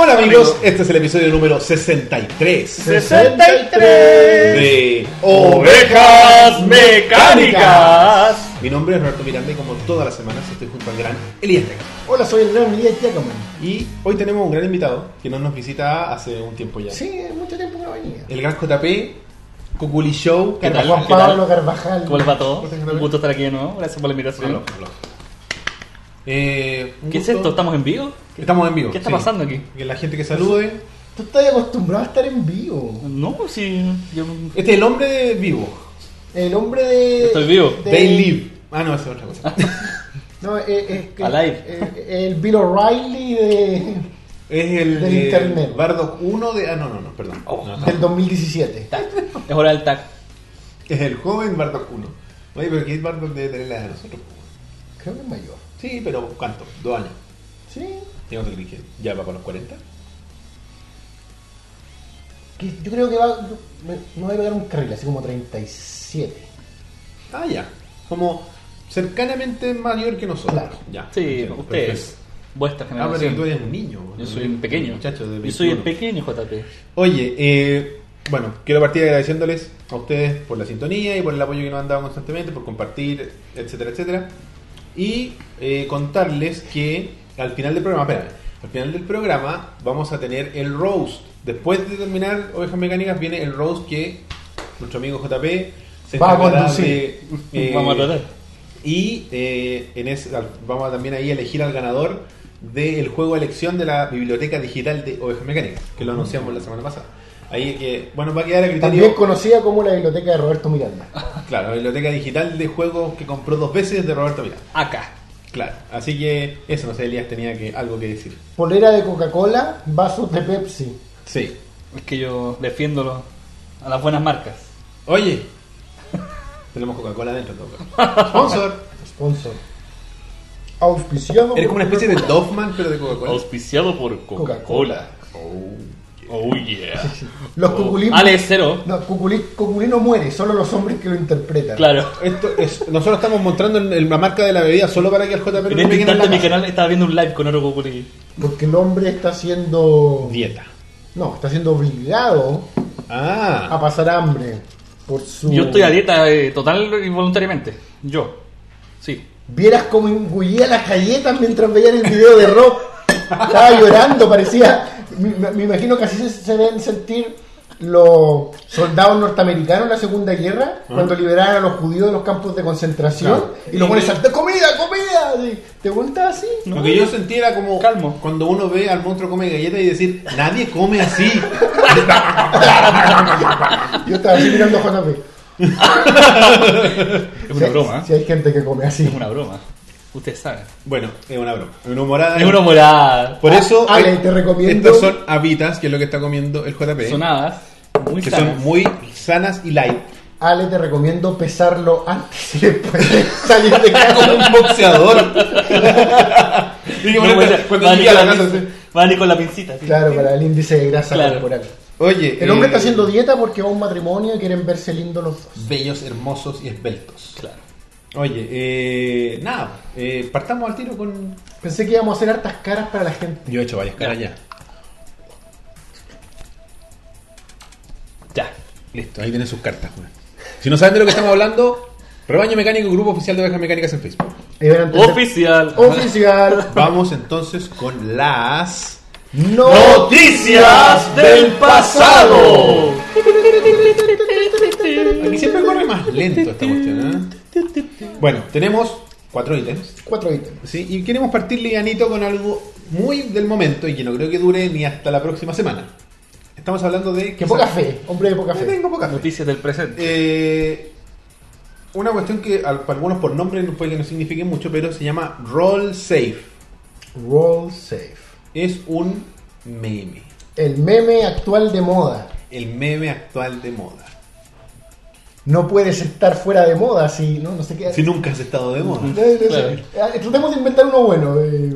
Hola amigos, este es el episodio número 63 63 de Ovejas Mecánicas. Mi nombre es Roberto Miranda y como todas las semanas estoy junto al gran Elías Reca. Hola, soy el gran Miguel Giacoman. Y hoy tenemos un gran invitado que no nos visita hace un tiempo ya. Sí, mucho tiempo que no venía. El gran JP, Cuculi Show. ¿Qué tal? Juan ¿Qué tal? Pablo Carvajal. ¿Cómo les va a todos? Gracias, Un gusto estar aquí de nuevo. Gracias por la invitación. Aplausos, aplausos. Eh, un ¿Qué es gusto. esto? ¿Estamos en vivo? Estamos en vivo. ¿Qué está sí. pasando aquí? Que la gente que salude. Tú estás acostumbrado a estar en vivo. No, sí. Yo... Este es el hombre de vivo. El hombre de. Estoy vivo. de- They live. Ah, no, esa es otra cosa. No, es. es que- Alive. eh, el Bill O'Reilly de, Es el Del eh, internet. Bardock 1 de. Ah, no, no, no, perdón. Oh, No, no. del 2017. Es hora del tag. Es el joven Bardock 1. Oye, pero que Bardock debe tener la edad de nosotros. po. Creo que es mayor. Sí, pero ¿cuánto? Dos años. Sí. Digamos que le dije, ya va para los 40. Que yo creo que va. yo- me, me voy a pegar un carril, así como 37. Ah, ya. Como cercanamente mayor que nosotros. Claro. Ya. Sí, Entiendo, ustedes. perfecto. Vuestra Ah, pero tú generación. eres un niño. Yo ¿no? soy un pequeño. Muchacho de Yo soy el 21. pequeño JP. Oye, eh, bueno, quiero partir agradeciéndoles a ustedes por la sintonía y por el apoyo que nos han dado constantemente, por compartir, etcétera, etcétera. Y eh, contarles que al final del programa, espera, al final del programa vamos a tener el roast. Después de terminar Ovejas Mecánicas viene el roast que nuestro amigo JP se Va a encargará conducir. de, eh, Vamos a tratar. y eh, en ese- al- vamos a también ahí elegir al ganador del juego de elección de la biblioteca digital de Ovejas Mecánicas, que lo anunciamos la semana pasada. Ahí que, bueno, va a quedar a También criterio. conocida como la biblioteca de Roberto Miranda. Claro, la biblioteca digital de juegos que compró dos veces de Roberto Miranda. Acá. Claro, así que eso, no sé, Elías tenía que, algo que decir. Polera de Coca-Cola, vasos de Pepsi. Sí. Es que yo defiendo lo- a las buenas marcas. Oye, tenemos Coca-Cola dentro, en todo caso. Sponsor. Sponsor. Auspiciado. Eres como una especie de Doffman, pero de Coca-Cola. Auspiciado por Coca-Cola. Oh yeah. Los Oh. cuculinos. Ale cero. No, Cuculí, Cuculí no muere, solo los hombres que lo interpretan. Claro. Esto es, nosotros estamos mostrando el- el- la marca de la bebida solo para que el JP no En le este peguen en la instante mi cara. canal estaba viendo un live con Oro Coculi. Porque el hombre está siendo. Dieta. No, está siendo obligado a Ah, pasar hambre. Por su. Yo estoy a dieta eh, total y voluntariamente. Yo. Sí. Vieras cómo engullía las galletas mientras veían el video de Rob. Estaba llorando, parecía. Me, me imagino que así se, se deben sentir los soldados norteamericanos en la Segunda Ah. Guerra, cuando liberaron a los judíos de los campos de concentración Claro. y los ponen saltar: ¡Comida, comida! Y ¿Te cuentas así? lo que yo sentí era como Calmo. cuando uno ve al monstruo come galletas y decir, nadie come así. Yo estaba así mirando a JP. Es Si una hay- broma. ¿eh? Si hay gente que come así. Es una broma. Ustedes saben. bueno, es una broma. Una humorada. Es una morada. Por eso, Ale, eh, te recomiendo- estas son habitas, que es lo que está comiendo el JP, Sonadas. Muy que sanas. son muy sanas y light. Ale, te recomiendo pesarlo antes y después de salir de Como casa. un boxeador. Y que No, cuando- o sea, cuando van llegué a la con casa, pin- sí. van con la pincita. sí. Claro, para el índice de grasa Claro. corporal. Oye, El hombre eh, está haciendo dieta porque va a un matrimonio y quieren verse lindos los dos. bellos, hermosos y esbeltos. Claro. Oye, eh, nada, eh, partamos al tiro con. Pensé que íbamos a hacer hartas caras para la gente. Yo he hecho varias caras Ya. ya. Ya. Listo, ahí tienen sus cartas. güey. Si no saben de lo que estamos hablando, Rebaño Mecánico, Grupo Oficial de Ovejas Mecánicas en Facebook. Ahí Eh, van a entender. Oficial. Oficial. Vamos entonces con las No. Noticias del pasado. Aquí siempre corre más lento esta cuestión. ¿eh? Bueno, tenemos cuatro ítems. Cuatro ítems. ¿sí? Y queremos partir livianito con algo muy del momento y que no creo que dure ni hasta la próxima semana. Estamos hablando de. Que poca fe. Hombre de poca Yo fe. tengo poca fe. Noticias del presente. Eh, una cuestión que al- para algunos por nombre no puede que no signifique mucho, pero se llama Roll Safe. Roll safe. Es un meme. El meme actual de moda. El meme actual de moda. No puedes estar fuera de moda si no, no sé qué. Si nunca has estado de moda. Eh, no Claro. sé. Ah, Tratemos de inventar uno bueno. eh.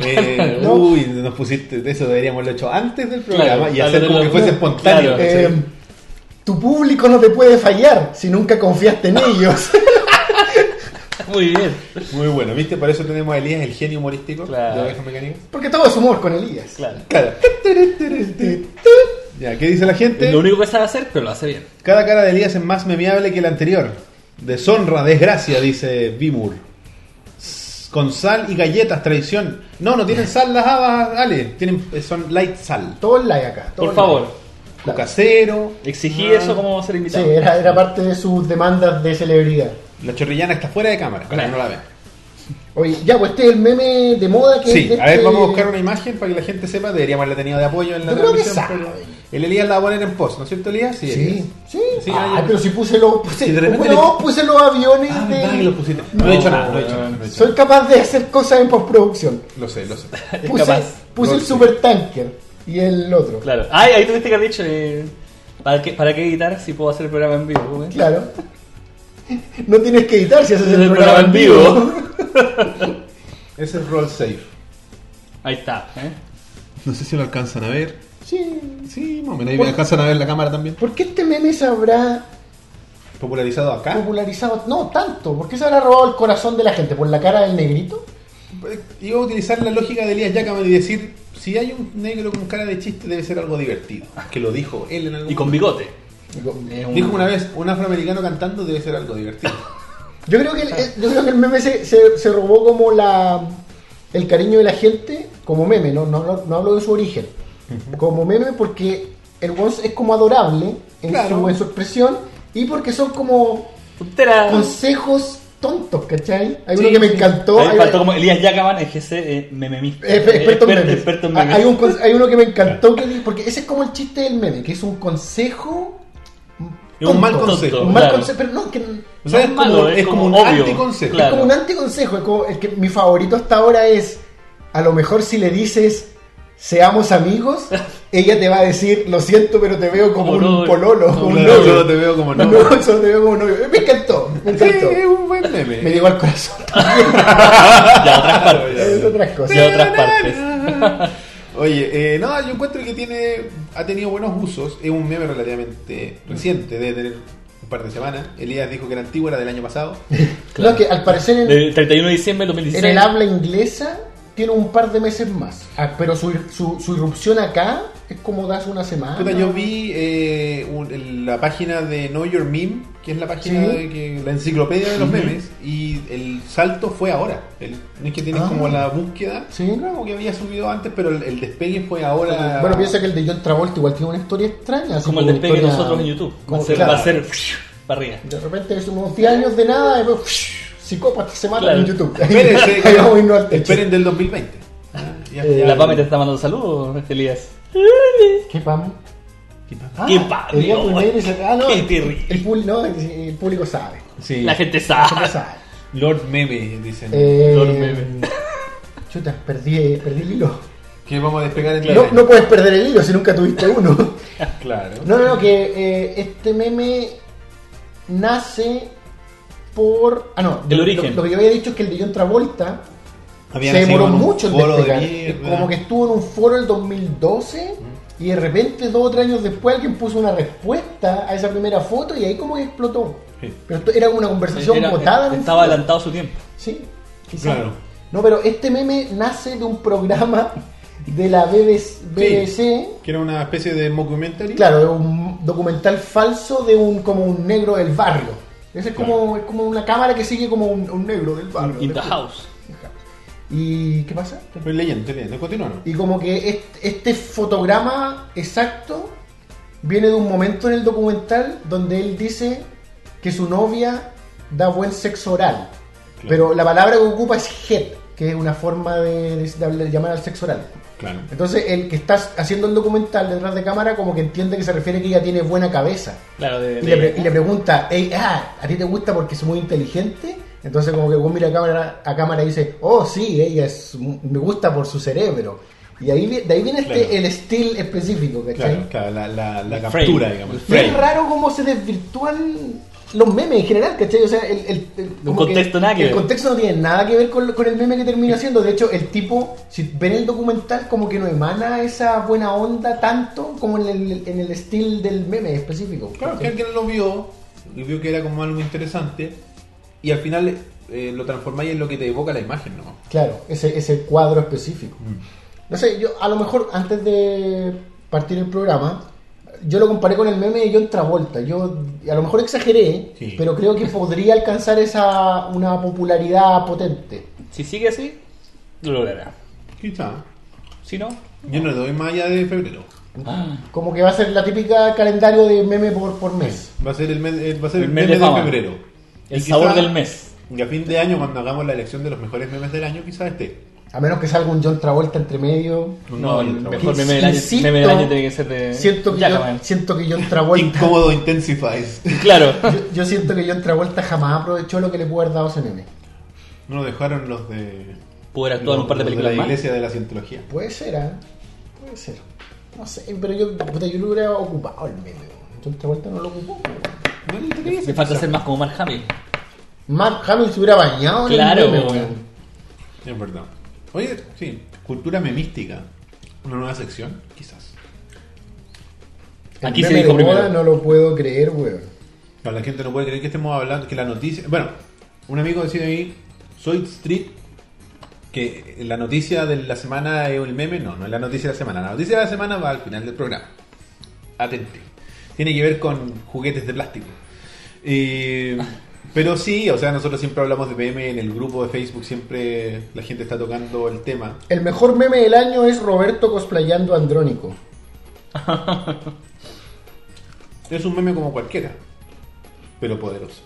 Eh, No. Uy, nos pusiste de eso, deberíamos haberlo hecho antes del programa Claro, y hacer claro, como que claro. fuese espontáneo. Claro. ¿cachai? Eh, tu público no te puede fallar si nunca confiaste en ellos. Muy bien. Muy bueno, ¿viste? Por eso tenemos a Elías, el genio humorístico Claro. de Ovejas Mecánicas. Porque todo es humor con Elías. Claro. Claro. Ya, ¿qué dice la gente? Lo único que sabe hacer, pero lo hace bien. Cada cara de Elías es más memeable que la anterior. Deshonra, desgracia, dice Bimur. S- Con sal y galletas, traición. No, no tienen sal las habas, Ale. Tienen, eh, son light sal. Todo el like acá. todo Por el favor, like. Coca cero. exigí eso como ser Sí, invitado. era, era parte de sus demandas de celebridad. La chorrillana está fuera de cámara, para que no la ven. Oye, ya, pues este es el meme de moda que es Sí, de a ver, este- vamos a buscar una imagen para que la gente sepa. Deberíamos haberla tenido de apoyo en la Yo creo que transmisión. sabe. pero El Elías la va a poner en post, ¿no es cierto, Elías? Sí. Elías. Sí, sí. Sí, Ay, ahí- pero si puse los, puse, Si de repente no, le- puse los aviones Ah, de... verdad que lo pusiste. No, he hecho nada, no he hecho nada. no he hecho Soy capaz de hacer cosas en postproducción. nada. Lo sé, lo sé. Es Puse, capaz. puse No, el sí. supertanker y el otro. Claro. Ay, ahí tuviste que haber dicho, eh, ¿para, qué, ¿para qué editar si puedo hacer el programa en vivo? ¿Cómo es? Claro. No tienes que editar si haces Es el programa en vivo. Ese es roll safe. Ahí está. ¿eh? No sé si lo alcanzan a ver. Sí. Sí, más o menos. Ahí Por- alcanzan a ver la cámara también. ¿Por qué este meme se habrá Popularizado acá. popularizado? No, tanto. ¿Por qué se habrá robado el corazón de la gente? ¿Por la cara del negrito? Iba a utilizar la lógica de Elías Jackman y decir, si hay un negro con cara de chiste debe ser algo divertido. Que lo dijo él en algún Y con bigote. Digo, Es un- Dijo una vez, un afroamericano cantando debe ser algo divertido. Yo creo que el, eh, yo creo que el meme se, se- se robó como la el cariño de la gente como meme, no, no, hablo, no hablo de su origen. Como meme porque el Wons es como adorable en, Claro. su, en su expresión y porque son como Tontera. consejos tontos, ¿cachai? Hay Sí, uno que me sí. encantó. A mí me hay- faltó como Elías Yacaman, es que ese eh, mememista. eh, exper- experto en Experto- memes. experto en Ah, memes. Hay, un con- hay uno que me encantó que di- porque ese es como el chiste del meme, que es un consejo. Es un mal tonto. consejo. Un mal claro. consejo, pero no, que O sea, No es malo, es como un obvio, anticonsejo. claro. Es como un anticonsejo. es como el que mi favorito hasta ahora es: a lo mejor si le dices seamos amigos, ella te va a decir, lo siento, pero te veo como, Como un novio. pololo, Como como un Claro, novio. solo te veo como no. No, solo te veo como un novio. Me encantó, me Sí, encantó. es un buen Me meme. llegó al corazón. Ya, otras partes. Es otras cosas. Ya, otras partes. Oye, eh, no, yo encuentro que tiene ha tenido buenos usos. Es un meme relativamente reciente, debe tener un par de semanas. Elías dijo que era antigua, era del año pasado. Claro. No, que al parecer en, Del 31 de diciembre de en 2016. el habla inglesa tiene un par de meses más. Ah, pero su, su, su irrupción acá es como das una semana. Puta, yo vi eh, un- la página de Know Your Meme, que es la página Sí. de que- la enciclopedia de los Ujú. memes, y el salto fue ahora. El, no es que tienes Ah. como la búsqueda, Sí. como que había subido antes, pero el, el despegue fue ahora. Bueno, piensa que el de John Travolta igual tiene una historia extraña. así Como el despegue de historia- nosotros en YouTube. Va a como- ser, claro. va a ser para arriba. De repente es unos 10 años de nada y luego, psicópatas se matan Claro. en YouTube. Espérense, Ahí vamos a irnos al techo. esperen del 2020. Ah, ya- ya- Eh, La PAME te está mandando saludos, Elías. ¿Qué pam? ¿Qué pasa? Ah, ¿Qué pam? el día No, primero y se- ah, no, qué el- terrible. el, público- no, el- el público sabe. Sí. La gente La gente sabe. sabe. Lord Meme, dicen. Eh, Los memes. chuta, perdí, perdí el hilo. que vamos a despegar en No, no puedes perder el hilo si nunca tuviste uno. Claro. No, no, no, que eh, este meme nace por. Ah, no. El lo- origen. Lo, que yo había dicho es que el de John Travolta Habían se nacido demoró en un mucho en foro de despegar. mierda. Como que estuvo en un foro el 2012 y de repente, dos o tres años después, alguien puso una respuesta a esa primera foto y ahí como que explotó. Sí. Pero esto era una conversación Era- botada. en un estaba foro. adelantado su tiempo. Sí, quizás. Claro. No, pero este meme nace de un programa de la BBC. Que era una especie de mockumentary. Claro, es un documental falso de un como un negro del barrio. Ese es como, es como una cámara que sigue como un, un negro del barrio. In the house. ¿Y qué pasa? Estoy leyendo, estoy leyendo. Continuaron. Y como que este, este fotograma exacto viene de un momento en el documental donde él dice que su novia da buen sexo oral. Claro. Pero la palabra que ocupa es head, que es una forma de, de- de hablar- llamar al sexo oral. Claro. Entonces el que está haciendo el documental detrás de cámara como que entiende que se refiere que ella tiene buena cabeza. Claro, de, Y de- le, pre- y le pregunta, "Ey, ah, ¿a ti te gusta porque es muy inteligente? Entonces como que Gon mira a cámara, a cámara y dice, oh sí, ella es, me gusta por su cerebro. Y ahí, vi- de ahí viene este, Claro. el estilo específico, ¿cachai? Claro, claro, la, la, la El captura, frame. digamos. el El Y es frame. raro cómo se desvirtúan los memes en general, ¿cachai? O sea, el, el- el- como contexto nada que el ver. contexto no tiene nada que ver con, con el meme que termina haciendo. De hecho, el tipo, si ven el documental, como que no emana esa buena onda tanto como en el, en el estilo del meme específico. Claro, que ¿cachai? alguien lo vio y vio que era como algo interesante y al final eh, lo transformáis en lo que te evoca la imagen, ¿no? Claro, ese, ese cuadro específico. Mm. No sé, yo a lo mejor antes de partir el programa, yo lo comparé con el meme de John Travolta. Yo a lo mejor exageré, Sí. pero creo que podría alcanzar esa una popularidad potente. Si sigue así, lo logrará. Quizá. Si no, Yo no le doy más allá de febrero. Ah. Como que va a ser la típica calendario de meme por, por mes. Va a ser el mes, eh, va a ser El el mes mes de de, fama. febrero. el Y sabor quizá- del mes. Y a fin de año, cuando hagamos la elección de los mejores memes del año, quizás esté. A menos que salga un John Travolta entre medio. No, el John mejor Travolta. meme del, año, Insisto, meme del año tiene que ser Eh, de. Siento que, yo, Jackman. siento que John Travolta. Incómodo intensifies. Claro. yo, yo siento que John Travolta jamás aprovechó lo que le pudo haber dado ese meme. No lo dejaron los de. Poder actuar en un par de los películas la más. iglesia de la cientología. Puede ser, ¿ah? Puede ser. No sé, pero yo, puta, yo lo hubiera ocupado el meme. weón. John Travolta no lo ocupó. weón. Le falta ser más como Mark Hamill. Mark Hamill se hubiera bañado Claro, en el meme, weón. weón. Es verdad. Oye, sí, cultura memística. Una nueva sección, quizás. El Aquí se meme dijo de moda primero. no lo puedo creer, weón. Pero la gente no puede creer que estemos hablando, que la noticia... Bueno, un amigo decía ahí, soy Street, que la noticia de la semana es el meme. No, no es la noticia de la semana. La noticia de la semana va al final del programa. Atente. Tiene que ver con juguetes de plástico. Eh, pero sí, o sea, nosotros siempre hablamos de meme en el grupo de Facebook, siempre la gente está tocando el tema. El mejor meme del año es Roberto cosplayando a Andrónico. Es un meme como cualquiera, pero poderoso.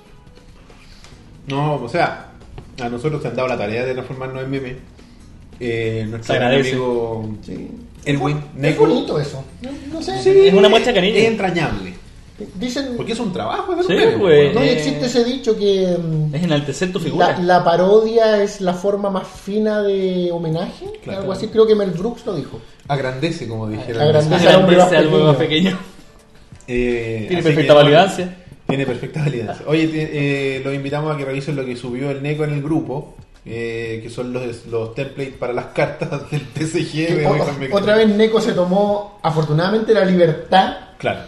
No, o sea, a nosotros se han dado la tarea de transformarnos en meme. Eh, nuestro Se gran agradece. amigo Sí. Erwin Es Neku- bonito eso. No, no sé. Es una muestra de cariño. Es entrañable. Dicen. Porque es un trabajo, es un Sí, meme, güey. ¿no? No, y Eh, existe ese dicho que mm, Es enaltecer tu figura. la, la parodia es la forma más fina de homenaje. Claro. Algo así, creo que Mel Brooks lo dijo. Agrandece, como dijeron. Agrandece. Es al hombre más enaltecer al hombre más pequeño. Eh, Tiene así perfecta que- validancia. Tiene perfecta validancia. Oye, te- eh, los invitamos a que revisen lo que subió el Neco en el grupo, eh, que son los, los templates para las cartas del TCG. Que de o- Wacom o- Mecánica. otra vez Neko se tomó afortunadamente la libertad Claro.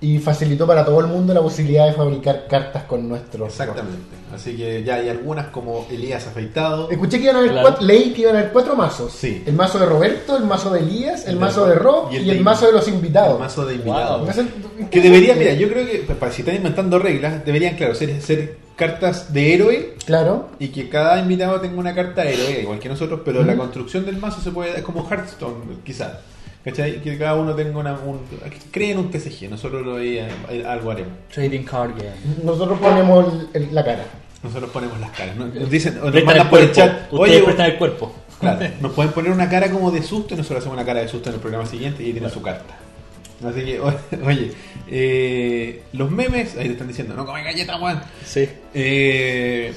y facilitó para todo el mundo la posibilidad de fabricar cartas con nuestros. Exactamente. Así que ya hay algunas como Elías afeitado. Escuché que iban a haber Claro. cuatro, leí que iban a haber cuatro mazos. Sí. El mazo de Roberto, el mazo de Elías, el, El mazo de- de Rob y y el, el de- mazo de los invitados. El mazo de invitados. Wow. Entonces, Que debería, mira, yo creo que pues, para- si están inventando reglas, deberían, claro, ser, ser cartas de héroe Claro. y que cada invitado tenga una carta de héroe, igual que nosotros, pero la construcción del mazo se puede, es como Hearthstone, quizás. ¿Cachai? Que cada uno tenga una, un, que creen un TCG, nosotros lo ahí, eh, algo haremos. Trading card game. Nosotros ponemos el- el- la cara. Nosotros ponemos las caras, ¿no? nos dicen, o nos Prestan mandan el por el cuerpo. chat. Ustedes "Oye, prestan el cuerpo. Claro, nos pueden poner una cara como de susto y nosotros hacemos una cara de susto en el programa siguiente y ahí tienen su carta. Así que, o- oye, eh, los memes, ahí te están diciendo, no come galleta, Juan. Sí. Eh,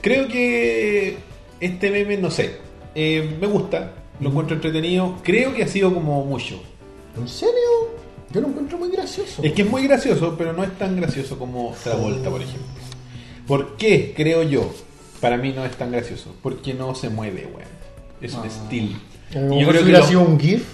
creo que este meme, no sé, eh, me gusta, lo encuentro entretenido, creo que ha sido como mucho. ¿En serio? Yo lo encuentro muy gracioso. Es que es muy gracioso, pero no es tan gracioso como Travolta, por ejemplo. ¿Por qué, creo yo, para mí no es tan gracioso? Porque no se mueve, weón. Es un estilo. A lo mejor si hubiera sido un GIF.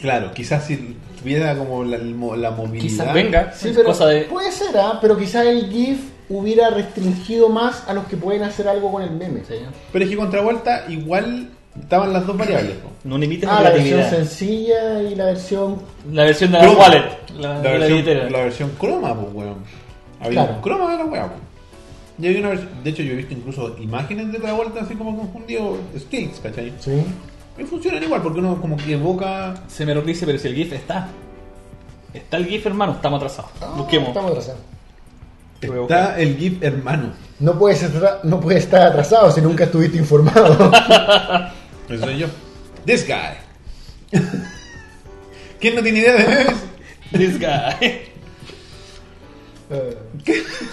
Claro, quizás si tuviera como la, el mo- la movilidad. Quizás venga. Sí, es pero cosa de. puede ser, ¿ah? pero quizás el GIF hubiera restringido más a los que pueden hacer algo con el meme. Ah, Sí. Pero es que contra vuelta igual estaban las dos variables. po. No limites Ah, la la versión creatividad. sencilla y la versión... La versión de la Croma. wallet. La, La, de la billetera. versión, la versión croma, pues, weón. Había Claro. un croma de la weá, po. Y había una vers- de hecho, yo he visto incluso imágenes de otra vuelta así como confundido stills, ¿cachai? Sí. Y funcionan igual porque uno como que evoca. Se me lo dice, pero si el GIF está. Está el GIF, hermano, estamos atrasados. Busquemos. Ah, Estamos atrasados. Voy a Está el GIF hermano. No puedes, estar, no puedes estar atrasado si nunca estuviste informado. Eso soy yo. This guy. ¿Quién no tiene idea de memes? This guy. Eh,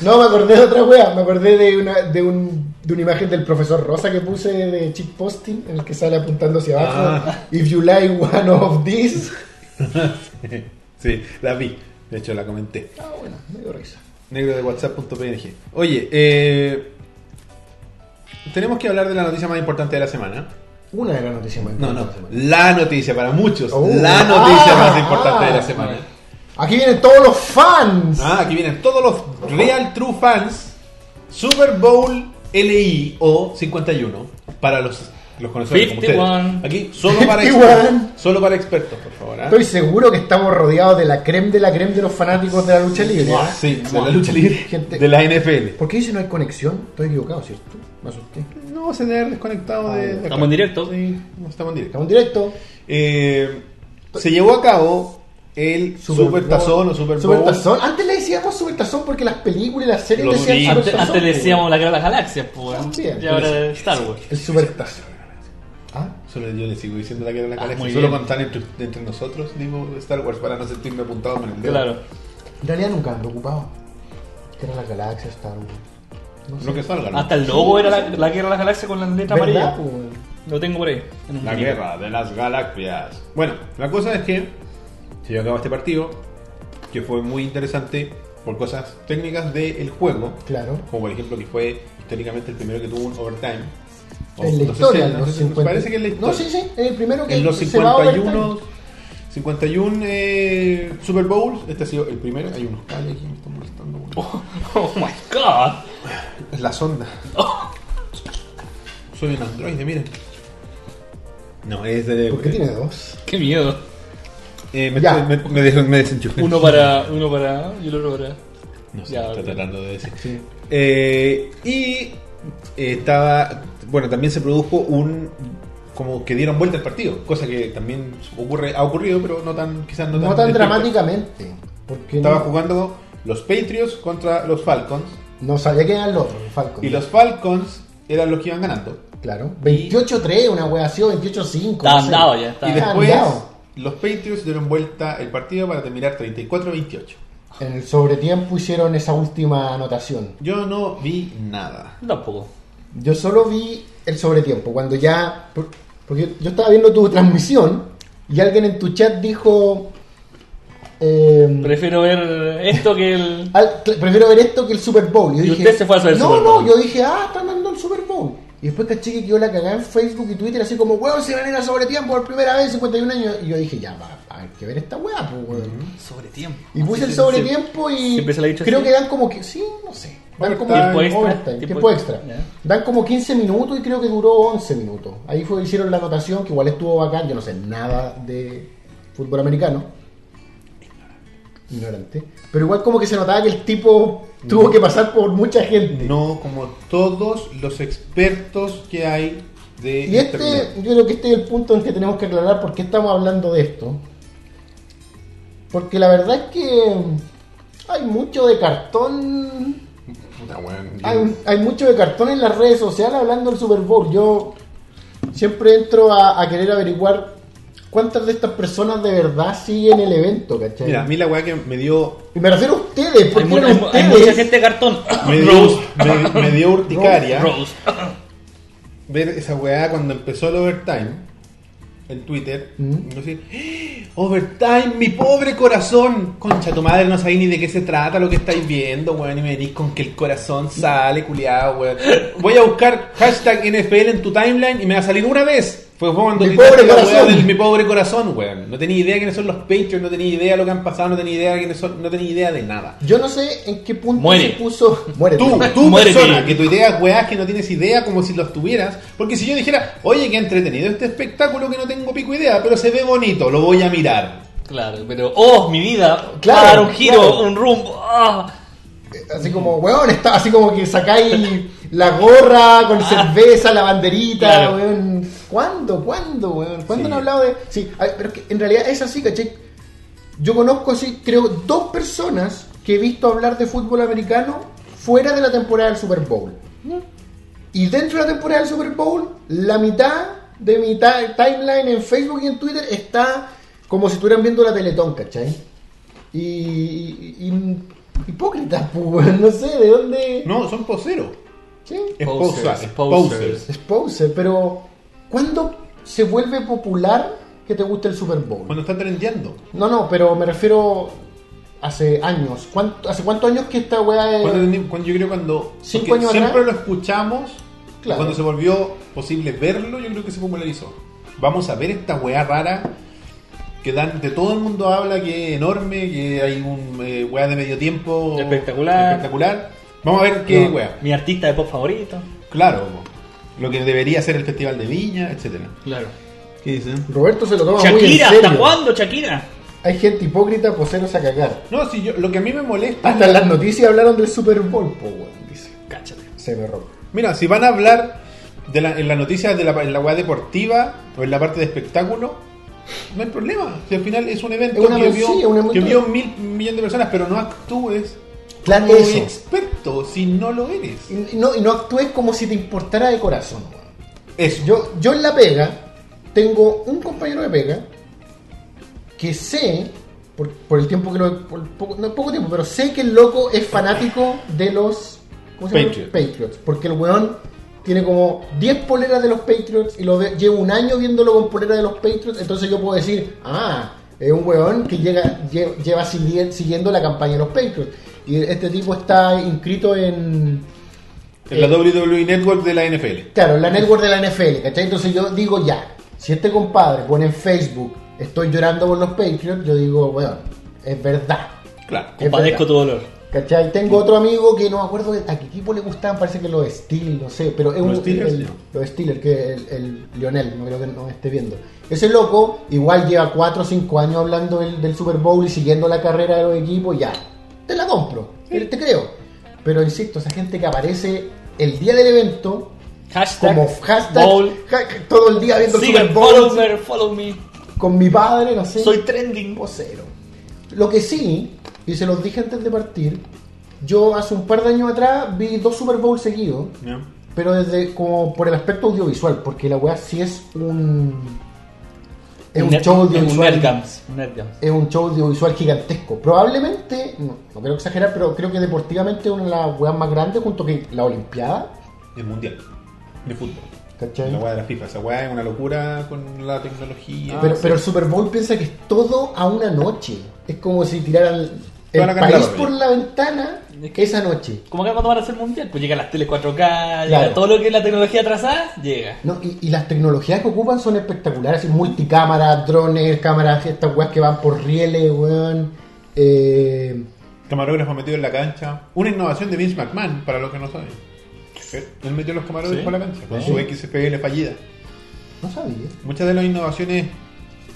no, me acordé de otra wea. Me acordé de una, de, un, de una imagen del profesor Rosa que puse de cheat posting, en el que sale apuntando hacia abajo. Ah. If you like one of these. sí, la vi. De hecho, la comenté. Ah, bueno, me dio risa. Negro de WhatsApp.png. Oye, eh, tenemos que hablar de la noticia más importante de la semana. Una de las noticias más No, no, importantes de la semana. la noticia para muchos. Oh. la noticia Ah, más importante de ah. la semana. Aquí vienen todos los fans. Ah, aquí vienen todos los real true fans Super Bowl LI o 51 para los, los conocedores como ustedes. 51. Aquí solo para, 51. expertos, solo para expertos, por favor. ¿ah? Estoy seguro que estamos rodeados de la creme de la creme de los fanáticos de la lucha libre. ¿ah? Sí, de la lucha libre Gente- de la NFL. ¿Por qué dice no hay conexión? Estoy equivocado, ¿cierto? Me asusté. No, se debe haber desconectado de, de acá. Estamos en directo. Sí, no estamos en directo. Estamos en directo. Eh, se llevó a cabo el Super, Tazón o Super Bowl. Supertazón. Antes le decíamos Super Tazón porque las películas y las series Los decían libros. Antes, Supertazón, antes le pues. decíamos la guerra de las galaxias, pues. Sí, Y ahora Star Wars. El Supertazón. ¿Ah? Solo yo le sigo diciendo la que era la Ah, galaxia. muy Solo bien. contar entre, entre nosotros, digo Star Wars, para no sentirme apuntado con el dedo. Claro. En realidad nunca me preocupaba. Que era la galaxia Star Wars. No sé. Lo que salga. ¿no? Hasta el logo era la, la guerra de las galaxias con la letra ¿Verdad, amarilla. pues? Lo tengo por ahí. en un La clip. guerra de las galaxias. Bueno, la cosa es que se llevó a cabo este partido, que fue muy interesante por cosas técnicas del juego. Claro. Como por ejemplo que fue históricamente el primero que tuvo un overtime. O En la Oh, no sé si- historia, en no los sé si- 50. Parece que en la historia. No, sí, sí, es el primero que En los se va a overtime. 51, 51 eh, Super Bowls, este ha sido el primero. Hay unos cables que me están molestando. güey. Oh my god. Es la sonda. Oh. Soy un androide, miren. No, es de. ¿Por qué tiene dos? Qué miedo. Eh, me, Ya. me, me dejo- me desenchufé. Uno para. Uno para. Y el otro para. No sé, Ya, está ok. tratando de decir. Sí. Eh, y eh, estaba. Bueno, también se produjo un. Como que dieron vuelta al partido, cosa que también ocurre, ha ocurrido, pero no tan, quizás no, No, tan despierta. dramáticamente. Porque Estaba no, jugando los Patriots contra los Falcons. no sabía que eran los otros, los Falcons. Y los Falcons eran los que iban ganando. Claro. 28-3, una wea así, o 28-5. Está no sé. andado ya, está. Y Ah, después andado. los Patriots dieron vuelta el partido para terminar 34-28. En el sobretiempo hicieron esa última anotación. Yo no vi nada. Tampoco. Yo solo vi el sobretiempo, cuando ya... por- Porque yo estaba viendo tu transmisión y alguien en tu chat dijo... eh, Prefiero ver esto que el. al- cl- prefiero ver esto que el Super Bowl. Yo Mm. Y dije, usted se fue a hacer el No, Super no, Bowl". yo dije, ah, están dando el Super Bowl. Y después caché que quedó la cagada en Facebook y Twitter, así como, weón, se van a ir a sobretiempo por primera vez en 51 años. Y yo dije, ya, va, va, hay que ver esta weá, pues, weón. Sobre tiempo. Y puse el sobretiempo y siempre se le ha dicho creo así. que dan como que sí, no sé. Dan como Overtime. overtime, Tiempo tiempo extra. extra. Tiempo- Ya. Dan como 15 minutos y creo que duró 11 minutos. Ahí fue hicieron la anotación que igual estuvo bacán, yo no sé nada de fútbol americano. Ignorante. Pero igual como que se notaba que el tipo tuvo que pasar por mucha gente. No como todos los expertos que hay de Y este, yo creo que este es el punto en que tenemos que aclarar por qué estamos hablando de esto. Porque la verdad es que hay mucho de cartón Puta, weón, yo- Hay, hay mucho de cartón en las redes sociales hablando del Super Bowl. Yo siempre entro a, a querer averiguar cuántas de estas personas de verdad siguen el evento, ¿cachai? Mira, a mí la weá que me dio. y me refiero a ustedes, Hay, porque mu- eran hay mu- hay ustedes. mucha gente de cartón. Me dio, Rose. me- me dio urticaria Rose. ver esa weá cuando empezó el overtime en Twitter. Mm. Y yo así, ¡Ah! overtime, mi pobre corazón. Concha, tu madre no sabéis ni de qué se trata lo que estáis viendo, weón. Y me venís con que el corazón sale, culiado, weón. Voy a buscar hashtag NFL en tu timeline y me va a salir una vez. Fue cuando Mi tiraste pobre la weá corazón. del mi pobre corazón, weón. No tenía idea quiénes son los Patriots, no tenía idea lo que han pasado, no tenía idea quiénes son, no tenía idea de nada. Yo no sé en qué punto Muere. se puso. Muere pues. Tú, tú. tú Muérete. persona, que tu idea weas que no tienes idea como si los tuvieras. Porque si yo dijera, oye, qué entretenido este espectáculo que no tengo pico idea, pero se ve bonito, lo voy a mirar. Claro, pero. ¡Oh, mi vida! Claro, Claro, un giro, claro. un rumbo. ¡Ah! Así como, weón, está, así como que sacáis la gorra con cerveza, la banderita, Claro. weón. ¿Cuándo? ¿Cuándo, weón? ¿Cuándo Sí. han hablado de.? Sí, ay, pero es que en realidad es así, caché. Yo conozco así, creo, dos personas que he visto hablar de fútbol americano fuera de la temporada del Super Bowl. Y dentro de la temporada del Super Bowl, la mitad de mi ta- timeline en Facebook y en Twitter está como si estuvieran viendo la Teletón, ¿cachai? Y, y- y- hipócritas, pues, weón, no sé de dónde. No, son poseros. ¿Sí? Es Posers, posa, es posers. posers. Es poser, pero ¿cuándo se vuelve popular que te guste el Super Bowl? Cuando están trendeando. No, no, pero me refiero hace años. ¿Cuánto- ¿Hace cuántos años que esta weá es.? Cuando tenim- cuando- yo creo cuando Cinco porque años siempre atrás. lo escuchamos, y Claro. cuando se volvió posible verlo, yo creo que se popularizó. Vamos a ver esta weá rara que dan, de todo el mundo habla que es enorme, que hay un eh, weá de medio tiempo Espectacular. espectacular. Vamos a ver qué No, wea. Mi artista de pop favorito. Claro, po. lo que debería ser el Festival de Viña, etcétera. Claro. ¿Qué dicen? Roberto se lo toma Oh, muy en Shakira, serio. ¿hasta cuándo, Shakira? Hay gente hipócrita poseros a cagar. No, si yo, lo que a mí me molesta. Hasta en las noticias hablaron del Super Bowl, po, weón, dice. Cáchate. Se me rompe. Mira, si van a hablar de la- en las noticias de la, en la wea deportiva o en la parte de espectáculo, no hay problema. Si al final es un evento Es una que, men- vio, sí, es un evento- que vio mil millones de personas, pero no actúes Claro, como eso. experto si no lo eres. Y no, y no actúes como si te importara de corazón, weón. Eso. Yo, yo en la pega tengo un compañero de pega que sé, por, por el tiempo que lo. Por poco, no poco tiempo, pero sé que el loco es fanático de los. ¿Cómo se llama? Patriots. Patriots. Porque el weón tiene como 10 poleras de los Patriots y lo ve- llevo un año viéndolo con poleras de los Patriots. Entonces yo puedo decir, ah, es un weón que llega, lle- lleva sigui- siguiendo la campaña de los Patriots. Y este tipo está inscrito en. en la eh, WWE Network de la NFL. Claro, la network de la NFL, ¿cachai? Entonces yo digo ya, si este compadre pone en Facebook, estoy llorando por los Patriots, yo digo, weón, es verdad. Claro. Es Compadezco verdad. tu dolor. ¿Cachai? Tengo otro amigo que no me acuerdo de- a qué equipo le gustaban, parece que los Steelers, no sé, pero es ¿Los un. Steelers? el- los Steelers, que el, el Lionel, no creo que no me esté viendo. Ese loco igual lleva 4 o 5 años hablando del, del Super Bowl y siguiendo la carrera de los equipos, ya. Te la compro, te- te creo. Pero insisto, esa gente que aparece el día del evento Hashtag. como hashtag Bowl. ha- todo el día viendo el Super Sigan, Bowl follow me, follow me. con mi padre, no sé, Soy trending. vocero. Lo que sí, y se los dije antes de partir, yo hace un par de años atrás vi dos Super Bowl seguidos, ¿no? pero desde como por el aspecto audiovisual, porque la weá sí es un es un Nerd- show Un audiovisual. Nerdgams. Un Nerdgams. Es un show audiovisual gigantesco. Probablemente, no, no quiero exagerar, pero creo que deportivamente es una de las weas más grandes junto que la Olimpiada. El mundial de fútbol. ¿Cachai? La weá de la FIFA. Esa weá es una locura con la tecnología. Pero, Ah, Sí. pero el Super Bowl piensa que es todo a una noche. Es como si tiraran el, Toda la país candelabra, por ya. la ventana Es que- esa noche. Como que cuando van a hacer el mundial, pues llegan las teles 4K, llega Claro. todo lo que es la tecnología atrasada, llega. No, y, y las tecnologías que ocupan son espectaculares, así, multicámaras, drones, cámaras, estas weas que van por rieles, weón. Eh, Camarógrafo metido en la cancha. Una innovación de Vince McMahon, para los que no saben. Él metió los camarógrafos Sí. en la cancha con Sí. su XFL fallida. no sabía. Muchas de las innovaciones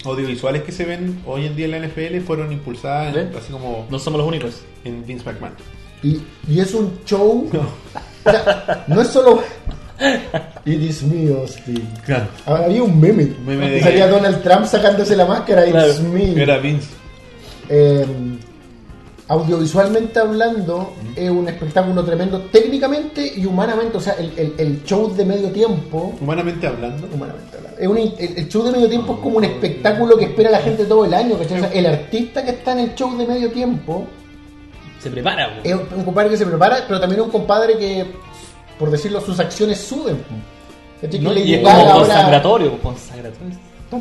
audiovisuales que se ven hoy en día en la NFL fueron impulsadas en- ¿Ves? así como No somos los únicos. en Vince McMahon. Y, y es un show. No. O sea, no es solo. It is me, Austin. Claro. Ahora, había un meme. Un meme de- Salía Donald Trump sacándose la máscara. Claro. It's me. Era Vince. Eh, audiovisualmente hablando, es un espectáculo tremendo técnicamente y humanamente. O sea, el, el- el show de medio tiempo. Humanamente hablando. Humanamente hablando, es un- el, el show de medio tiempo es como Ah. un espectáculo que espera la gente todo el año. ¿cachai? O sea, el artista que está en el show de medio tiempo Se prepara, pues. es un, un compadre que se prepara, pero también es un compadre que, por decirlo, sus acciones suben. ¿cachai? Que ¿No? Lady Y es Gaga como ahora- consagratorio, pues, consagratorio.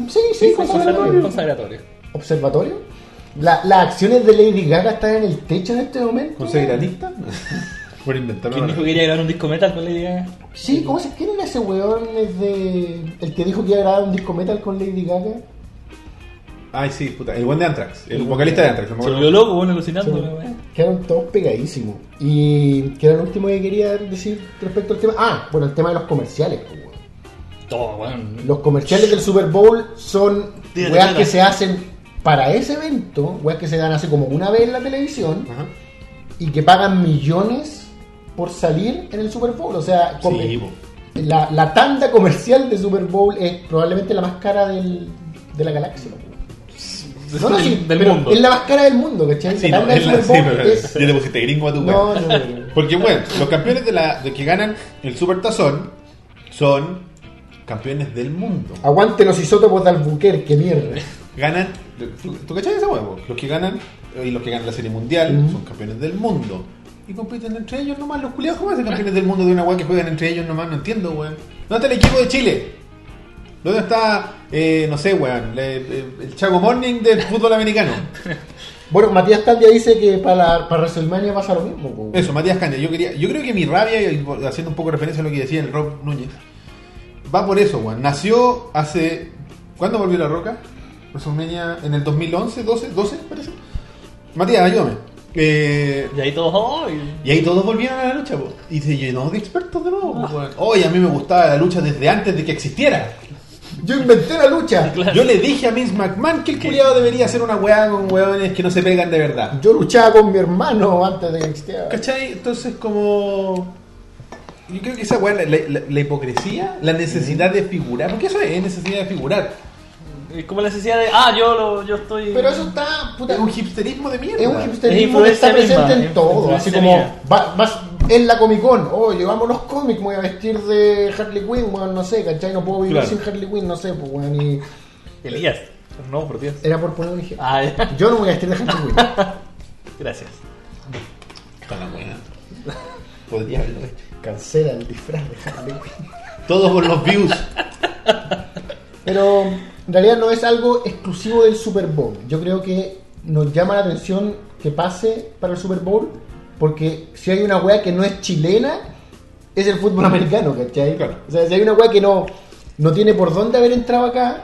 Sí, consagratorio. sí, consagratorio. consagratorio. ¿Observatorio? La- las acciones de Lady Gaga están en el techo en este momento. ¿Con granista? Por inventarlo. ¿Quién dijo que quería grabar un disco metal pues, con Lady Gaga? Sí, ¿cómo se quién era ese weón? Es de. El que dijo que iba a grabar un disco metal con Lady Gaga. Ay, sí, puta. El buen de Anthrax. El vocalista de Anthrax. no me Se acuerdo. volvió loco, bueno, alucinando. la weá. Quedaron todos pegadísimos. Y que era lo último que quería decir respecto al tema. Ah, bueno, el tema de los comerciales, pues, weón. Todo, weón. Los comerciales del Super Bowl son Tira, weas tira. que se hacen para ese evento, weas que se dan así como una vez en la televisión Ajá. y que pagan millones por salir en el Super Bowl. O sea, com- Sí, po. la, la tanda comercial de Super Bowl es probablemente la más cara del, de la galaxia. ¿no? No, no, sí, del pero mundo. Es la más cara del mundo, ¿cachai? Sí, La no, tanda es la- del sí, Super Bowl pero- es- Ya le pusiste gringo a tu weá. No, no, no, no. Porque bueno, los campeones de la de que ganan el Super Tazón son campeones del mundo. Aguante los isótopos de Albuquerque, mierda. Ganan, ¿tú, tú cachai esa huevo? Los que ganan eh, y los que ganan la Serie Mundial Ujú. son campeones del mundo. Y compiten entre ellos nomás. Los culiados, ¿cómo hacen campeones del mundo de una weá que juegan entre ellos nomás? No entiendo, weón. ¿Dónde está el equipo de Chile? ¿Dónde está, eh, no sé, weón, le- eh, el Chago Morning del fútbol americano? Bueno, Matías Candia dice que para, la- para WrestleMania pasa lo mismo. po. Eso, Matías Candia, yo quería, yo creo que mi rabia, y haciendo un poco referencia a lo que decía el Rob Núñez, va por eso, weón. Nació hace. ¿Cuándo volvió la roca? WrestleMania en el 2011, 12, 12, parece. Matías, ayúdame. Eh, Y ahí todos, ¡oh! y- y ahí todos volvían a la lucha, po. y se llenó de expertos de nuevo. po, weón. Oye, a mí me gustaba la lucha desde antes de que existiera. Yo inventé la lucha. Claro. Yo le dije a Vince McMahon que el culiado debería hacer una weá con weones que no se pegan de verdad. Yo luchaba con mi hermano antes de que existiera. ¿Cachai? Entonces, como. Yo creo que esa weá, la, la- la hipocresía, la necesidad de figurar, porque eso es necesidad de figurar. Es como la necesidad de, ah, yo, lo, yo estoy. Pero eso está, puta, Es un hipsterismo de mierda. es un Es hipsterismo que influencia está presente misma, en todo. influencia Así como, mía. va- vas en la Comic Con, oh, llevamos los cómics, me voy a vestir de Harley Quinn, weón, no sé, ¿cachai? No puedo vivir Claro. sin Harley Quinn, no sé, pues, weón. Y Elías. No, por Dios. era por poner un ejemplo. Ah, ya. Yo no me voy a vestir de Harley Quinn. gracias. Está la weá. Podría haberlo hecho. Cancela el disfraz de Harley Quinn. Todos con los views. Pero en realidad no es algo exclusivo del Super Bowl. Yo creo que nos llama la atención que pase para el Super Bowl, porque si hay una weá que no es chilena, es el fútbol americano, ¿cachai? Claro. O sea, si hay una weá que no, no tiene por dónde haber entrado acá,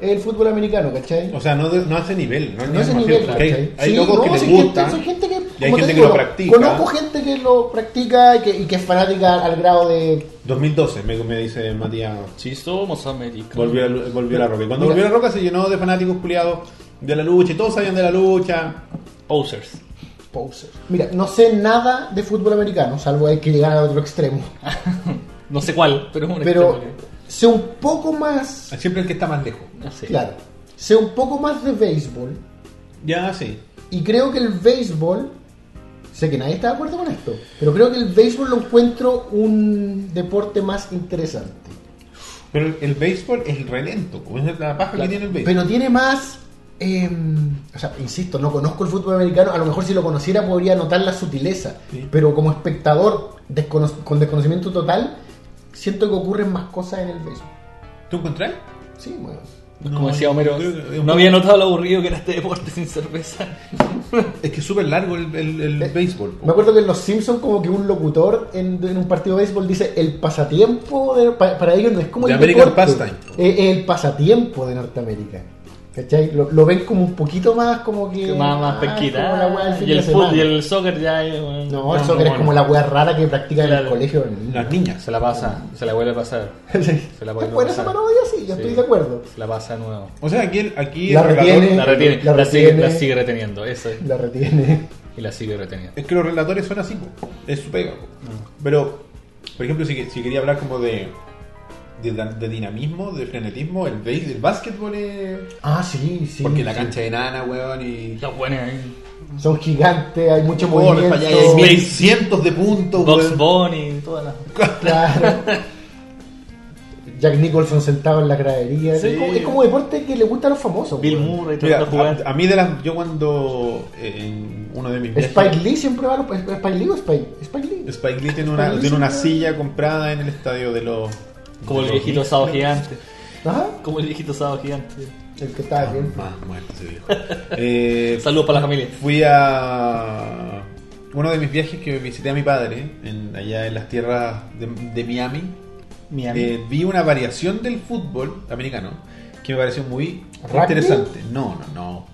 es el fútbol americano, ¿achai? O sea, no, de- no hace nivel. No, No es el demasiado, nivel, porque hay- ¿cachai? Hay Sí, locos no, que les sí, gusta. gente- sí, gente que- y hay como te gente que digo, lo practica. Conozco gente que lo practica y que, y que es fanática al grado de... 2012, me, me dice Matías. Sí, somos americanos. Volvió, a- volvió a la roca. Y cuando Mira. volvió a la roca se llenó de fanáticos culiados de la lucha. Y todos sabían de la lucha. Posers. Poser. Mira, no sé nada de fútbol americano, salvo hay que llegar al otro extremo. No sé cuál, pero es un Pero extremo ¿eh? que- sé un poco más. Siempre el que está más lejos. No sé. Claro. Sé un poco más de béisbol. Ya, sí. Y creo que el béisbol. Sé que nadie está de acuerdo con esto. Pero creo que el béisbol lo encuentro un deporte más interesante. Pero el, el béisbol es el relento. como Es la paja que tiene el béisbol. Pero tiene más. eh, o sea, insisto, no conozco el fútbol americano. A lo mejor si lo conociera podría notar la sutileza. Sí. Pero como espectador descono- con desconocimiento total, siento que ocurren más cosas en el béisbol. ¿Tú encontrás? Sí, bueno. Como decía Homero, yo creo que- no había notado lo aburrido que era este deporte sin cerveza. Es que es súper largo el, el- el Eh, béisbol. po. Me acuerdo que en Los Simpsons como que un locutor en, en un partido de béisbol dice el pasatiempo de- pa- para ellos no es como The el American deporte, pastime. es- es el pasatiempo de Norteamérica. ¿Cachai? Lo, lo ven como un poquito más como que... Que más, ah, más es como la pesquita. Ah, wea del fin y, el de fut- semana. y el soccer ya eh, es. bueno, No, el soccer es bueno. como la wea rara que practican en el Claro. colegio. de niños. Las niñas. Se la pasa, se la vuelve a pasar. Sí. Se la Es vuelve buena a esa pasar. parodia, sí, yo estoy de acuerdo. Se la pasa de nuevo. O sea, aquí, el- aquí La el relator- retiene. La retiene, La la, sigue, retiene. la sigue reteniendo, eso es. La retiene. Y la sigue reteniendo. Es que los relatores son así, po. es su pega. po. Ah. Pero, por ejemplo, si, si quería hablar como de, de, da- de dinamismo, de frenetismo, el, béis- el básquetbol es. Ah, sí, sí. porque la sí. cancha de nana, weón, y. Los buenos ahí. Son gigantes, hay mucho Goles para allá, y hay movimiento. mil cientos de puntos, Box weón. Bunny, todas las. Claro. Jack Nicholson sentado en la gradería. Sí. Es, como, es como deporte que le gusta a los famosos. Bill weón. Murray, Mira, todas las jugadas. a, a mí de las. Yo cuando. eh, en uno de mis Spike Lee siempre va a los. ¿Spike Lee o Spike? Spike Lee. Spike Lee tiene una, Spike Lee tiene una siempre- silla comprada en el estadio de los. Como de el los viejito Knicks, sábado creo que es. gigante. Ajá. Como el viejito sábado gigante. El que Ah. estaba bien. Más muerto ese viejo. Eh, Saludos para la familia. Fui a uno de mis viajes que visité a mi padre, en- allá en las tierras de, de Miami. Miami. Eh, vi una variación del fútbol americano que me pareció muy ¿Rugby? interesante. No, no, no.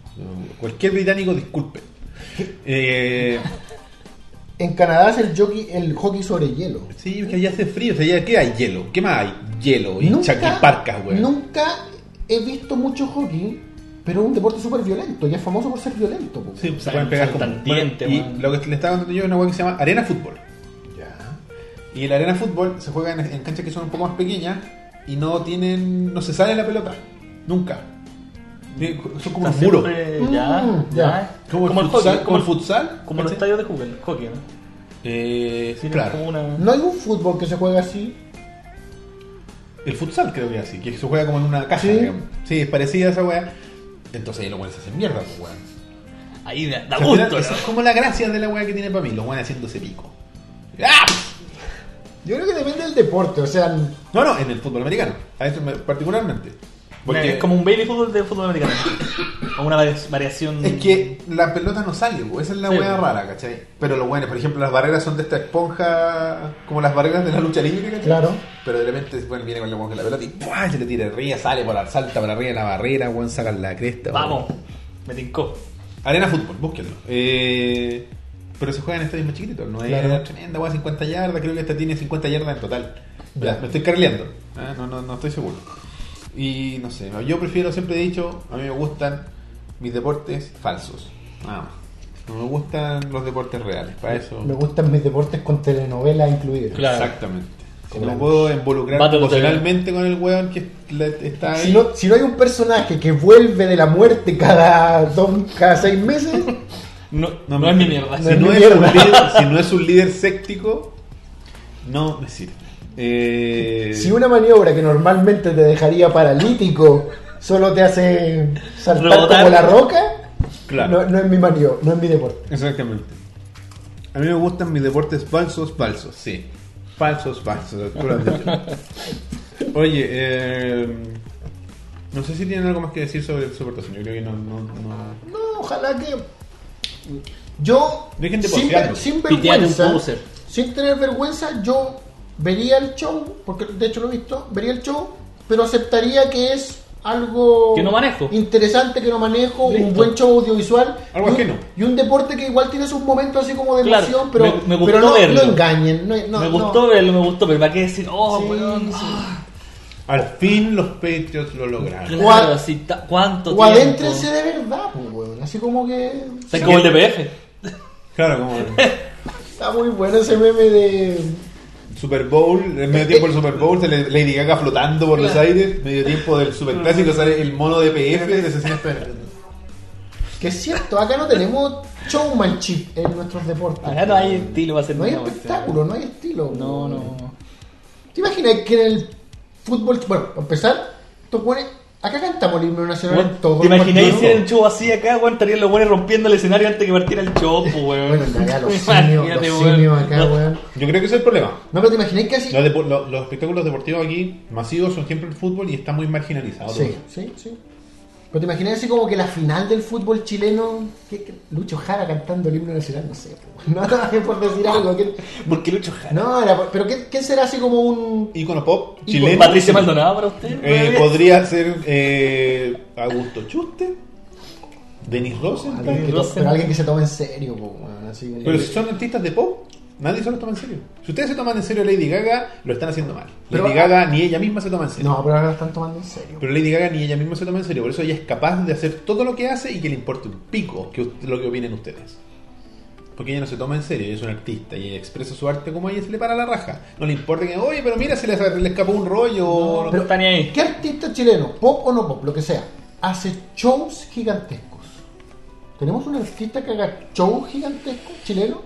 Cualquier británico, disculpe. Eh, En Canadá es el jockey, el hockey sobre hielo. sí, es que allá hace frío. O sea, allá, ¿Qué hay? Hielo. ¿Qué más hay? Hielo y chaquiparcas, güey. Nunca he visto mucho hockey, pero es un deporte súper violento y es famoso por ser violento. po. Sí, se Sal- pueden pegar con saltantiente, Y man. lo que le estaba contando yo es una web que se llama Arena Fútbol. Ya. Y el arena fútbol se juega en, en canchas que son un poco más pequeñas y no tienen. no se sale la pelota. Nunca. Tiene- Son como Está un muro. siempre- Mm, Ya, ya. ya. Como el futsal. como el futsal, Como los ¿cachai? estadios de hockey, el hockey, ¿no? Eh, Sí, claro. como una- No hay un fútbol que se juega así. El futsal creo que es así, que se juega como en una caja, Sí. digamos. Sí, es parecida a esa weá. Entonces ahí los weones se hacen mierda, pues, weón. Ahí da, da O sea, al final, gusto, Esa es ¿no? como la gracia de la weá que tiene para mí, los weones haciéndose pico. ¡Ah! Yo creo que depende del deporte, o sea, No, no, en el fútbol americano, a eso me- particularmente. Es como un baby fútbol de fútbol americano. o una vari- variación. Es que la pelota no sale, po, esa es la Sí, hueá po. rara, ¿cachai? Pero lo bueno, por ejemplo, las barreras son de esta esponja, como las barreras de la lucha libre, ¿cachai? Claro. Pero de repente, bueno, viene con la, con la pelota y ¡pua! se le tira arriba, sale por la salta para arriba de la barrera, weón, sacan la cresta. weón. Vamos, me tincó. Arena Fútbol, búsquenlo. Eh, pero se juega en estadios más chiquititos, no es Claro. tremenda, weá, 50 yardas, creo que esta tiene 50 yardas en total. Ya. Me estoy carleando, ¿eh? no, no, no estoy seguro. Y no sé, yo prefiero, siempre he dicho, a mí me gustan mis deportes falsos. Nada más. No me gustan los deportes reales, para eso. Me gustan mis deportes con telenovelas incluidas. Claro. Exactamente. Si Como no la- puedo involucrar Battle of the emocionalmente con el weón que la- está ahí. Si no, si no hay un personaje que vuelve de la muerte cada, dos, cada seis meses, No, No no, me- es mi mierda. si, es no mi es un mierda. líder, si no es un líder séptico, no me sirve. Eh, si una maniobra que normalmente te dejaría paralítico solo te hace saltar Rebotar. como la roca, Claro. no, no es mi maniobra, no es mi deporte. Exactamente. A mí me gustan mis deportes falsos, falsos, sí. Falsos, falsos. tú lo has dicho. Oye, eh, no sé si tienen algo más que decir sobre el Supertazón. Yo creo que no. no, no. No, ojalá que. Yo, Dejen de sin, posearlo. ver- sin Pitear un vergüenza, poser. sin tener vergüenza, yo vería el show, porque de hecho lo he visto, vería el show, pero aceptaría que es algo Que no manejo. interesante, que no manejo, un Listo. buen show audiovisual. Algo y un, ajeno. Y un deporte que igual tiene sus momentos así como de Claro, emoción, pero, me- me gustó pero no, verlo. no engañen. no- no- me no. gustó verlo, me gustó, pero ¿para qué decir, oh, Sí, weón? sí. ah, Al fin los Patriots lo lograron. claro, O a- si ta- ¿cuánto O tiempo? adéntrense de verdad, pues, weón. Así como que. Está como el DPF. Claro, como el Está muy bueno ese meme de. Super Bowl, en medio tiempo del Super Bowl, sale Lady Gaga flotando por los aires, medio tiempo del Super Clásico sale el mono de PF de Asesino Espera. Que es cierto, acá no tenemos showmanship en nuestros deportes. Acá no hay estilo para hacer No hay nada, espectáculo, no hay estilo. No, no. ¿Te imaginas que en el fútbol, bueno, para empezar, tú pones. Acá cantamos el himno nacional en todos ¿Te los imagináis partidos? si era un show así acá, weón? Estarían los buenos rompiendo el escenario antes que partiera el show, pues, weón. Bueno, en realidad, los simios, Imagínate, los weón. simios acá, No. weón. Yo creo que ese es el problema. No, pero te imagináis que así. Los, depo- lo- los espectáculos deportivos aquí masivos son siempre el fútbol y está muy marginalizado. Sí, sí, sí. Pero te imagináis así como que la final del fútbol chileno. que- que- Lucho Jara cantando el himno nacional, no sé. pues, No, no, por decir algo. que- ¿Por qué Lucho Jara? No, era, por- pero ¿qué, qué será así como un. Icono pop Ícono- chileno. ¿Patricia Maldonado para usted? Eh, weón? podría ser eh, Augusto Chuste, Denis Alguien Rosenthal. que, to- Rosen. pero alguien que se toma en serio, po, weón, así como- Pero si son artistas de pop, nadie se los toma en serio. Si ustedes se toman en serio a Lady Gaga, lo están haciendo mal. Pero- Lady Gaga ni ella misma se toma en serio. No, pero ahora lo están tomando en serio. Pero Lady Gaga ni ella misma se toma en serio, por eso ella es capaz de hacer todo lo que hace y que le importe un pico que, ust- lo que opinen ustedes. Porque ella no se toma en serio, ella es una artista y ella expresa su arte como a ella se le para la raja. No le importa que, oye, pero mira, se le, se le escapó un rollo. o- pero- está ni ahí. ¿Qué artista chileno, pop o no pop, lo que sea, hace shows gigantescos? ¿Tenemos un artista que haga shows gigantescos chileno?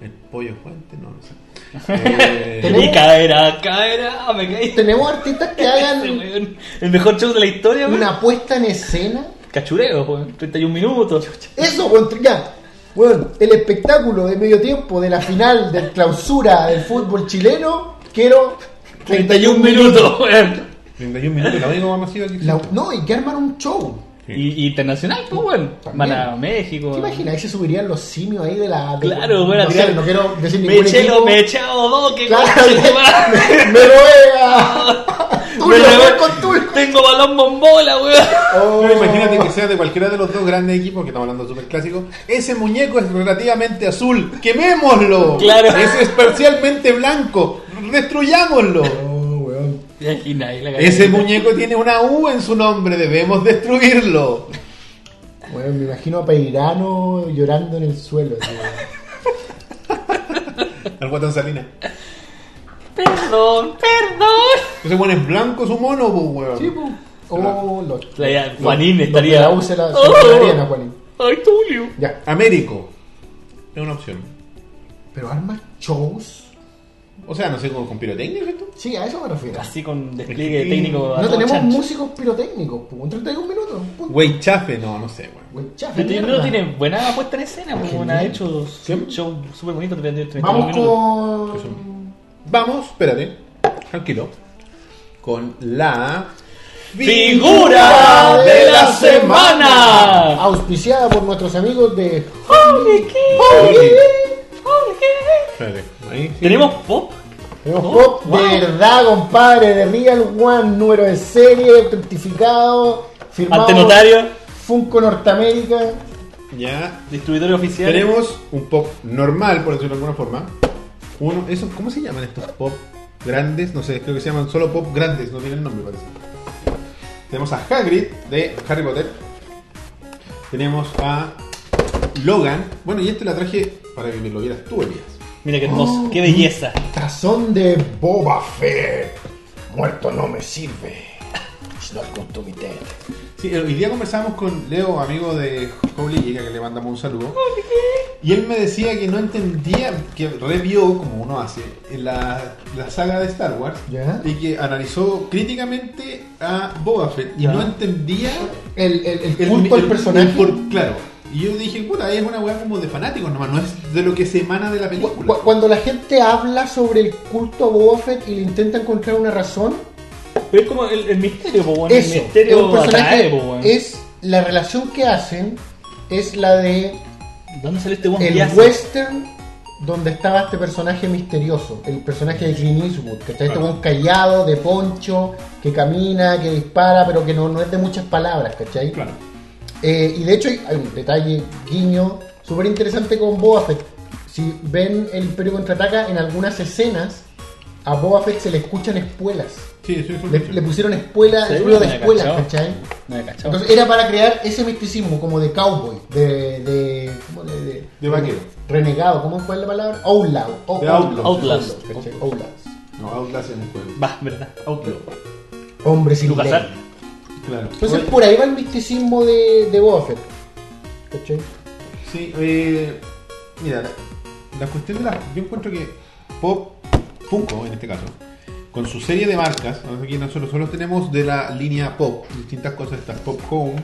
El pollo fuente, no, no sé. Eh, Y caerá, caerá, me caí. ¿Tenemos artistas que Ese, hagan weón. El mejor show de la historia, weón. una puesta en escena? Cachureo, pues, weón. 31 minutos. Eso, weón, ya. Bueno, el espectáculo de medio tiempo de la final de clausura del fútbol chileno, quiero 31 minutos, weón. 31 minutos, la única más masiva que La- existe. no, y que arman un show. Sí. Y, y internacional, pues, weón. También. Van a México. ¿Te imaginas? Ahí se subirían los simios ahí de la. de- Claro, weón. no, sé, no quiero decir me ningún eché lo- equipo. me eché a Odoque, Claro, weón. Se va. me, me ruega. Tú Me lo llevé- ves con tú. Tengo balón bombola, weón. Oh. Pero imagínate que sea de cualquiera de los dos grandes equipos que estamos hablando super clásico. Ese muñeco es relativamente azul. ¡Quemémoslo! Claro. Ese es parcialmente blanco. ¡Destruyámoslo! Oh, weón. Te imaginas, la cagada. Ese muñeco tiene una U en su nombre. Debemos destruirlo. Weón, me imagino a Peirano llorando en el suelo. así, weón. Al guatón Salinas. Perdón, perdón. Ese bueno es blanco su mono, pues, weón. Sí, pu. Oh, los. O sea, ya, los- Juanín los estaría. de la U se la, se Oh. la darían a Juanín. Ay, Tulio. Ya. Américo. Es una opción. Pero armas shows. O sea, no sé, con, con pirotecnia, ¿cierto? Sí, a eso me refiero. Así con despliegue técnico. a No todo tenemos chancho. músicos pirotécnicos. pu. Un 31 minutos. punto. Güey, chafe, no, no sé, weón. Weón, chafa, Pero mierda. no tiene buena puesta en escena, pues, Genial. ha hecho Sí. un show súper bonito. 32 Vamos minutos. con. Vamos, espérate. Tranquilo. Con la. ¡Figura de la semana! Auspiciada por nuestros amigos de. Espérate, ahí sí. Tenemos pop. Tenemos Oh, pop wow. de verdad, compadre, de Real One, número de serie, certificado, firmado. Ante notario. Funko Norteamérica. Ya. Distribuidor oficial. Tenemos un pop normal, por decirlo de alguna forma. Uno, eso, ¿Cómo se llaman estos pop grandes? No sé, creo que se llaman solo pop grandes, no tienen nombre, parece. Tenemos a Hagrid de Harry Potter. Tenemos a Logan. Bueno, y este la traje para que me lo vieras tú, Elías. Mira qué hermoso, qué belleza. Tazón de Boba Fett. Muerto no me sirve. Es not good to be dead. Sí, eh, hoy día conversábamos con Leo, amigo de Holy Giga, que le mandamos un saludo. Y él me decía que no entendía, que revió, como uno hace, la, la saga de Star Wars. Ya. Y que analizó críticamente a Boba Fett. Y Ya. no entendía El, el, el culto al el- personaje. el por- claro. Y yo dije, puta, es una weá como de fanáticos nomás, no es de lo que se emana de la película. Cu- Cuando la gente habla sobre el culto a Boba Fett y le intenta encontrar una razón, Pero es como el, el misterio, po, weón. eso el es un misterio personaje. atrae, po, weón. es la relación que hacen es la de ¿Dónde sale este weón? el ¿Qué hace? western donde estaba este personaje misterioso, el personaje de Clint Eastwood, que está este Claro. buen callado, de poncho, que camina, que dispara, pero que no, no es de muchas palabras, ¿cachai? Claro. Eh, y de hecho hay, hay un detalle guiño súper interesante con Boba Fett. Si ven el Imperio Contraataca, en algunas escenas a Boba Fett se le escuchan espuelas. Sí, sí, sí. Le, le pusieron espuela, Sí, el ruido de me la espuelas, cachó. ¿cachai? No he cachado. Entonces era para crear ese misticismo como de cowboy, de... de, ¿cómo de, de, De vaquero. Renegado, ¿cómo cuál es la palabra? Outlaw. o- De outlaw. Outlast. ¿cachai? Outlaws. No, Outlast es un juego. Va, verdad. Outlaw. Hombre sin Lucas ¿eh? ley. Art. Claro. Entonces Oye, por ahí va el misticismo de, de Boba Fett. ¿Cachai? Sí, eh, mira, la, la cuestión de la. Yo encuentro que Pop, Funko en este caso, con su serie de marcas, ¿no? aquí nosotros solo tenemos de la línea Pop, distintas cosas, estas Pop Home,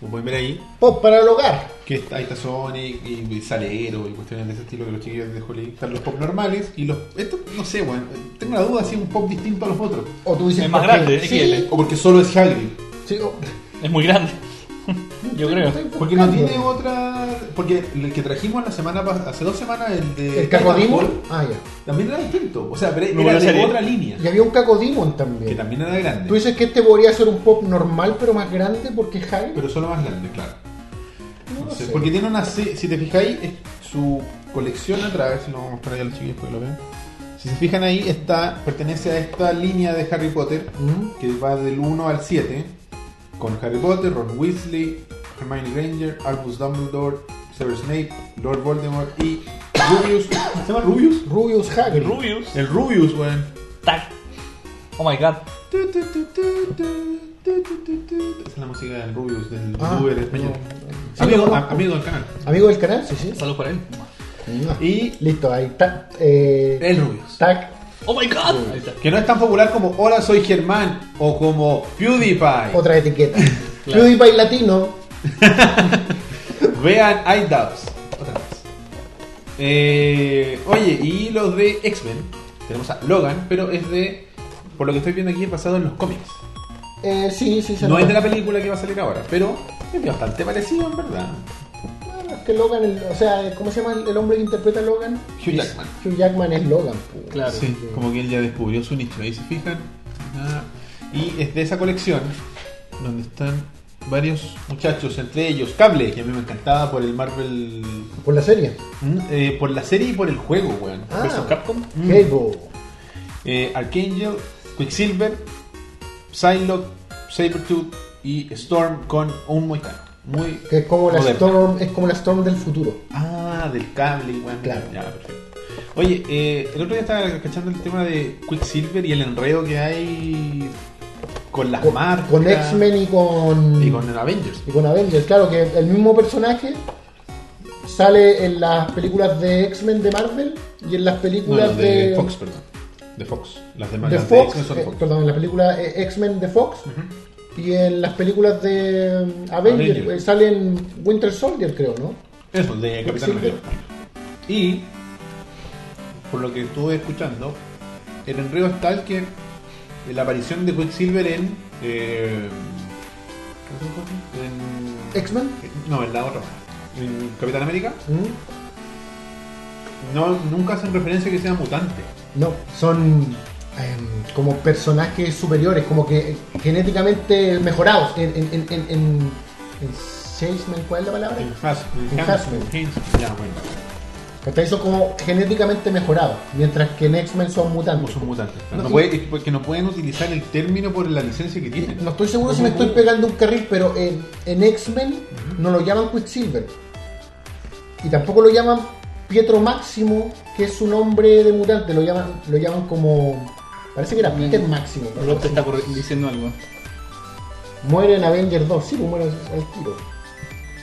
como pueden ver ahí, Pop para el hogar. que está, ahí está Sonic y, y Salero y cuestiones de ese estilo que los chiquillos de Hollywood están los Pop normales y los. Esto, no sé, bueno, tengo la duda si es un Pop distinto a los otros. O tú dices Es más porque- grande, sí, XL. O porque solo es Hagrid. sí, oh, o- Es muy grande. Yo creo. Porque no tiene otra. Porque el que trajimos la semana pas- hace dos semanas, el de. El cacodimo. Titanfall, Ah, ya. También era distinto. O sea, pero No, era pero de sería- otra línea. Y había un cacodimon Que también. también era grande. Tú dices que este podría ser un pop normal, pero más grande, porque Harry. Pero solo más grande, claro. no Entonces, sé. Porque tiene una. se- Si te fijáis, es- su colección a través. Si lo vamos a mostrar ahí a los chiquillos para que lo vean. Si se fijan ahí, está, pertenece a esta línea de Harry Potter. ¿Mm? Que va del 1 al 7. Con Harry Potter, Ron Weasley, Hermione Granger, Albus Dumbledore, Severus Snape, Lord Voldemort y. Rubius. ¿Se llama Rubius? Rubius Hagrid. Rubius. El Rubius, weón. Tac. Oh my god. Tu, tu, tu, tu, tu, tu, tu, tu, tu. Esa es la música del Rubius, del Ah, youtuber español. Sí, lo amigo, conozco. a- amigo del canal. Amigo del canal, sí, sí. Salud para él. Y Listo, ahí está. Eh, el Rubius. tac. Oh my god. Ahí está. Que no es tan popular como Hola soy Germán o como PewDiePie. Otra etiqueta. Claro. PewDiePie latino. Vean iDubbbz. Otra vez. Eh, oye, y los de X-Men. Tenemos a Logan, pero es de. Por lo que estoy viendo aquí, es basado en los cómics. Eh, sí, sí, se No nota. es de la película que va a salir ahora, pero es bastante parecido, en verdad. Claro, Ah, es que Logan, el- o sea, ¿cómo se llama el, el hombre que interpreta a Logan? Hugh Jackman. Es- Hugh Jackman es Logan. pues. Claro. Sí, como que él ya descubrió su nicho, ahí se fijan. Ah, Y es de esa colección donde están varios muchachos, entre ellos Cable, que a mí me encantaba por el Marvel. Por la serie. Mm, eh, por la serie y por el juego, weón. Ah. Versus Capcom. Mm. Cable. Eh, Archangel, Quicksilver, Psylocke, Sabretooth y Storm con un moicano. Muy. Que es como la moderno. Storm, es como la Storm del futuro. Ah, del cable, weón. Claro. Ya, perfecto. Oye, eh, el otro día estaba cachando el tema de Quicksilver y el enredo que hay con las Con, marcas. con X-Men y con, Y con Avengers. y con Avengers. Claro que el mismo personaje sale en las películas de X-Men de Marvel y en las No, películas no, de, de Fox, perdón. De Fox. Las demás. de las Fox, X-Men son eh, de Fox. perdón, en las películas eh, X-Men de Fox y en las películas de mm, Avengers Avengers. eh, salen Winter Soldier, creo, ¿no? Eso, de Capitán Quicksilver. América. Y, por lo que estuve escuchando, el enredo es tal que la aparición de Quicksilver en. eh, ¿cómo se llama? En- X-Men. No, en la otra. En Capitán América. ¿Mm? No, nunca hacen referencia a que sea mutante. No, son em, como personajes superiores, como que eh, genéticamente mejorados en, en- en- en- en- Enhancement, ¿cuál es la palabra? Enhancement. Enhancement. Ya, bueno. ¿Cachai? Son como genéticamente mejorados, mientras que en X-Men son Como mutantes. son mutantes. No, No, puede- es porque no pueden utilizar el término por la licencia que tienen. No estoy seguro si me estoy pegando un carril, pero en, en X-Men no lo llaman Quicksilver. Y tampoco lo llaman Pietro Máximo, que es un hombre de mutante. Lo llaman, lo llaman como. Parece que era Peter Máximo. ¿no? Rob te está corri- diciendo algo. Muere en Avenger 2, sí, pues muere al tiro.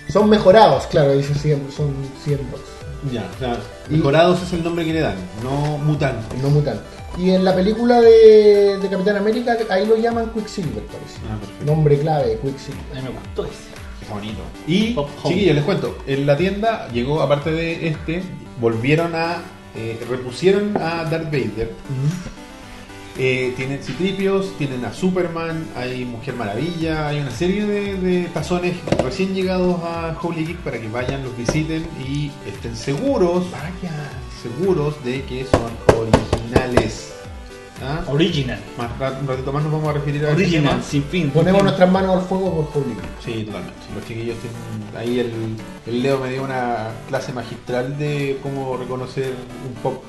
Son mejorados, claro, dicen siempre, son 100 Ya, o sea, mejorados es el nombre que le dan, no mutantes. no mutantes. Y en la película de, de Capitán América, ahí lo llaman Quicksilver, parece. Ah, perfecto. Nombre clave, Quicksilver. A mí me gustó ese. Qué bonito. Y, Pop Home. chiquillos, les cuento, en la tienda llegó, aparte de este, volvieron a, eh, repusieron a Darth Vader. Eh, tienen Citripios, tienen a Superman, hay Mujer Maravilla, hay una serie de, de tazones recién llegados a Holy Geek para que vayan, los visiten y estén seguros, vaya, seguros de que son originales. ¿Ah? Original. Más ra- un ratito más nos vamos a referir a este Original, tema. sin fin. sin Ponemos fin. nuestras manos al fuego por público. Sí, totalmente. Los chiquillos tienen. Ahí el, el Leo me dio una clase magistral de cómo reconocer un pop.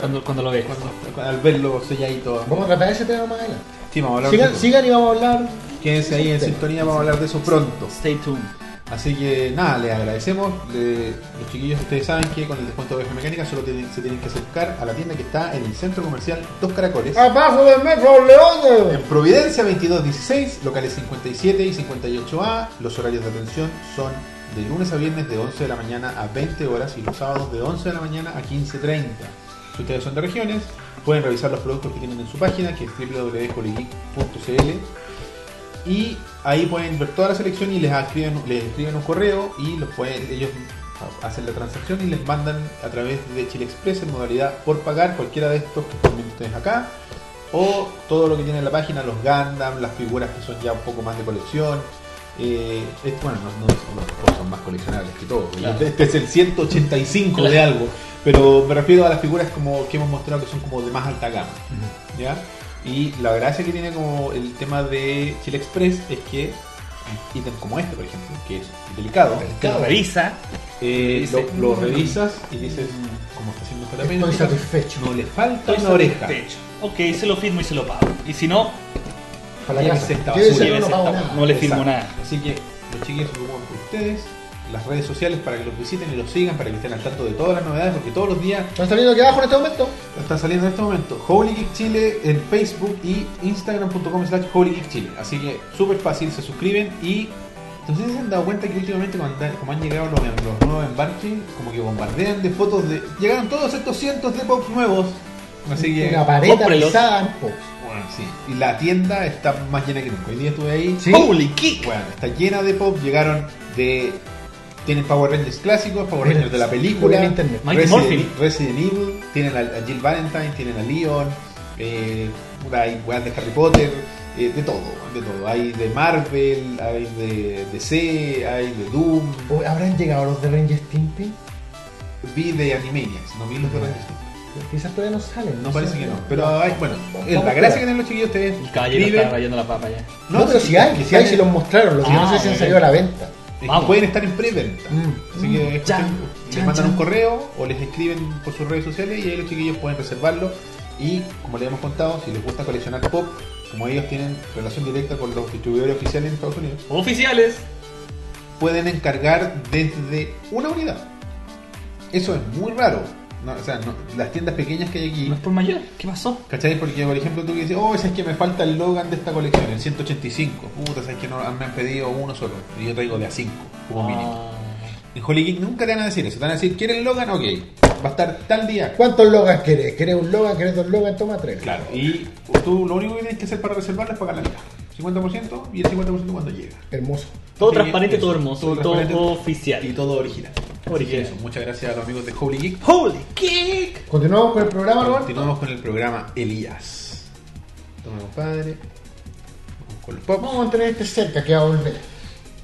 Cuando, cuando lo ves. Cuando- al verlo selladito. Vamos a tratar ese tema más adelante. Sí, vamos a hablar Sigan, de eso. sigan y vamos a hablar. Quédense ahí en sintonía, vamos a hablar de eso pronto. Stay tuned. Así que nada, les agradecemos. Le- los chiquillos, ustedes saben que con el descuento de Oveja Mecánica solo tienen- se tienen que acercar a la tienda que está en el centro comercial Dos Caracoles. ¡Abajo del metro, En León! Providencia 2216, locales 57 y 58A, los horarios de atención son de lunes a viernes de 11 de la mañana a 20 horas y los sábados de 11 de la mañana a 15.30. Si ustedes son de regiones, pueden revisar los productos que tienen en su página, que es www.holigeek.cl y ahí pueden ver toda la selección y les escriben, les escriben un correo y los pueden, ellos hacen la transacción y les mandan a través de Chile Express en modalidad por pagar cualquiera de estos que están viendo ustedes acá o todo lo que tiene en la página, los Gundam, las figuras que son ya un poco más de colección. eh, es- bueno, no, no son, los juegos son más coleccionables que todo. Claro. Este- Este es el 185 de Claro. algo, pero me refiero a las figuras como que hemos mostrado que son como de más alta gama. ¿ya? Y la gracia que tiene como el tema de Chile Express es que ítems como este, por ejemplo, que es delicado, Te lo revisa. eh, Dice, lo, lo "Mm". revisas y dices, como está haciendo esta Estoy pena, satisfecho. no le falta una oreja. Techo. Ok, se lo firmo y se lo pago. Y si no, Para la Llévese casa. esta Llévese, basura. yo no Llévese pago esta- nada. no le firmo Exacto. nada. Así que los chiquillos se preocupan por ustedes, las redes sociales para que los visiten y los sigan, para que estén al tanto de todas las novedades, porque todos los días ¿Están saliendo aquí abajo en este momento? están saliendo en este momento Holy Geek Chile en Facebook y Instagram.com slash Holy Geek Chile. Así que súper fácil, se suscriben y entonces se han dado cuenta que últimamente cuando han- como han llegado los, los nuevos embarques, como que bombardean de fotos de... Llegaron todos estos cientos de pops nuevos. Así que... Una pared cómprelos. pisada en pop. Bueno, sí. Y la tienda está más llena que nunca. Hoy día estuve ahí. ¡Oh! Sí. Holy kick. Bueno, está llena de pop, llegaron de... Tienen Power Rangers clásicos, Power Rangers de la película, Jugué en internet. Mighty Morphin. Resident, Resident Evil, tienen a, a Jill Valentine, tienen a Leon, eh, hay weas de Harry Potter, eh, de todo, de todo. Hay de Marvel, hay de DC, hay de Doom, Uy, ¿Habrán llegado los de Ranger Stimpy? vi de Animaniacs, no vi los de Rangers. Quizás todavía no salen. No parece sé. que no, pero hay, bueno, Vamos a la esperar. gracia que tienen los chiquillos ustedes El caballero escriben, está rayando la papa ya. No, pero si hay, si hay, si los mostraron. Lo que yo no Ah, sé si han ok. salido a la venta. Es que Vamos. Pueden estar en preventa. Mm. Así que es Chan, cuestión- les chan, mandan un chan. correo o les escriben por sus redes sociales y ahí los chiquillos pueden reservarlo. Y como les hemos contado, si les gusta coleccionar pop, como ellos tienen relación directa con los distribuidores oficiales en Estados Unidos, Oficiales. pueden encargar desde una unidad. Eso es muy raro. No, o sea, no- las tiendas pequeñas que hay aquí. No es por mayor. ¿Qué pasó? ¿Cachai? Porque, por ejemplo, tú que dices, oh, ese es que me falta el Logan de esta colección, el 185. Puta, sabes que no, me han pedido uno solo. Y yo traigo de a 5, como mínimo. En Holy Geek nunca te van a decir eso. Te van a decir, ¿quieres Logan? Ok. Va a estar tal día. ¿Cuántos Logan querés? ¿Querés un Logan? ¿Querés dos Logan? Toma tres. Claro. Y tú lo único que tienes que hacer para reservarlo es pagar la mitad. 50% y el 50% cuando llega. Hermoso. Todo Así que transparente, eso, todo hermoso, y todo transparente oficial. Y todo original. Así Original. que eso, muchas gracias a los amigos de Holy Geek. Holy kick. Continuamos con el programa, Roberto. Continuamos con el programa Elías. Toma, compadre. Vamos con los pop. Vamos a mantener este cerca que va a volver.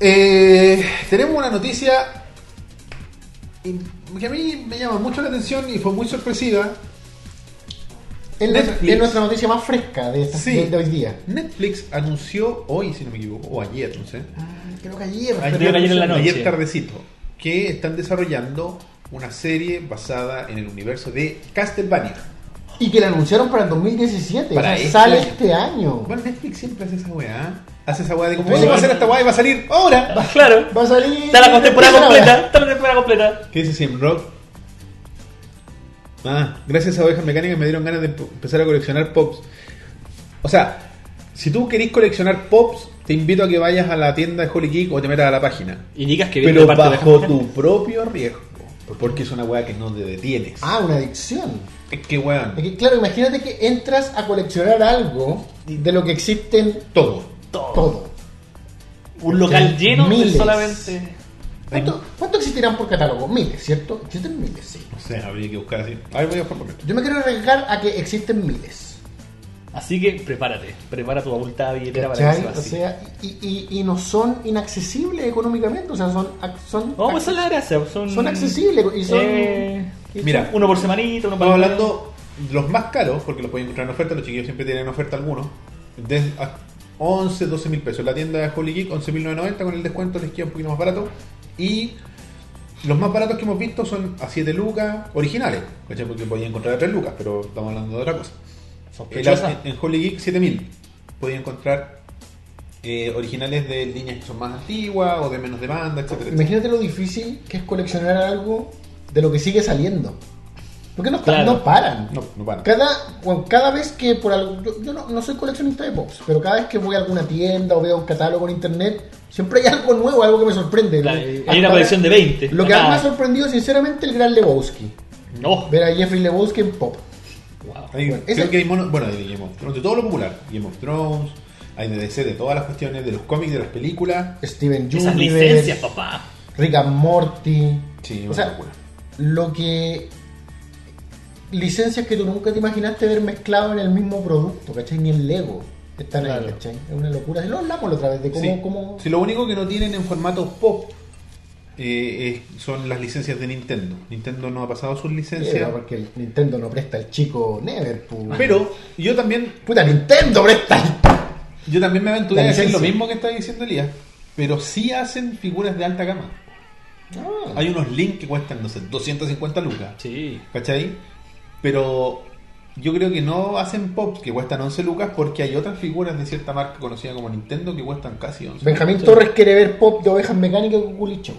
Eh, tenemos una noticia in- que a mí me llama mucho la atención y fue muy sorpresiva. Es nuestra, Netflix. es nuestra noticia más fresca de, esta- Sí. de- de hoy día. Netflix anunció hoy, si no me equivoco, o ayer, no sé. Ah, Creo que ayer. Ayer- creo que en la noche. ayer tardecito. Que están desarrollando una serie basada en el universo de Castlevania. Y que la anunciaron para el 2017. Para o sea, este sale año. este año. Bueno, Netflix siempre hace esa weá. ¿eh? Hace esa weá de como, Bueno. "Oye, va a ser esta weá y va a salir ahora. Claro. Va a salir. Está la temporada Ahora. completa. Está la temporada completa. ¿Qué dice Simrock? Ah, gracias a Ovejas Mecánicas me dieron ganas de po- empezar a coleccionar pops. O sea, si tú querés coleccionar pops, te invito a que vayas a la tienda de Holy Geek o te metas a la página. Y digas que Pero de parte bajo de tu propio riesgo. Porque es una weá que no te detienes. Ah, una adicción. Es que weón. Es que, claro, imagínate que entras a coleccionar algo de lo que existen Todo. todo. un local lleno de Miles. solamente. ¿Cuánto, cuánto existirán por catálogo? Miles, ¿cierto? Existen miles, sí. O sea, habría que buscar así. Ahí voy a buscar por esto. Yo me quiero arriesgar a que existen miles. Así que prepárate. Prepara tu abultada billetera para que ¿Cachai? sea O así. sea, y, y- y no son inaccesibles económicamente, o sea, son. ac- son No, pues esa es la gracia. Son, Son accesibles y son. Eh, y son- Mira, uno por semanita, uno por Estamos hablando de los más caros, porque los pueden encontrar en oferta, los chiquillos siempre tienen en oferta algunos. Desde a 11, 12 mil pesos. La tienda de Holy Geek, 11.990, con el descuento les queda un poquito más barato. Y los más baratos que hemos visto son a 7 lucas originales, ¿cachai? porque podía encontrar a 3 lucas, pero estamos hablando de otra cosa. El- Sospechosa. en, en Holy Geek, 7000. Podía encontrar eh, originales de líneas que son más antiguas o de menos demanda, etcétera, etcétera. Imagínate lo difícil que es coleccionar algo de lo que sigue saliendo. Porque no, están- Claro. no paran. No, no van. Cada, bueno, cada vez que por algo. Yo, yo no, no soy coleccionista de pops, pero cada vez que voy a alguna tienda o veo un catálogo en internet, siempre hay algo nuevo, algo que me sorprende. Claro, Hasta Hay una colección de 20. Lo que más me ha Ah, sorprendido, sinceramente, el gran Lebowski. No. Ver a Jeffrey Lebowski en pop. Wow. Hay, Bueno, creo ese- que hay mono- bueno, hay de Game of Thrones, de todo lo popular. Game of Thrones, hay de DC, de todas las cuestiones, de los cómics, de las películas. Steven Esas licencias, Universe, papá. Rick and Morty. Sí, o una sea, locura. lo que licencias que tú nunca te imaginaste ver mezclado en el mismo producto, ¿cachai? Ni en Lego están ahí, Claro. ¿cachai? Es una locura. Si lo hablamos la otra vez de cómo, Sí. cómo- Sí, lo único que no tienen en formato pop eh, es- son las licencias de Nintendo. Nintendo no ha pasado sus licencias. Era, porque el Nintendo no presta el chico Never, pu. pero yo también, puta Nintendo presta el- yo también me aventuré a La decir lo licencia. mismo que está diciendo Elías. Pero sí hacen figuras de alta gama. Ah, Hay unos links que cuestan, no sé, 250 lucas. Sí. ¿Cachai? Pero yo creo que no hacen pops que cuestan 11 lucas porque hay otras figuras de cierta marca conocida como Nintendo que cuestan casi 11 Benjamín Torres quiere ver pop de ovejas mecánicas con culicho.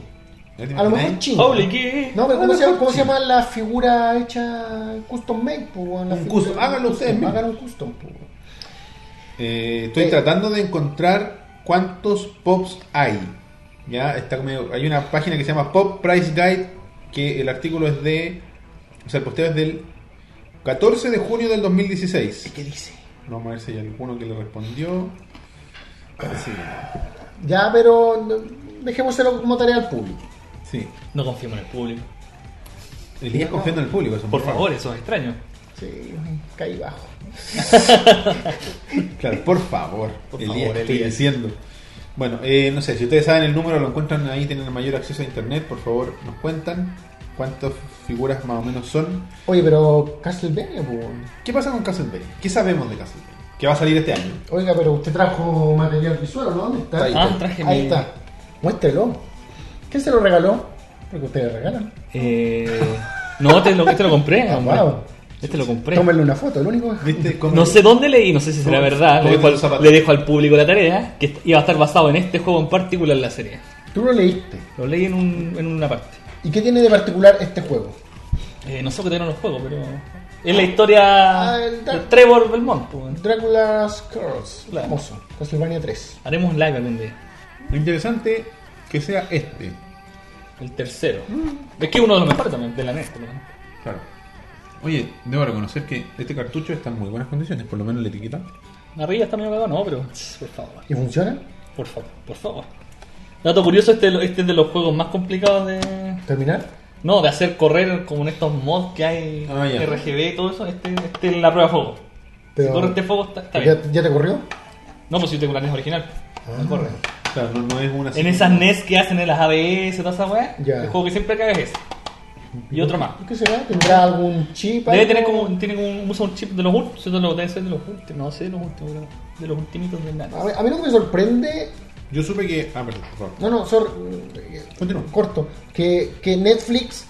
¿Ya te A lo imagináis? mejor chino. Holy qué. No, pero A lo ¿cómo, se, mejor cómo se chino. llama la figura hecha custom made? pu, weón? La Un figura- custom. Háganlo ustedes mismos. Hagan un custom. pu, weón. Eh, estoy Eh. tratando de encontrar cuántos pops hay. Ya está medio- hay una página que se llama Pop Price Guide que el artículo es de o sea, el posteo es del 14 de junio del 2016. ¿Qué dice? No, vamos a ver si hay alguno que le respondió. Sí, Ya, pero no, dejémoselo como tarea al público. sí. No confiemos en el público. Elías confiando en el público. eso, Por favor, eso es extraño. Sí, caí bajo. Claro, por favor, Por Elías, favor, estoy Elías. diciendo. Bueno, eh, no sé, si ustedes saben el número, lo encuentran ahí, tienen el mayor acceso a internet, por favor nos cuentan cuántas figuras más o menos son. Oye, pero Castlevania, pues. ¿Qué pasa con Castlevania? ¿Qué sabemos de Castlevania? Que va a salir este año. Oiga, pero usted trajo material visual, ¿no? ¿Dónde está? Ahí Ah, está. traje Ahí mi- está. Muéstrelo. ¿Quién se lo regaló? Porque ustedes regalan. Eh, no, te lo, este lo compré. Ah, hombre. wow. Este lo compré. Tómenle una foto, el único que... ¿Viste? Cómo- No sé dónde leí, no sé si será Cómo- verdad. cómo Le dejo, te los zapatos. al, le dejo al público la tarea, que iba a estar basado en este juego en particular la serie. Tú lo leíste. Lo leí en, un- en una parte. ¿Y qué tiene de particular este juego? Eh, no sé qué tienen los juegos, pero. Es la historia Ah, el de tal- Trevor Belmont. pues. Drácula's Curse. Claro. Hermoso. Castlevania 3. Haremos un live algún día. Lo interesante que sea este. El tercero. Mm. Es que es uno de los mejores también, de la NES. por lo menos. Claro. Oye, debo reconocer que este cartucho está en muy buenas condiciones, por lo menos la etiqueta. Arriba está medio cagado, no, pero. tss, Por favor, ¿Y funciona? por favor, por favor. Dato curioso, este, este es de los juegos más complicados de. ¿Terminar? No, de hacer correr como en estos mods que hay, Ah, ya. RGB, todo eso. Este, este es la prueba de fuego. Pero- Si corre este fuego, está, está ¿Ya, bien. ya te corrió? Ah. No, pues yo tengo la NES original. No corre. Claro, no, no es una... E En esas NES que hacen en las ABS, toda esa weá, Ya. el juego que siempre caga es ese. Y otro más. ¿Qué será? ¿Tendrá algún chip? Debe ahí? tener como, tiene como un, usa un chip de los últimos, de los, debe ser de los últimos, no sé, de los últimos, creo, de los ultimitos de E A nada. mí, a mí lo que me sorprende. Yo supe que. Ah, perdón, por favor. No, no, sor- Continúa. corto. Que, que Netflix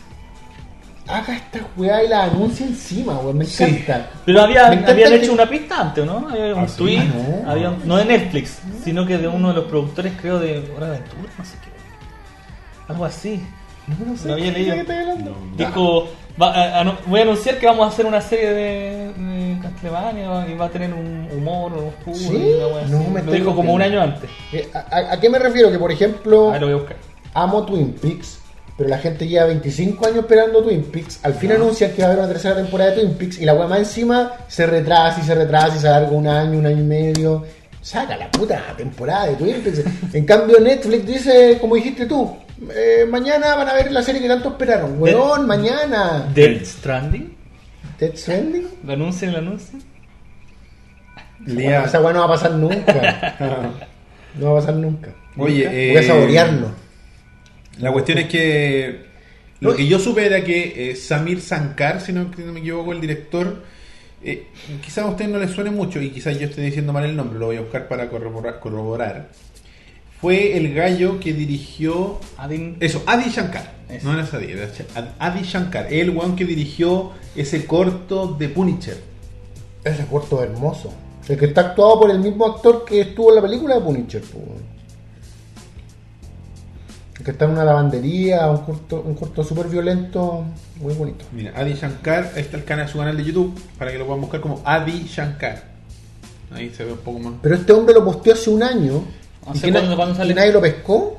haga esta weá y la anuncia encima, weón. Me Sí. encanta. Pero había, Me encanta habían que- hecho una pista antes, ¿no? Había un Ah, sí, tweet, no. no. Había, un- no de Netflix, sino que de uno de los productores, creo, de Hora de Aventura, no sé qué. Algo así. No, no sé. Lo había ¿qué leído. weá que estoy hablando? No. Dijo, va- a- a- voy a anunciar que vamos a hacer una serie de, de Castlevania y va a tener un humor, un oscuro, ¿Sí? una wea así. No, me Lo estoy dijo como un rompiendo. año antes. Eh, ¿A, a- a qué me refiero? Que por ejemplo. Ahí lo voy a buscar. Amo Twin Peaks, pero la gente lleva 25 años esperando Twin Peaks. Al fin anuncian que va a haber una tercera temporada de Twin Peaks y la weá más encima se retrasa y se retrasa y se alarga un año, un año y medio. Saca la puta temporada de Twin Peaks. En cambio, Netflix dice, como dijiste tú, eh, mañana van a ver la serie que tanto Eh. esperaron. Weón, mañana. Dead Stranding. ¿Death Stranding? Lo anuncian, lo anuncian. Lea- Bueno, esa weá no va a pasar nunca. Ah, No va a pasar nunca. Oye, Nunca. eh, voy a saborearlo. La cuestión es que lo que yo supe era que eh, Samir Sankar, si no, si no me equivoco, el director, eh, quizás a ustedes no les suene mucho y quizás yo esté diciendo mal el nombre, lo voy a buscar para corroborar. corroborar. Fue el gallo que dirigió Adin- eso, Adi Shankar. Eso. No era Adi, era Sh- Ad- Adi Shankar, el weón que dirigió ese corto de Punisher. Ese corto es hermoso. El que está actuado por el mismo actor que estuvo en la película de Punisher. po, weón. El que está en una lavandería, un corto, un corto súper violento, muy bonito. Mira, Adi Shankar, ahí está el canal, su canal de YouTube, para que lo puedan buscar como Adi Shankar. Ahí se ve un poco más. Pero este hombre lo posteó hace un año. Hace que na- cuándo- cuándo sale. y nadie lo pescó.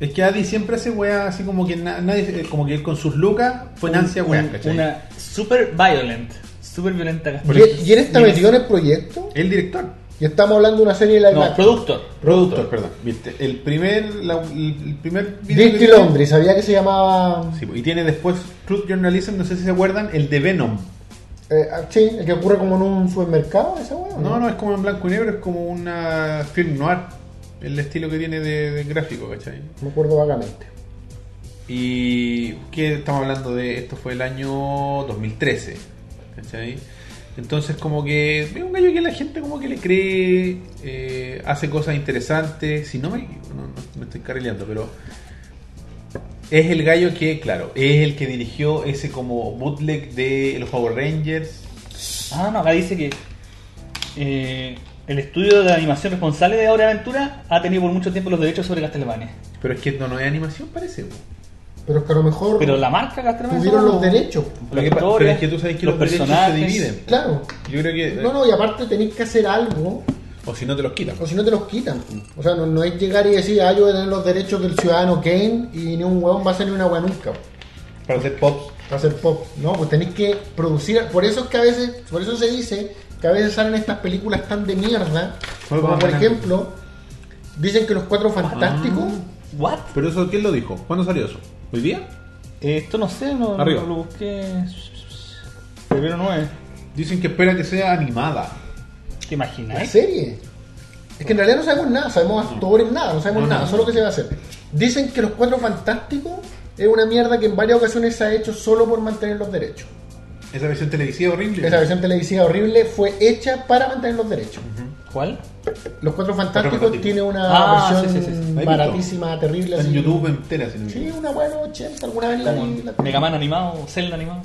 Es que Adi siempre hace weá así como que na- nadie, eh, como que él con sus lucas fue Nancy Un- weá, ¿cachai? Una super violent. Super violenta Por Y, eso- y él está y en metido en el proyecto. El director. Y estamos hablando de una serie de la Eh. No, productor. Productor, perdón. Viste, el primer, la- el primer que Dirty tiene- Laundry, sabía que se llamaba. Sí, y tiene después Truth Journalism, no sé si se acuerdan, el de Venom. eh, ah, sí, el que ocurre como en un supermercado, esa weá, ¿o No, no, es como en blanco y negro, es como una film noir. El estilo que tiene de, de gráfico, ¿cachai? Me acuerdo vagamente. Y que estamos hablando de esto fue el año 2013, ¿cachai? Entonces como que es un gallo que la gente como que le cree, eh, hace cosas interesantes, si no me, no- no- me estoy carrileando, pero es el gallo que, claro, es el que dirigió ese como bootleg de los Power Rangers. Ah, no, acá dice que eh, el estudio de animación responsable de Hora de Aventura ha tenido por mucho tiempo los derechos sobre Castlevania. Pero es que no, no es animación parece. po. Pero es que a lo mejor Pero la marca Castlevania. tuvieron son los derechos. po. Lo que pa- actores, pero es que tú sabes que los, derechos se personajes. dividen. Claro. Yo creo que... No, no, y aparte tenéis que hacer algo, O si no te los quitan. o si no te los quitan. O sea, no, no es llegar y decir, ah, yo voy a tener los derechos del ciudadano Kane y ni un huevón va a ser ni una hueá nunca. Para hacer pops. Va a ser pop. No, pues tenéis que producir. Por eso es que a veces, por eso se dice que a veces salen estas películas tan de mierda. Muy Como por buena. ejemplo, dicen que los cuatro fantásticos. ¿What? Pero eso, ¿quién lo dijo? ¿Cuándo salió eso? ¿Hoy día? Eh, esto no sé, no, Arriba. no lo busqué. Primero 9. Dicen que espera que sea animada. ¿Te Ah. La imaginas? serie. Es que en realidad no sabemos nada, sabemos actores, nada, no sabemos No, no, nada, no. solo que se va a hacer. Dicen que Los Cuatro Fantásticos es una mierda que en varias ocasiones se ha hecho solo por mantener los derechos. Esa versión televisiva horrible. Esa versión televisiva horrible fue hecha para mantener los derechos. ¿Cuál? Los Cuatro Fantásticos Fantásticos. tiene una Ah, versión sí, sí, sí, sí. La he baratísima, terrible. Está en así. YouTube entera, si no me Sí, equivoco. una buena 80, alguna vez la Como vi, la- Megaman animado, Zelda animado.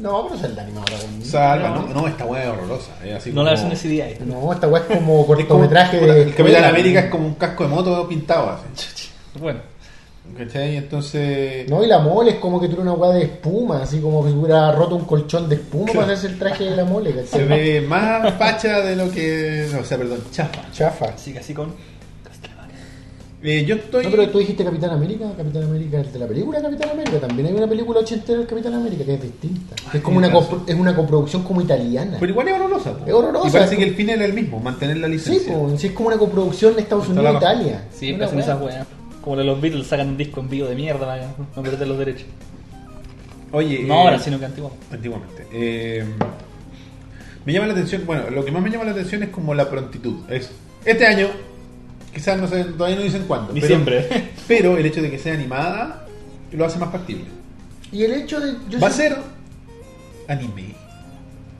No, pero es el animador. O sea, algo, no, no, esta weá es horrorosa. es así No la versión como- de CDI. No, esta weá es como Es como- cortometraje puta, de. El Capitán escuela. América es como un casco de moto pintado así. Bueno, ¿Cachai? Entonces. No, y la mole es como que tuviera una weá de espuma, así como que se hubiera roto un colchón de espuma Claro. para hacerse el traje de la mole, Se ¿cachai? ve más facha de lo que. O sea, perdón, chafa. Chafa. así que así con Castlevania. Eh, yo estoy. No, pero tú dijiste Capitán América, Capitán América es de la película Capitán América, también hay una película ochentera del Capitán América que es distinta. Que es como Ah, tiene una razón. copro- es una coproducción como italiana. Pero igual es horrorosa. po. Es horrorosa. Y parece que el fin era el mismo, mantener la Sí, licencia. po, sí, es como una coproducción de Estados Está Unidos e la- Italia. Siempre Una hacen weá. esas weas. Como los Beatles sacan un disco en vivo de mierda para no perder los derechos. Oye. No eh, ahora, sino que antiguamente. Antiguamente. Eh, me llama la atención, bueno, lo que más me llama la atención es como la prontitud. Es, este año, quizás no sé, todavía no dicen cuándo. Diciembre. Pero, pero el hecho de que sea animada lo hace más factible. Y el hecho de. yo Va a sé- ser anime.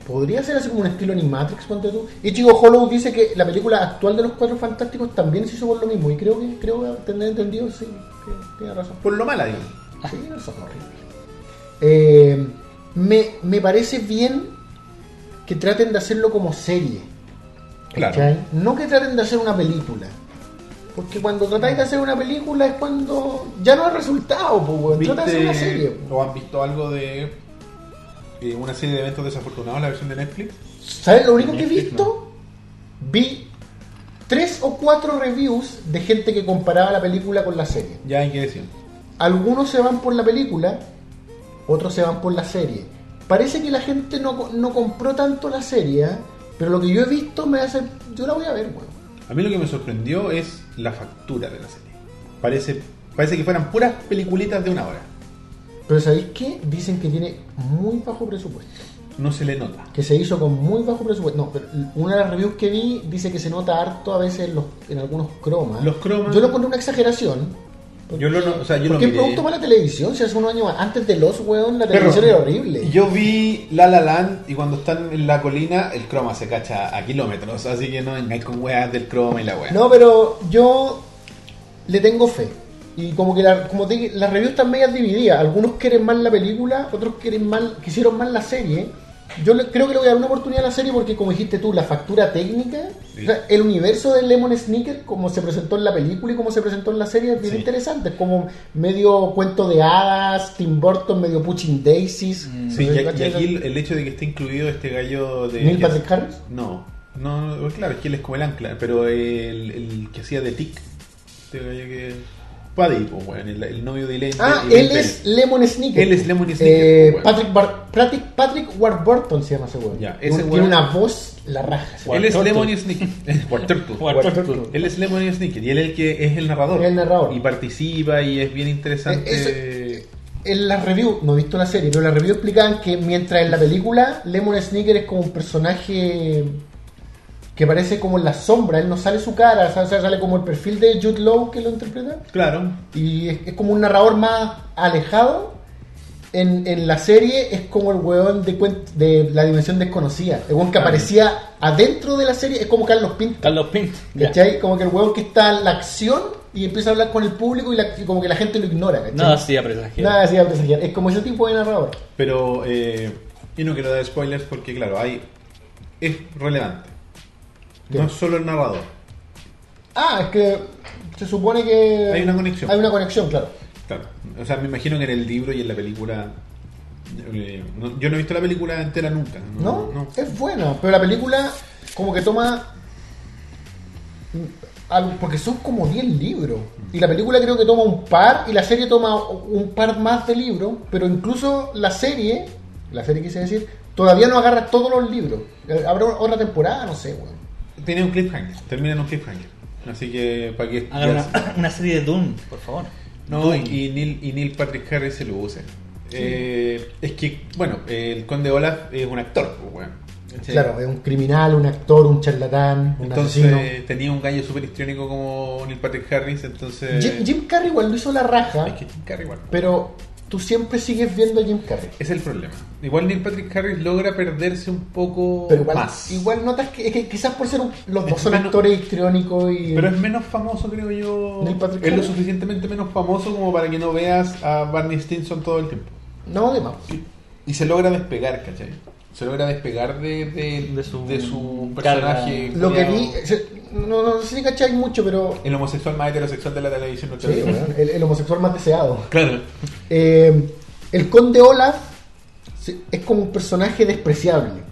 Podría ser así como un estilo Animatrix, ponte tú. Y Chico Hollow dice que la película actual de los Cuatro Fantásticos también se hizo por lo mismo. Y creo que creo que tener entendido, sí, que tiene razón. Por lo mala, digo. Sí, eso es horrible. Eh, me, me parece bien que traten de hacerlo como serie. Claro. ¿cachai? No que traten de hacer una película. Porque cuando tratáis de hacer una película es cuando ya no hay resultado, pues, weón. Trata de hacer una serie. ¿Viste po. o han visto algo de eh, una serie de eventos desafortunados, la versión de Netflix? ¿Sabes lo único que he Netflix, visto? Vi tres o cuatro reviews de gente que comparaba la película con la serie. Ya hay que decir. Algunos se van por la película, otros se van por la serie. Parece que la gente no, co- no compró tanto la serie, ¿eh? pero lo que yo he visto me hace... Yo la voy a ver, weón. A mí lo que me sorprendió es la factura de la serie. Parece, parece que fueran puras peliculitas de una hora. Pero ¿sabéis qué? Dicen que tiene muy bajo presupuesto. No se le nota. Que se hizo con muy bajo presupuesto. No, pero una de las reviews que vi dice que se nota harto a veces en, los, en algunos cromas. Los cromas. Yo lo encontré una exageración. Yo lo no- o sea, yo lo porque el miré. producto para la televisión, si hace unos años antes de los weón, la Pero televisión era horrible. Yo vi La La Land y cuando están en la colina, el croma se cacha a kilómetros. Así que no vengáis con weas del croma y la wea. No, pero yo le tengo fe. Y como que la- como te dije, las reviews están medias divididas. Algunos quieren más la película, otros quieren mal, quisieron más la serie. Yo le- creo que le voy a dar una oportunidad a la serie porque, como dijiste tú, la factura técnica, Sí. o sea, el universo de Lemon Snicker, como se presentó en la película y como se presentó en la serie, es bien Sí. interesante. Es como medio cuento de hadas, Tim Burton, medio Pushing Daisies. Sí, y, ¿Cachai? y aquí el, el hecho de que esté incluido este gallo de. Neil que- Patrick Harris. No, no, no, claro, es que él es como el ancla, pero el, el que hacía de Tic. Este gallo que. Paddy, pues, weón, el, el novio de Elaine. Ah, de- de él Elaine es Lemon Snicker. Él es Lemon Snicket, Eh, weón. Patrick, Bar- Patrick, Patrick Warburton se llama ese weón. Ya, ese Tiene weón- una voz la raja. ese Pell. Él weón. es Wartortle. Lemony Snicket. Wartortle. Wartortle. Él es Lemony Snicket y él es el que es el narrador. El narrador. E-, Y participa y es bien interesante. Eh, En la review, no he visto la serie, pero en la review explicaban que mientras en la película Lemon Snicker es como un personaje que parece como en la sombra, él no sale su cara, o sea, sale como el perfil de Jude Law que lo interpreta. Claro, Y es, es como un narrador más alejado. En, en la serie es como el weón de, cuen- de la dimensión desconocida. El weón que Ah. aparecía adentro de la serie es como Carlos Pinto. Carlos Pint. ya. ¿Cachai? Como que el weón que está en la acción y empieza a hablar con el público y, la- y como que la gente lo ignora. ¿cachai? Nada así a presagiar. Nada así a presagiar. Es como ese tipo de narrador. Pero eh, yo no quiero dar spoilers porque, claro, hay es relevante. ¿Qué? No es solo el narrador. Ah, es que se supone que. Hay una conexión. Hay una conexión, claro. Claro. O sea, me imagino que en el libro y en la película. eh, no- yo no he visto la película entera nunca. ¿No? No. no. Es buena, pero la película como que toma... algo- Porque son como 10 libros. Y la película creo que toma un par y la serie toma un par más de libros. Pero incluso la serie, la serie quise decir, todavía no agarra todos los libros. Eh, Habrá otra temporada, no sé, weón. Tiene un cliffhanger. Termina en un cliffhanger. Así que, ¿para qué? Hagan ya una, una serie de Doom, por favor. No, y Neil, y Neil Patrick Harris se lo usa. Eh, es que, bueno, eh, el conde Olaf es un actor, pues, bueno. Claro, es un criminal, un actor, un charlatán, un Entonces eh, asesino. tenía un gallo súper histriónico como Neil Patrick Harris, entonces... Jim, Jim Carrey igual lo hizo la raja, Es que Jim Carrey igual. pero tú siempre sigues viendo a Jim Carrey. Es el problema. Igual Neil Patrick Harris logra perderse un poco Pero igual, más. igual notas que, que quizás por ser un- los dos Es son menos- actores histriónicos y. Pero es menos famoso, creo yo. Neil Patrick Es lo Harris. suficientemente menos famoso como para que no veas a Barney Stinson todo el tiempo. No, de más. Y se logra despegar, ¿cachai? Se logra despegar de, de- De su- de su carga. personaje. Lo que culiao. vi. se- No, no, no sé si cacháis mucho, pero. El homosexual más heterosexual de la televisión Sí, norteamericana. weón, el, el homosexual más deseado. Claro. Eh, el conde Olaf sí, es como un personaje despreciable.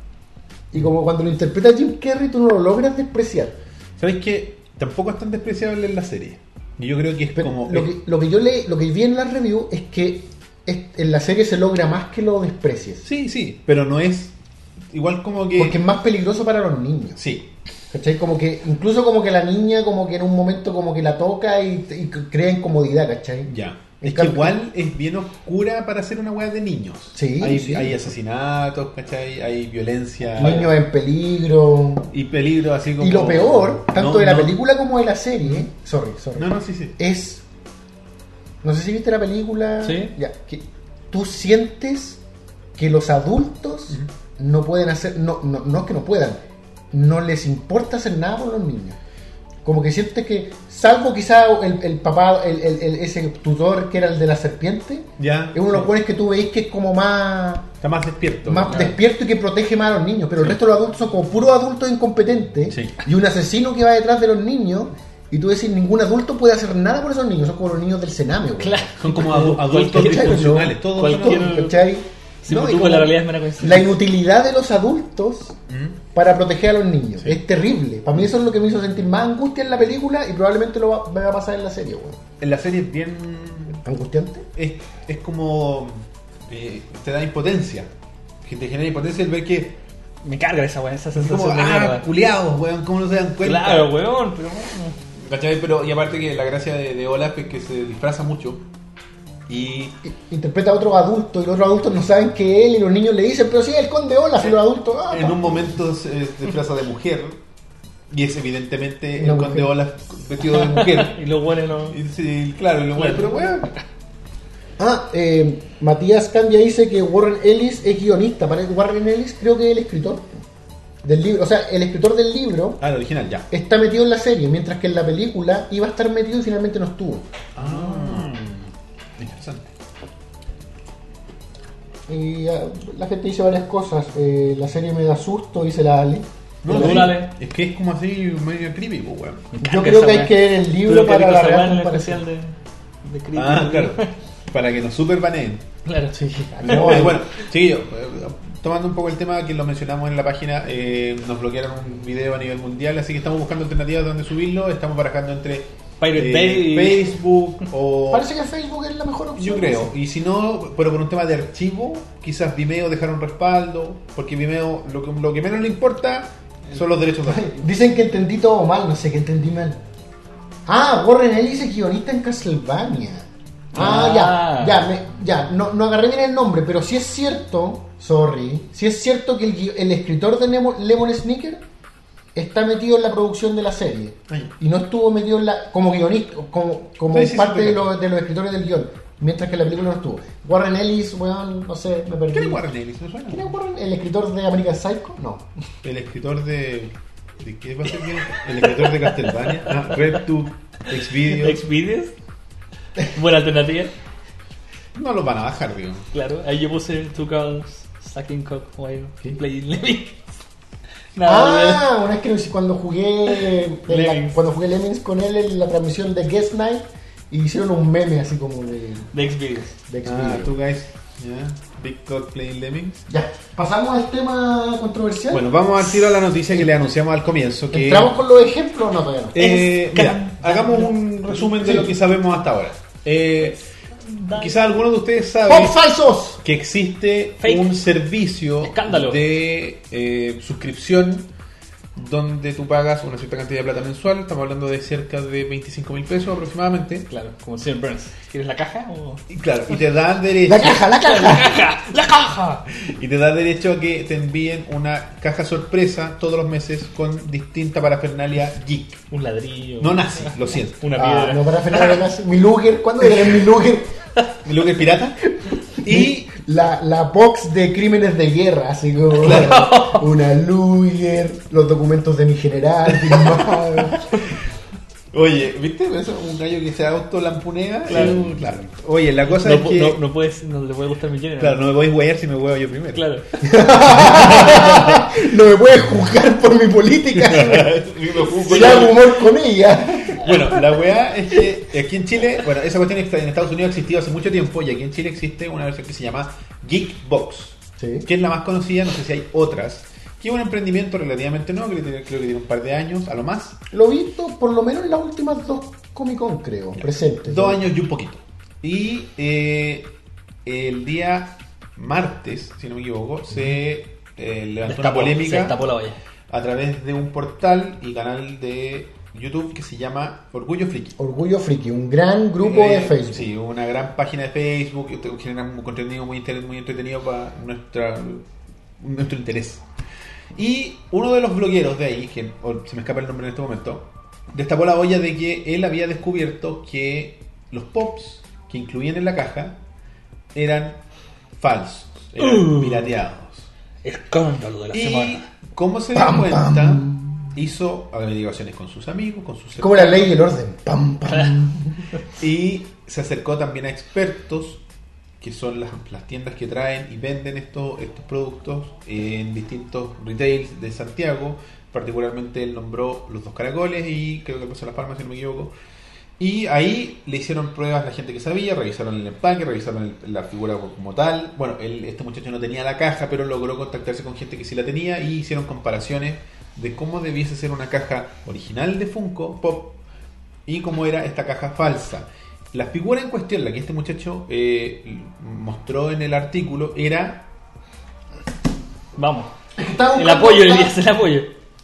Y como cuando lo interpreta Jim Carrey, tú no lo logras despreciar. ¿Sabes qué? Tampoco es tan despreciable en la serie. Y yo creo que es Pero como. lo, es- que, lo que yo le, lo que vi en la review es que es- en la serie se logra más que lo desprecies. Sí, sí, pero no es. Igual como que. Porque es más peligroso para los niños. Sí, ¿Cachai? Como que, incluso como que la niña, como que en un momento como que la toca y, y crea incomodidad, ¿cachai? Ya. En Es que cambio- igual es bien oscura para hacer una weá de niños. Sí, Hay, sí. hay asesinatos, ¿cachai? Hay violencia. Niños en peligro. Y peligro así como... Y lo peor, tanto No, de la no. película como de la serie, sorry, sorry, No, no, sí, sí. es. No sé si viste la película. Sí. Ya, que tú sientes que los adultos no pueden hacer, no, no, no es que no puedan, no les importa hacer nada por los niños. Como que sientes que, salvo quizá el, el papá, el, el- el- ese tutor que era el de la serpiente, Ya. es uno de los Sí. cuales que tú veis que es como más Está más despierto. más Claro. despierto y que protege más a los niños. Pero el resto de los adultos son como puros adultos incompetentes Sí. y un asesino que va detrás de los niños. Y tú decís, ningún adulto puede hacer nada por esos niños. Son como los niños del cename, güey. Claro. Son como adu- adultos Cualquier- ¿Cachai? No, disfuncionales. Todos son cualquier- adultos. ¿Cachai? Sí, No, pues y tú, como la realidad es mera coincidencia. la inutilidad de los adultos Mm. para proteger a los niños. Sí. Es terrible. Para mí eso es lo que me hizo sentir más angustia en la película y probablemente lo va, me va a pasar en la serie, güey. En la serie es bien. ¿Angustiante? Es, es como. eh, te da impotencia. Que te genera impotencia el ver que. Me carga esa weón, esa es sensación como, de ah, mierda. culiados, weón, ¿cómo no se dan cuenta? Claro, weón, pero bueno. ¿Cachai? Pero, y aparte que la gracia de, de Olaf es que se disfraza mucho. Y. I- Interpreta a otro adulto y los otros adultos no saben que él y los niños le dicen, pero sí, el conde Olaf y los adultos. ah, En un momento se se disfraza de mujer. Y es evidentemente el Una conde mujer. Olaf vestido de mujer. Y los weones no. Y sí, claro, y lo bueno, pero weón. Ah, eh, Matías Candia dice que Warren Ellis es guionista. Para Warren Ellis creo que es el escritor del libro. O sea, el escritor del libro Ah, el original, ya. está metido en la serie, mientras que en la película iba a estar metido y finalmente no estuvo. Ah, interesante. Y ah, la gente dice varias cosas. Eh, la serie me da susto, dice la Ale. No, Pero sí, dale. Es que es como así medio creepy, pues, weón. Me Yo carga creo esa que hay weá. que leer el libro Tuve que para ver la esa weá en el real especial comparación. de, de Creed. Ah, claro. Para que nos superbaneen. Claro, sí. No, Eh, eh, bueno, sí, eh, tomando un poco el tema que lo mencionamos en la página, eh, nos bloquearon un video a nivel mundial, así que estamos buscando alternativas donde subirlo. Estamos barajando entre Pirate eh, Bay y- Facebook o. Parece que Facebook es la mejor opción. Yo creo, y si no, pero por un tema de archivo, quizás Vimeo dejaron respaldo, porque Vimeo lo que, lo que menos le importa son los derechos de autor. Dicen que entendí todo mal, no sé qué entendí mal. Ah, Warren Ellis es guionista en Castlevania. Ah, Ah. ya, ya, me- ya, no, no agarré bien el nombre, pero si es cierto, sorry, si es cierto que el, guio- el escritor de Nemo- Lemon Snicker está metido en la producción de la serie Ay. y no estuvo metido en la, como guionista, como, como Sí, sí, sí, parte de, claro. los, de los escritores del guión, mientras que la película no estuvo. Warren Ellis, weón, no sé, me perdí. ¿Quién es Warren Ellis? ¿No suena? ¿Quién es Warren? ¿El escritor de American Psycho? No. El escritor de. ¿De qué va a ser bien? El escritor de Castlevania. Ah, RedTube, Xvideos. Xvideos. Buena alternativa. No los van a bajar, digo. Claro, ahí yo puse Two Girls Sucking Cock While ¿Qué? Playing Lemmings. Ah, una vez que cuando jugué en la- Lemmings. cuando jugué Lemmings con él en la transmisión de Guest Night y hicieron un meme así como de, de Xvideos. de Ah, Xvideos. tú, guys. ¿Ya? Big Cock Playing Lemmings. Ya, pasamos al tema controversial. Bueno, vamos al tiro a la noticia que le anunciamos al comienzo. Que, Entramos con los ejemplos, o no todavía no? Eh, Es- mira, hagamos un resumen de lo que sabemos hasta ahora. Eh, quizás alguno de ustedes sabe ¡Pop falsos! que existe Fake. un servicio Escándalo. de eh, suscripción donde tú pagas una cierta cantidad de plata mensual, estamos hablando de cerca de 25 mil pesos aproximadamente. Claro, como el señor Burns. ¿Quieres la caja o...? Y claro, y te da derecho, La caja, la caja. caja! ¡La caja! y te da derecho a que te envíen una caja sorpresa todos los meses con distinta parafernalia geek. Un ladrillo. No nazi, lo siento. Una Ah, piedra. no, para Fernando Vegas, mi Luger, ¿cuándo tenés mi Luger? Y luego el pirata. Y La, la box de crímenes de guerra, así como una Luger, los documentos de mi general, firmados. Oye, ¿viste? Eso, un gallo que se autolampunea. Claro. y- claro. Oye, la cosa No, es pu- que. no- no puedes, no le puede gustar mi género. Claro, no me voy a huear si me huevo yo primero. Claro. No me puedes juzgar por mi política. Si hago humor Pues con ella. bueno, la weá es que aquí en Chile, bueno, esa cuestión está- en Estados Unidos ha existido hace mucho tiempo y aquí en Chile existe una versión que se llama Geekbox, Sí. que es la más conocida, no sé si hay otras, que es un emprendimiento relativamente nuevo, que tiene- creo que tiene un par de años, a lo más, Lo he visto por lo menos en las últimas dos Comic Con, creo. Presentes. dos años y un poquito. Y eh, el día martes, si no me equivoco, se eh, levantó una Destapó- polémica. Se tapó la valla. a través de un portal y canal de YouTube que se llama Orgullo Friki. Orgullo Friki, un gran grupo de Eh, Facebook. Sí, una gran página de Facebook que te- genera un contenido muy, inter- muy entretenido para nuestra, nuestro interés. Y uno de los blogueros de ahí, que o- se me escapa el nombre en este momento, destapó la olla de que él había descubierto que los pops que incluían en la caja eran falsos, eran Uh. pirateados. Escándalo de la Y semana. como se dio Pam, cuenta, pam. hizo averiguaciones con sus amigos, con sus Como la ley y el orden. Pam, pam. y se acercó también a expertos, que son las, las tiendas que traen y venden estos, estos productos en distintos retails de Santiago. Particularmente él nombró los dos caracoles y creo que pasó las palmas, si no me equivoco. Y ahí le hicieron pruebas a la gente que sabía, revisaron el empaque, revisaron el- la figura como tal. Bueno, él- este muchacho no tenía la caja, pero logró contactarse con gente que sí la tenía y hicieron comparaciones de cómo debiese ser una caja original de Funko Pop y cómo era esta caja falsa. La figura en cuestión, la que este muchacho eh, mostró en el artículo, era Vamos. Estaba El buscando- apoyo, Elías, el apoyo.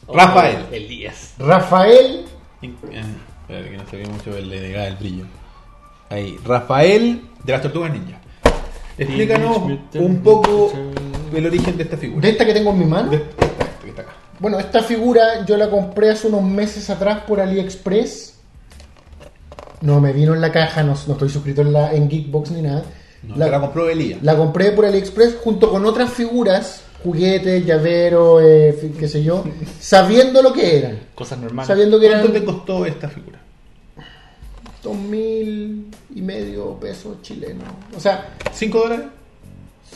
Oh, Rafael. Elías. Rafael In- eh, espérate que no se ve mucho el, le da el brillo. Ahí, Rafael de las Tortugas Ninja. Explícanos un poco el origen de esta De figura. esta que tengo en mi mano. De esta, esta que está acá. Bueno, esta figura yo la compré hace unos meses atrás por AliExpress. No me vino en la caja, no, no estoy suscrito en, la, en Geekbox ni nada. No, la, te la compró Elías. la compré por AliExpress junto con otras figuras, juguetes, llavero, eh, fi- qué sé yo, sabiendo lo que eran. Cosas normales. Sabiendo que ¿Cuánto te eran costó esta figura? dos mil y medio pesos chilenos. O sea, ¿5 dólares?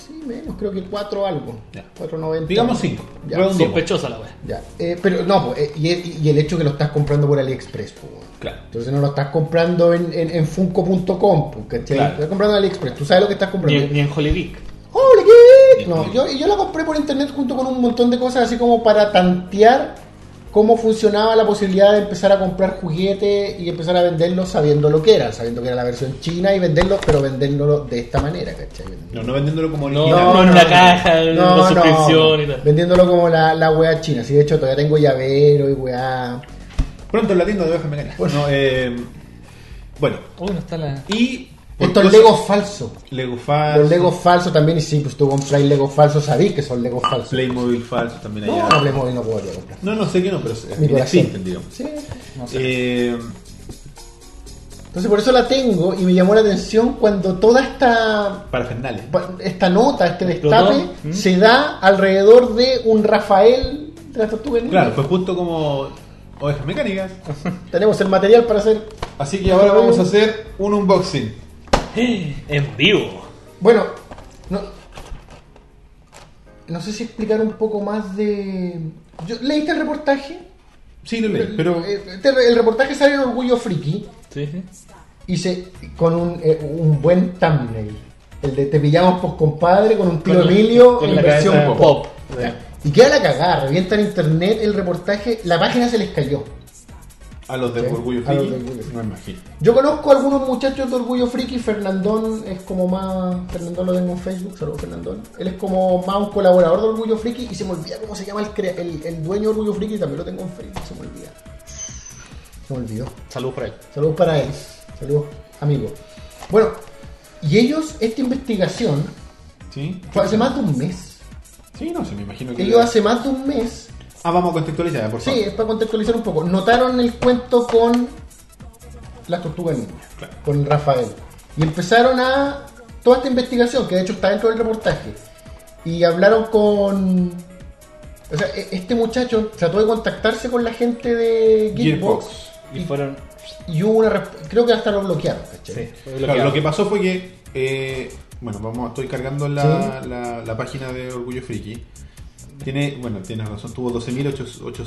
sí, menos, creo que cuatro algo. Ya. Cuatro noventa. Digamos 5. Ya. Sospechosa la wea. Ya, eh, pero no, pues, eh, y, y el hecho que lo estás comprando por AliExpress, pues, weón. Claro. Entonces no lo estás comprando en, en, en funko.com, pues, ¿cachai? Claro. Lo Estás comprando en AliExpress, tú sabes lo que estás Ni, comprando. ni en Holy Geek. ¡Holy Geek! Bien, No, bien. yo, y yo la compré por internet junto con un montón de cosas así como para tantear cómo funcionaba la posibilidad de empezar a comprar juguetes y empezar a venderlos sabiendo lo que era, sabiendo que era la versión china y venderlos, pero venderlo de esta manera, ¿cachai? No, no vendiéndolo como No, original. no, en la caja, en la suscripción y tal. Vendiéndolo como la, la wea china. Sí, de hecho todavía tengo llavero y wea. Pronto en la tienda de ovejas mecánicas. Bueno, eh, bueno Uy, Oh, no está la. y... Estos Legos falsos. Lego falso. Los Legos falsos también, y sí, pues tú compras Legos falsos, sabís que son Legos falsos. Playmobil falso también no, allá. no Playmobil no podría comprar. No, no sé qué no, pero Mi corazón. existen, digamos. Sí. No sé. Eh, Entonces por eso la tengo y me llamó la atención cuando toda esta parafernales. esta nota, este Explotó. destape, ¿Mm? se da alrededor de un Rafael de las tortugas Ninja. Claro, fue justo como ovejas mecánicas. Tenemos el material para hacer. Así que ahora vamos a hacer un unboxing. En vivo. Bueno, no, no sé si explicar un poco más de. Yo, ¿Leíste el reportaje? Sí, lo leí, pero Eh, este- el reportaje sale en Orgullo Friki. Sí, sí. hice con un, eh, un buen thumbnail. El de te pillamos por compadre con un tiro Con- Emilio con en la versión cabeza pop. pop. Ya. Y queda la cagada, revienta en internet el reportaje, la página se les cayó. a los de Sí, Orgullo a los Friki, de Orgullo Friki. no imagino. Yo conozco algunos muchachos de Orgullo Friki, Fernandón es como más, Fernandón lo tengo en Facebook, saludos Fernandón, él es como más un colaborador de Orgullo Friki y se me olvida cómo se llama el, crea- el, el dueño de Orgullo Friki, también lo tengo en Facebook, se me olvida. Se me olvidó. Salud por ahí. Saludos para él. Saludos, amigo. Bueno, y ellos, esta investigación, ¿Sí? fue hace más de un mes. Sí, no sé, me imagino que. Ellos hace más de un mes, Ah, vamos a contextualizar, por sí, favor. es para contextualizar un poco, notaron el cuento con las tortugas niñas, Claro. con Rafael. Y empezaron a toda esta investigación, que de hecho está dentro del reportaje. Y hablaron con... O sea, e- este muchacho trató de contactarse con la gente de Gearbox. Gearbox. Y fueron. Y hubo una... resp- Creo que hasta lo bloquearon, ¿cachai? Sí. fue Claro, bloqueado. lo que pasó fue que. eh, bueno, vamos, estoy cargando la, la- la página de Orgullo Friki. Tiene, bueno, tienes razón, tuvo 12.800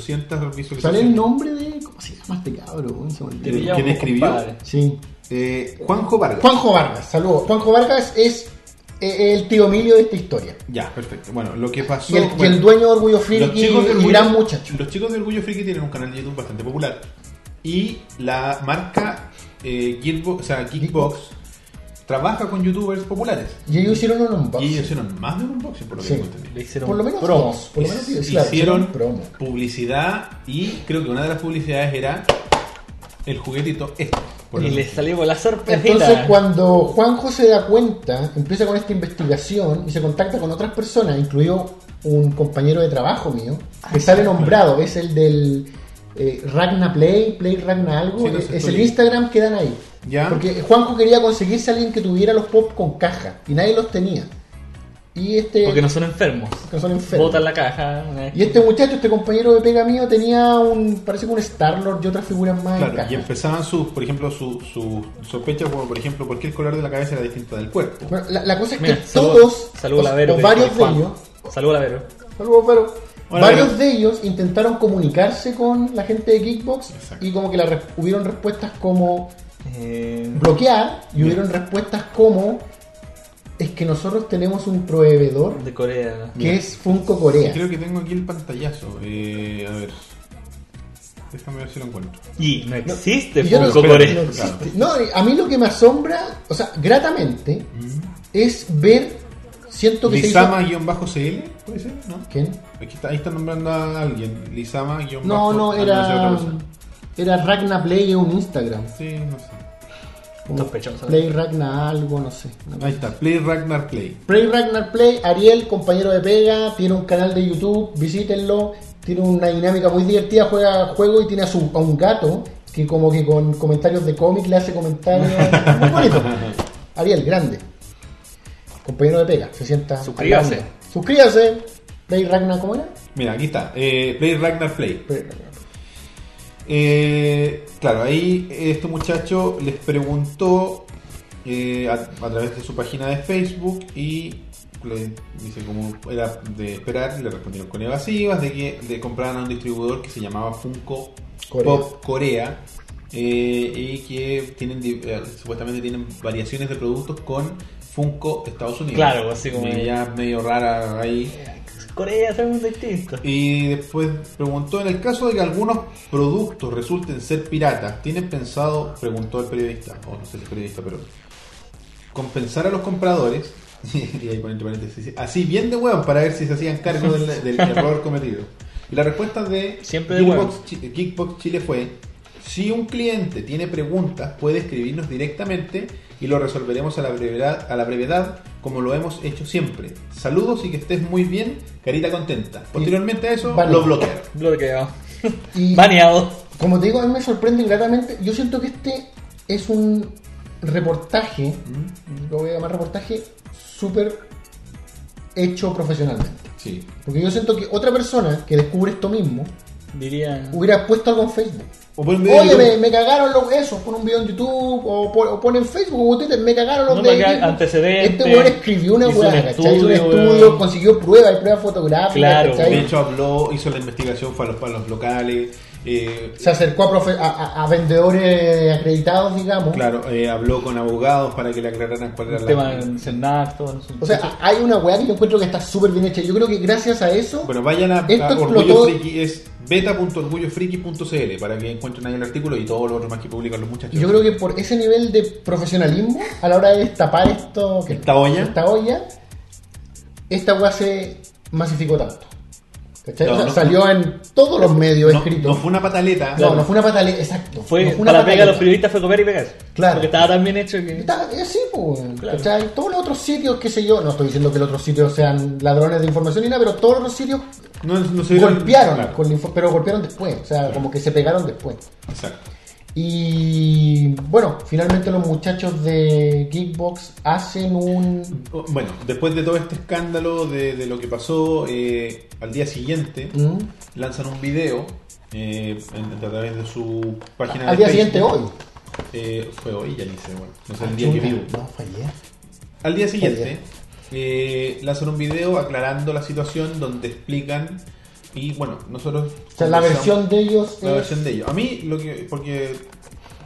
visualizaciones. ¿Sale el nombre de. ¿Cómo se llama este cabrón? weón? Se me Te olvidó. ¿Quién pillamos, escribió? compadre. Sí. Eh, Juanjo Vargas. Juanjo Vargas, saludos. Juanjo Vargas es eh, el tío Emilio de esta historia. Ya, perfecto. Bueno, lo que pasó. Y el, y bueno, el dueño de Orgullo Friki y, de y Orgullo- gran muchacho. Los chicos de Orgullo Friki tienen un canal de YouTube bastante popular. Y la marca eh, Gearbox, o sea, Geekbox trabaja con youtubers populares. Y ellos hicieron un Y ellos unboxing. hicieron más de un unboxing, por lo que Sí. tengo entendido. Le hicieron Por lo menos promos. dos, por lo menos diez, claro, Hicieron promo. publicidad y creo que una de las publicidades era el juguetito este. por Y lo le menos. salimos la sorpresita. Entonces, cuando Juanjo se da cuenta, empieza con esta investigación y se contacta con otras personas, incluido un compañero de trabajo mío, Ah, que sale nombrado, es el del eh, Ragna Play, Play Ragna algo, Sí, no es, sé, es estoy- el Instagram que dan ahí. Ya. Porque Juanjo quería conseguirse a alguien que tuviera los pop con caja y nadie los tenía. Y este. Porque no son enfermos. que son enfermos. Botan la caja. una vez Y este muchacho, este compañero de pega mío, tenía un. Parece que un Star-Lord y otras figuras más en Claro, caja. y empezaban sus, por ejemplo, sus sus sospechas, como por ejemplo, porque el color de la cabeza era distinto del cuerpo. Bueno, la, la cosa es Mira, que saludos- todos, saludos a o- la Vero o que- varios de Juan. ellos, Saludos a la Vero. saludos, Vero, Hola, varios Vero. de ellos intentaron comunicarse con la gente de Kickbox Exacto. y como que la res- hubieron respuestas como Eh, bloquear y hubieron respuestas como es que nosotros tenemos un proveedor de Corea. que Mira. es Funko Corea. Creo que tengo aquí el pantallazo. Eh, a ver. Déjame ver si lo encuentro. Y no existe Y yo no- Funko no Corea. existe. No, a mí lo que me asombra, o sea, gratamente, es ver, siento que se hizo- Lisama-CL, ¿puede ser? ¿No? ¿Quién? Aquí está, ahí está nombrando a alguien. Ah, Lisama. No, no, era. Era Ragna Play en un Instagram. Sí, no sé. Como Sospechoso. Play Ragna algo, no sé. Ahí está, Play Ragnar Play. Play Ragnar Play, Ariel, compañero de pega, tiene un canal de YouTube, visítenlo. Tiene una dinámica muy divertida, juega juego y tiene a, su, a un gato que, como que con comentarios de cómic, le hace comentarios. muy bonito. Ariel, grande. Compañero de pega, se sienta. al Suscríbase. lado mío. Suscríbase. Play Ragnar, ¿cómo era? Mira, aquí está, eh, Play Ragnar Play. Play Ragnar. Eh, claro, ahí este muchacho les preguntó eh, a, a través de su página de Facebook y le dice como era de esperar, le respondieron con evasivas de que de compraran a un distribuidor que se llamaba Funko Corea. Pop Corea eh, y que tienen di- eh, supuestamente tienen variaciones de productos con Funko Estados Unidos. Claro, así como- Y ya medio rara ahí. Corea, son distintos. Y después preguntó, en el caso de que algunos productos resulten ser piratas, ¿tienen pensado, preguntó el periodista, o no sé si es periodista, pero compensar a los compradores, y ahí pone entre paréntesis, así bien de hueón para ver si se hacían cargo del, del error cometido. Y la respuesta de Siempre de Geekbox, Chi- Geekbox Chile fue, si un cliente tiene preguntas, puede escribirnos directamente y lo resolveremos a la brevedad, a la brevedad como lo hemos hecho siempre. Saludos y que estés muy bien, carita contenta. Posteriormente a eso, Vale. lo bloquearon. Bloqueado. Y- Baneado. Como te digo, a mí me sorprende gratamente. Yo siento que este es un reportaje, Mm, lo voy a llamar reportaje, súper hecho profesionalmente. Sí. Porque yo siento que otra persona que descubre esto mismo Diría. hubiera puesto algo en Facebook. O por un video de Oye, me, YouTube. me cagaron los esos, pon un video en YouTube o, pon- o pon en Facebook o Twitter, me cagaron los No, de me cagan Xbox. antecedentes. Este weón escribió una Hizo weá, un ¿cachai? Hizo un estudio, estudio, weón. consiguió pruebas, hay pruebas fotográficas, Claro, ¿cachai? de hecho habló, hizo la investigación para los, para los locales. eh, Se acercó a, profe- a- a- a vendedores acreditados, digamos. Claro, eh, habló con abogados para que le aclararan cuál era El la- tema del Cernac, todo eso. O sea, a- hay una weá que yo encuentro que está súper bien hecha. Yo creo que gracias a eso, Bueno, vayan a, Esto a explotó- Orgullo Friki, es beta.orgullofriki.cl para que encuentren ahí el artículo y todo lo otro más que publican los muchachos. yo creo que por ese nivel de profesionalismo, a la hora de destapar esto, que- Esta olla. esta olla, esta weá se masificó tanto. ¿Cachai? No, O sea, no- salió en todos los medios no, escritos. no fue una pataleta. No, no fue una pataleta, exacto. Fue no fue una para pega pataleta. a los periodistas fue copiar y pegar. Claro. Porque estaba tan bien hecho que. Está- es así, pues, weón, Claro. ¿cachai? Todos los otros sitios, qué sé yo, no estoy diciendo que los otros sitios sean ladrones de información ni nada, pero todos los otros sitios No, no se vieron- golpearon, Claro, con la info- pero golpearon después, o sea, como que se pegaron después. Exacto. Y bueno, finalmente los muchachos de Geekbox hacen un... O- Bueno, después de todo este escándalo de, de lo que pasó, eh, al día siguiente ¿Mm? lanzan un video eh, en- a través de su página Al de día siguiente hoy. Ah, Facebook. Eh, fue hoy, ya ni sé, bueno, no sé el día que vivo. Chuta, No, fue ayer. Al día siguiente eh, lanzan un video aclarando la situación donde explican y bueno, nosotros... O sea, la conversamos- versión de ellos la es- versión de ellos. A mí, lo que porque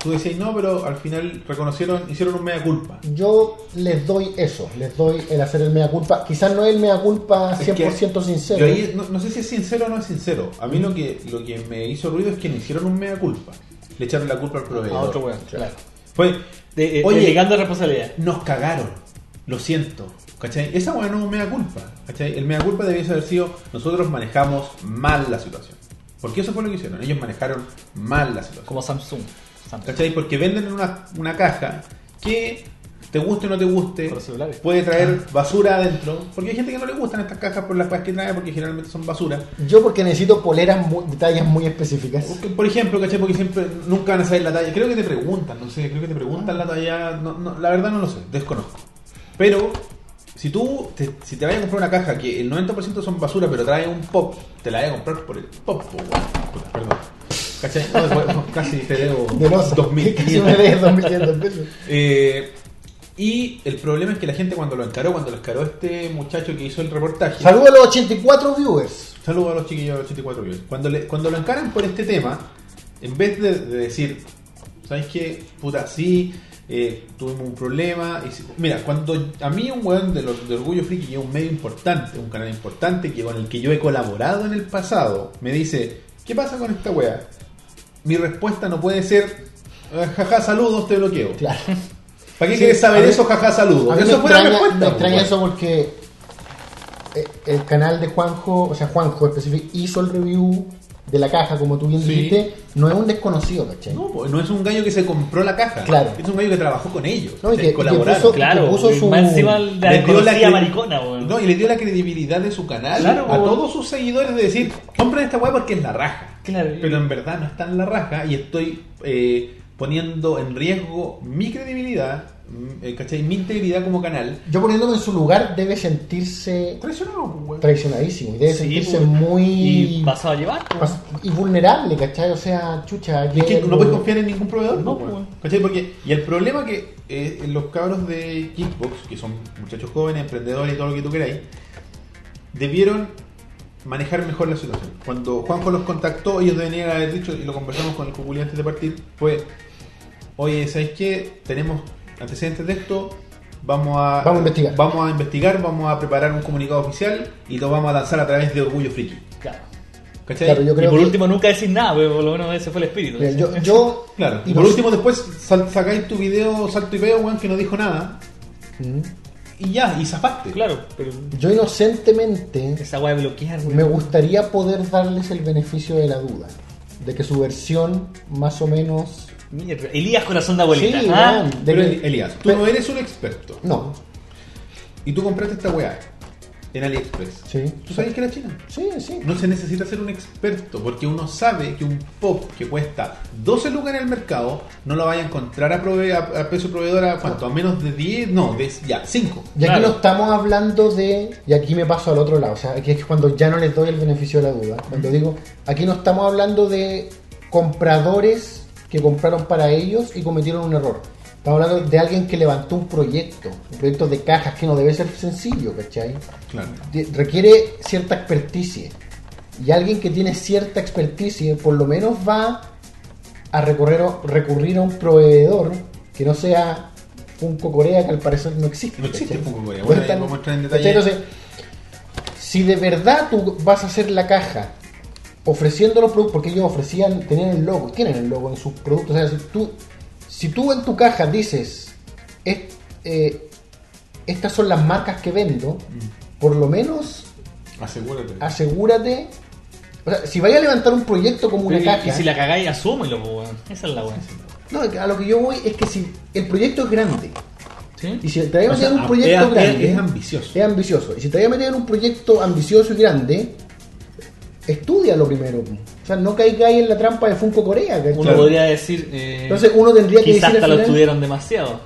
tú decías no, pero al final reconocieron, hicieron un mea culpa. Yo les doy eso, les doy el hacer el mea culpa. Quizás no es el mea culpa Es que 100% sincero. Yo ahí no, no sé si es sincero o no es sincero. A mí lo que lo que me hizo ruido es que no hicieron un mea culpa. Le echaron la culpa al proveedor. A Ah, otro weón, claro. Fue, De, eh, Oye. delegando responsabilidad. nos cagaron. Lo siento. ¿Cachai? Esa weá no es un mea culpa. ¿Cachai? El mea culpa debiese haber sido nosotros manejamos mal la situación. Porque eso fue lo que hicieron. Ellos manejaron mal la situación. Como Samsung. Samsung. ¿Cachai? Porque venden en una, una caja que te guste o no te guste, Para celulares. puede traer basura adentro. Porque hay gente que no le gustan estas cajas por las cosas que trae, porque generalmente son basura. Yo porque necesito poleras muy, de tallas muy específicas. Porque, Por ejemplo, ¿cachai? Porque siempre nunca van a saber la talla. Creo que te preguntan, no sé, creo que te preguntan la talla. no- no, la verdad no lo sé, desconozco. Pero Si tú, te, si te vas a comprar una caja que el 90% son basura, pero trae un pop, te la vas a comprar por el pop, po, weón. Puta, Perdón. ¿Cachai? No, bueno, casi te debo De los 2.500. me debes 2.500 pesos. Eh, y el problema es que la gente cuando lo encaró, cuando lo encaró este muchacho que hizo el reportaje, Saludos a los 84 viewers. saludos a los chiquillos de 84 viewers. Cuando, le- cuando lo encaran por este tema, en vez de, de decir, ¿sabes qué? Puta, sí, eh, tuvimos un problema. y si- mira, cuando a mí un weón de, los- de Orgullo Friki, que es un medio importante, un canal importante que con el que yo he colaborado en el pasado, me dice, ¿qué pasa con esta wea? Mi respuesta no puede ser, "Ah, jaja, saludos, te bloqueo. Claro. ¿Para qué Sí, quieres saber a mí- eso? Jaja, A saludos. mí me Eso fue la extraña, respuesta. me extraña pues, eso porque eh, el canal de Juanjo, o sea, Juanjo específico, hizo el review de la caja, como tú bien Sí. dijiste. No es un desconocido, ¿cachai? No, pues, no es un gallo que se compró la caja. Claro. Es un gallo que trabajó con ellos. No, y que que- y que colaboraron. puso- Claro, puso su- más encima la Le dio la desconocida cre- maricona, weón. No, y le dio la credibilidad de su canal Claro, a po. todos sus seguidores de decir, compren esta weá porque es la raja. Claro. Pero en verdad no está en la raja y estoy eh, poniendo en riesgo mi credibilidad, mm, eh, ¿cachai? Mi integridad como canal. Yo poniéndome en su lugar debe sentirse Traicionado, pues, weón. traicionadísimo y debe Sí, sentirse pues, muy Y pasado a llevar, weón. pas- y vulnerable, ¿cachai? O sea, chucha, Es que ayer- no puedes confiar en ningún proveedor, No, po, pues. weón. ¿Cachai? Porque, y el problema que eh, los cabros de Kickbox, que son muchachos jóvenes, emprendedores y todo lo que tú queráis, debieron manejar mejor la situación. Cuando Juanjo los contactó, ellos deberían haber dicho, y lo conversamos con el Cuculi antes de partir, fue, oye, ¿sabes qué? Tenemos antecedentes de esto, vamos a, Vamos a investigar. vamos a investigar, vamos a preparar un comunicado oficial y lo vamos a lanzar a través de Orgullo Friki. Claro. ¿Cachai? Claro, yo Y creo por que- último, nunca decís nada, weón. Por lo menos ese fue el espíritu. Mira, yo, yo- Claro. Y y por los- último, después sal- sacáis tu video salto y veo, weón, que no dijo nada. Mm. Y ya, y zafaste. Claro, pero yo inocentemente esa weá de bloquear, weón. Me gustaría poder darles el beneficio de la duda, de que su versión más o menos... Mierda, Elías corazón de abuelita. Sí, ¿ah? weón. Pero De que- Elías, tú Pe- no eres un experto. No, Y tú compraste esta weá en AliExpress. sí, ¿Tú sabes que era china? sí, sí. No se necesita ser un experto, porque uno sabe que un pop que cuesta 12 lucas en el mercado no lo vaya a encontrar a, prove a, a precio proveedor a cuánto, a menos de 10, no, de, ya, 5. Y aquí Claro. no estamos hablando de... Y aquí me paso al otro lado, o sea, aquí es cuando ya no les doy el beneficio de la duda. Cuando digo, aquí no estamos hablando de compradores que compraron para ellos y cometieron un error. Estamos hablando de alguien que levantó un proyecto, un proyecto de cajas que no debe ser sencillo, ¿cachai? Claro. de- requiere cierta experticia. Y alguien que tiene cierta experticia, por lo menos va a recorrer, o- recurrir a un proveedor que no sea un Corea, que al parecer no existe. No existe ¿cachai? Funko Corea. No Bueno, ahí están- vamos a entrar en detalle. ¿cachai? Entonces, si de verdad tú vas a hacer la caja ofreciendo los productos, porque ellos ofrecían, tenían el logo, tienen el logo en sus productos. O sea, si tú, si tú en tu caja dices, "Es- eh, estas son las marcas que vendo, Mm. por lo menos Asegúrate. Ah, asegúrate. O sea, si vais a levantar un proyecto como una Y- caja. Y si la cagáis, asúmelo, po, weón. Esa es la weá. No, a lo que yo voy es que si el proyecto es grande. ¿Sí? Y si te vais a O sea, meter en un a- proyecto es- grande. ¿eh? es ambicioso. Es ambicioso. Y si te vais a meter en un proyecto ambicioso y grande, estudialo primero. O sea, no caigáis en la trampa de Funko Corea. ¿cachai? Uno Claro. podría decir. eh, Entonces uno tendría que quizás decir hasta al lo final estudiaron demasiado.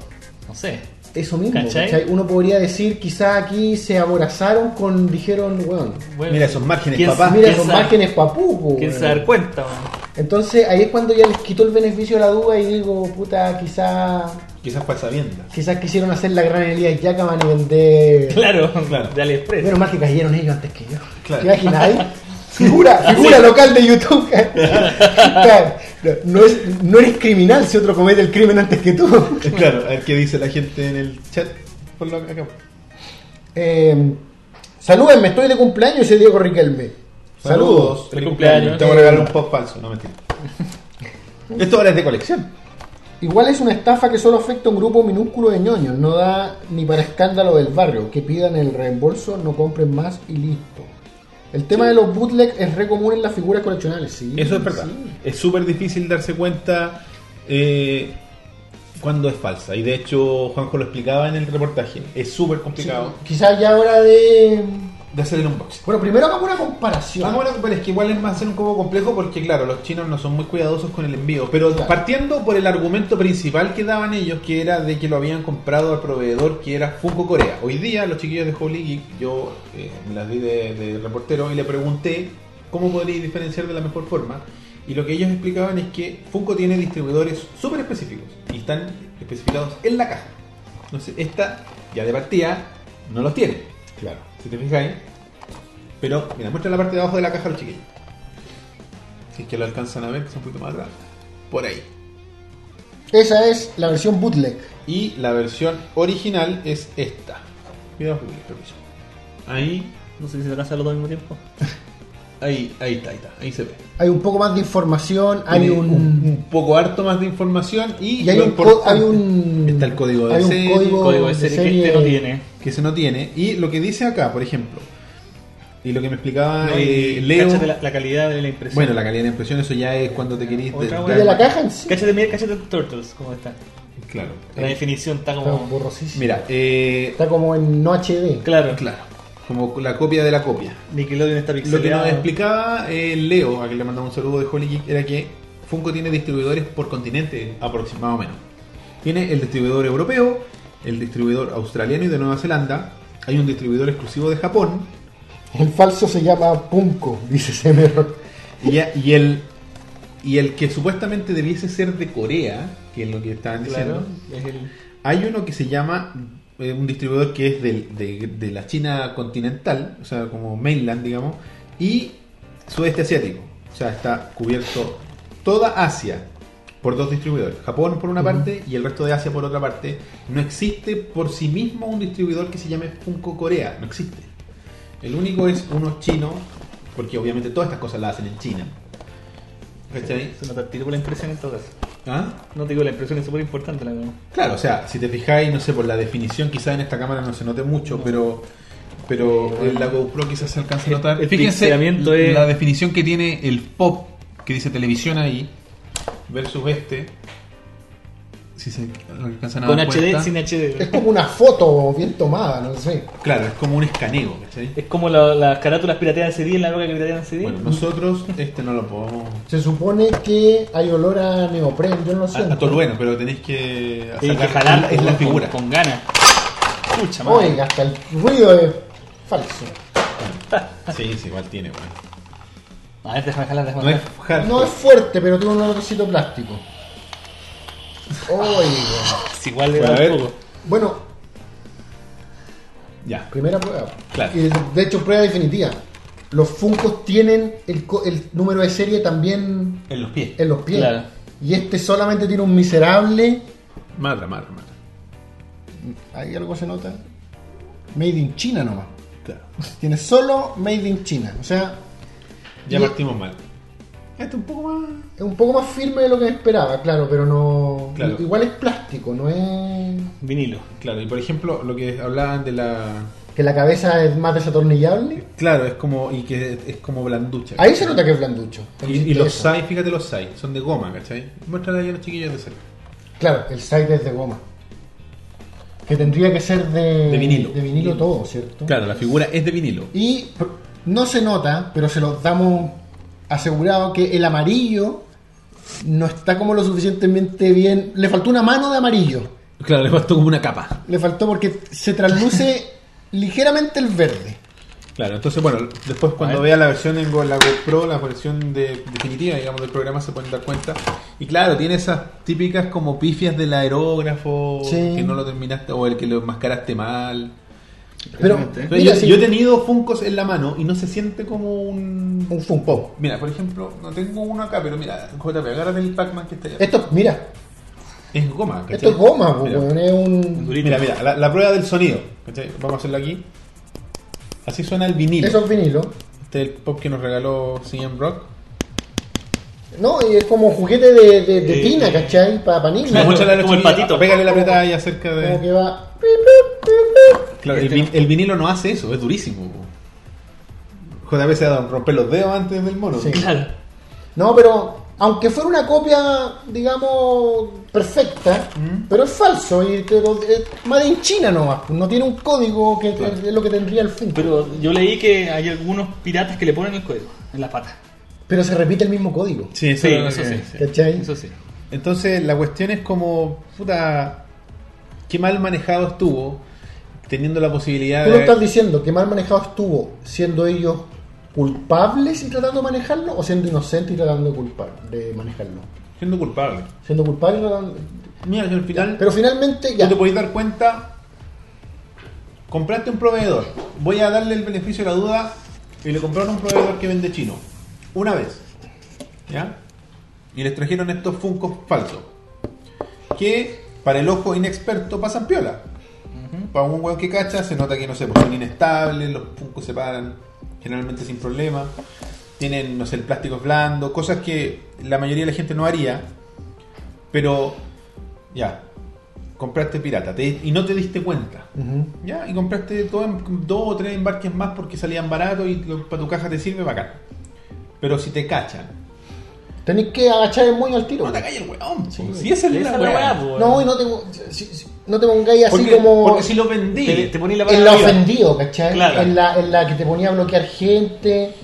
No sé. eso mismo. ¿Cachai? ¿cachai? Uno podría decir, quizá aquí se aborazaron con, dijeron, weón. "Ah, Bueno, Mira esos márgenes, ¿quién- papá. Mira, quién son sabe- márgenes papú. po, ¿Quién weón. se dar cuenta, weón? Entonces ahí es cuando ya les quito el beneficio de la duda y digo, puta, quizá Quizás para sabiendas. quizás quisieron hacer la gran Elías Yacaman y vender. Claro, Claro. de AliExpress. Menos mal que cayeron ellos antes que yo. Claro. ¿Te imagináis? Figura, figura local de YouTube. Claro, no, no es- no eres criminal si otro comete el crimen antes que tú. Claro, a ver qué dice la gente en el chat. Por lo acá. Eh, salúdenme, estoy de cumpleaños, soy Diego Riquelme. Saludos. Feliz cumpleaños. Te voy a regalar un pop falso, no mentira. Esto ahora es de colección. Igual es una estafa que solo afecta a un grupo minúsculo de ñoños, no da ni para escándalo del barrio, que pidan el reembolso, no compren más y listo. El tema de los bootleg es re común en las figuras coleccionales, sí. Eso es verdad. sí. Es súper difícil darse cuenta eh, cuando es falsa. Y de hecho, Juanjo lo explicaba en el reportaje. Es súper complicado. Sí, Quizás ya hora de de hacer el unboxing. Bueno, primero hagamos una comparación. Vamos a la- Ah, pero es que igual es más ser un poco complejo porque, claro, los chinos no son muy cuidadosos con el envío. Pero Claro. partiendo por el argumento principal que daban ellos, que era de que lo habían comprado al proveedor que era Funko Corea. Hoy día, los chiquillos de Holy Geek, yo eh, me las di de, de reportero y le pregunté cómo podría diferenciar de la mejor forma. Y lo que ellos explicaban es que Funko tiene distribuidores súper específicos y están especificados en la caja. Entonces, esta ya de partida no los tiene. Claro. Si te fijáis. Pero, mira, muestra la parte de abajo de la caja a los chiquillos. Si es que lo alcanzan a ver, que es un poquito más atrás. Por ahí. Esa es la versión bootleg. Y la versión original es esta. Cuidado, Julio, permiso. Ahí, No sé si se alcanza los dos al mismo tiempo. ahí, ahí está, ahí está. Ahí se ve. Hay un poco más de información, hay Tiene un, un poco harto más de información y, y hay lo un, co- importante, hay un está el código de hay un serie, código, Código de de serie, serie que este no tiene. que se no tiene. Y lo que dice acá, por ejemplo, y lo que me Ah, explicaba No, y eh, Leo. cáchate la, la calidad de la impresión. Bueno, la calidad de impresión, eso ya es cuando te querís. Otra de- Y de la caja en sí. Cáchate, mira, cáchate Turtles, cómo está. Claro. La Eh, definición está Está como. borrosísimo. Mira, eh, Está como en no HD. Claro, claro, como la copia de la copia. Nickelodeon está Lo que pixelado. nos explicaba eh, Leo, a quien le mandamos un saludo de Holy Geek, era que Funko tiene distribuidores por continente, aproximado menos. Tiene el distribuidor europeo, el distribuidor australiano y de Nueva Zelanda. Hay un distribuidor exclusivo de Japón El falso se llama Punko, dice Semerol. y, ya- y el y el que supuestamente debiese ser de Corea, que es lo que estaban diciendo, Claro, es el. Hay uno que se llama, eh, un distribuidor que es del- de, de la China continental, o sea, como mainland, digamos, y sudeste asiático. O sea, está cubierto toda Asia por dos distribuidores. Japón por una Ujú. parte y el resto de Asia por otra parte. No existe por sí mismo un distribuidor que se llame Funko Corea, no existe. El único es uno chino, porque obviamente todas estas cosas las hacen en China. ¿Cachai? Se nota, tiro por la impresión en todo caso. ¿Ah? No te digo, la impresión es súper importante. La verdad. Claro, o sea, si te fijáis, no sé, por la definición quizá en esta cámara no se note mucho, pero pero en la GoPro quizás se alcance a notar. El pixelamiento es- la definición que tiene el pop, que dice televisión ahí, versus este. Si se alcanzan a Con dar HD, cuenta. sin Es HD. como una foto bien tomada, no sé. Claro, es como un escaneo, ¿cachai? Es como la- las carátulas pirateadas de CD en la época que pirateaban CD. Bueno, nosotros este no lo podemos... Se supone que hay olor a neopren, yo no sé. A, a Tolueno, pero tenéis que... Tienes que sacar- jalar Es la con- figura. Con, con ganas. Escucha, madre. Oiga, hasta el ruido es falso. Sí, sí, igual tiene, bueno. A ver, déjame jalar, déjame No es jalar. hardcore. No es fuerte, pero tiene un olorcito plástico. Oiga. Si igual le Bueno, da a ver. un poco. Bueno, Ya. primera prueba. Claro. Y de hecho, prueba definitiva. Los Funkos tienen el, co- el número de serie también En los pies. en los pies. Claro. Y este solamente tiene un miserable. Mata, mata, mata. Ahí algo se nota. Made in China nomás. Claro. Tiene solo Made in China. O sea, Ya Y- partimos mal. Este un poco más. es un poco más firme de lo que esperaba, claro, pero no. Claro. Igual es plástico, no es. Vinilo. Claro, y por ejemplo, lo que hablaban de la. Que la cabeza es más desatornillable. Claro, es como. Y que es como blanducha. Ahí se nota que es blanducho. Y, y los Eso. SAI, fíjate los SAI, son de goma, ¿cachai? Muéstrale ahí a los chiquillos de cerca. Claro, el side es de goma. Que tendría que ser de, De vinilo. De vinilo todo, ¿cierto? Claro, la figura es de vinilo. Y pr- no se nota, pero se los damos asegurado que el amarillo no está como lo suficientemente bien. Le faltó una mano de amarillo. Claro, le faltó como una capa. Le faltó porque se trasluce ligeramente el verde. Claro, entonces, bueno, después cuando A vea la versión en go- la GoPro, la versión de, definitiva, digamos, del programa, se pueden dar cuenta. Y claro, tiene esas típicas como pifias del aerógrafo, Sí. que no lo terminaste, o el que lo enmascaraste mal. Pero Realmente, ¿eh? Pero mira, yo, si- yo he tenido Funcos en la mano y no se siente como un. un Funko. Mira, por ejemplo, no tengo uno acá, pero mira, JP, agárrate el Pac-Man que está allá. Esto, mira, Es goma, ¿cachai? esto es goma, po, Mira. weón, es un. Mira, mira, la, la prueba del sonido. ¿cachai? Vamos a hacerlo aquí. Así suena el vinilo. Eso es vinilo. Este es el pop que nos regaló CM Rock. No, y es como juguete de, de- de Eh, tina, ¿cachai? Para niños. Claro, Muéstrale a los como el chiquillos, patito. Pégale la apretada ahí acerca Como de. que va. Claro, el, Este vin- no. el vinilo no hace eso, es durísimo. po. JP se ha dado a romper los dedos antes del mono. Sí. Claro. No, pero aunque fuera una copia, digamos, perfecta, Mm. pero es falso y te, es más en China nomás, pues, no tiene un código que, que Claro. es lo que tendría el Funko. Pero, Pero yo leí que hay algunos piratas que le ponen el código en la pata. se repite el mismo código. Sí, Sí, eso sí. ¿Cachai? Eso sí. Entonces la cuestión es como, puta, qué mal manejado estuvo teniendo la posibilidad Tú lo de... estás diciendo que mal manejado estuvo siendo ellos culpables y tratando de manejarlo o siendo inocentes y tratando de culpar, de manejarlo. siendo culpable. Siendo culpables y tratando... Mira, yo al final... Pero finalmente Tú ya. te podéis dar cuenta, compraste un proveedor, voy a darle el beneficio de la duda y le compraron a un proveedor que vende chino, una vez, ¿ya? Y les trajeron estos funcos falsos, que para el ojo inexperto pasan piola. Para un weón que cacha se nota que no sé, pues son inestables, los funcos se paran generalmente sin problema, tienen, no sé, el plástico es blando, cosas que la mayoría de la gente no haría, pero ya, compraste pirata te- y no te diste cuenta. Ujú. Ya, y compraste todo en- dos o tres embarques más porque salían baratos y lo- para tu caja te sirve bacán. Pero si te cachan, Tenéis que agachar el moño al tiro. no te calles el weón. po. si esa es Esa la es la weá. weá, po. No, y no te, si- si- no te pongáis así Porque, como porque si lo vendí, Te, te poní la pata en la arriba. ofendido, ¿cachai? Claro. En, la, en la que te ponía a bloquear gente.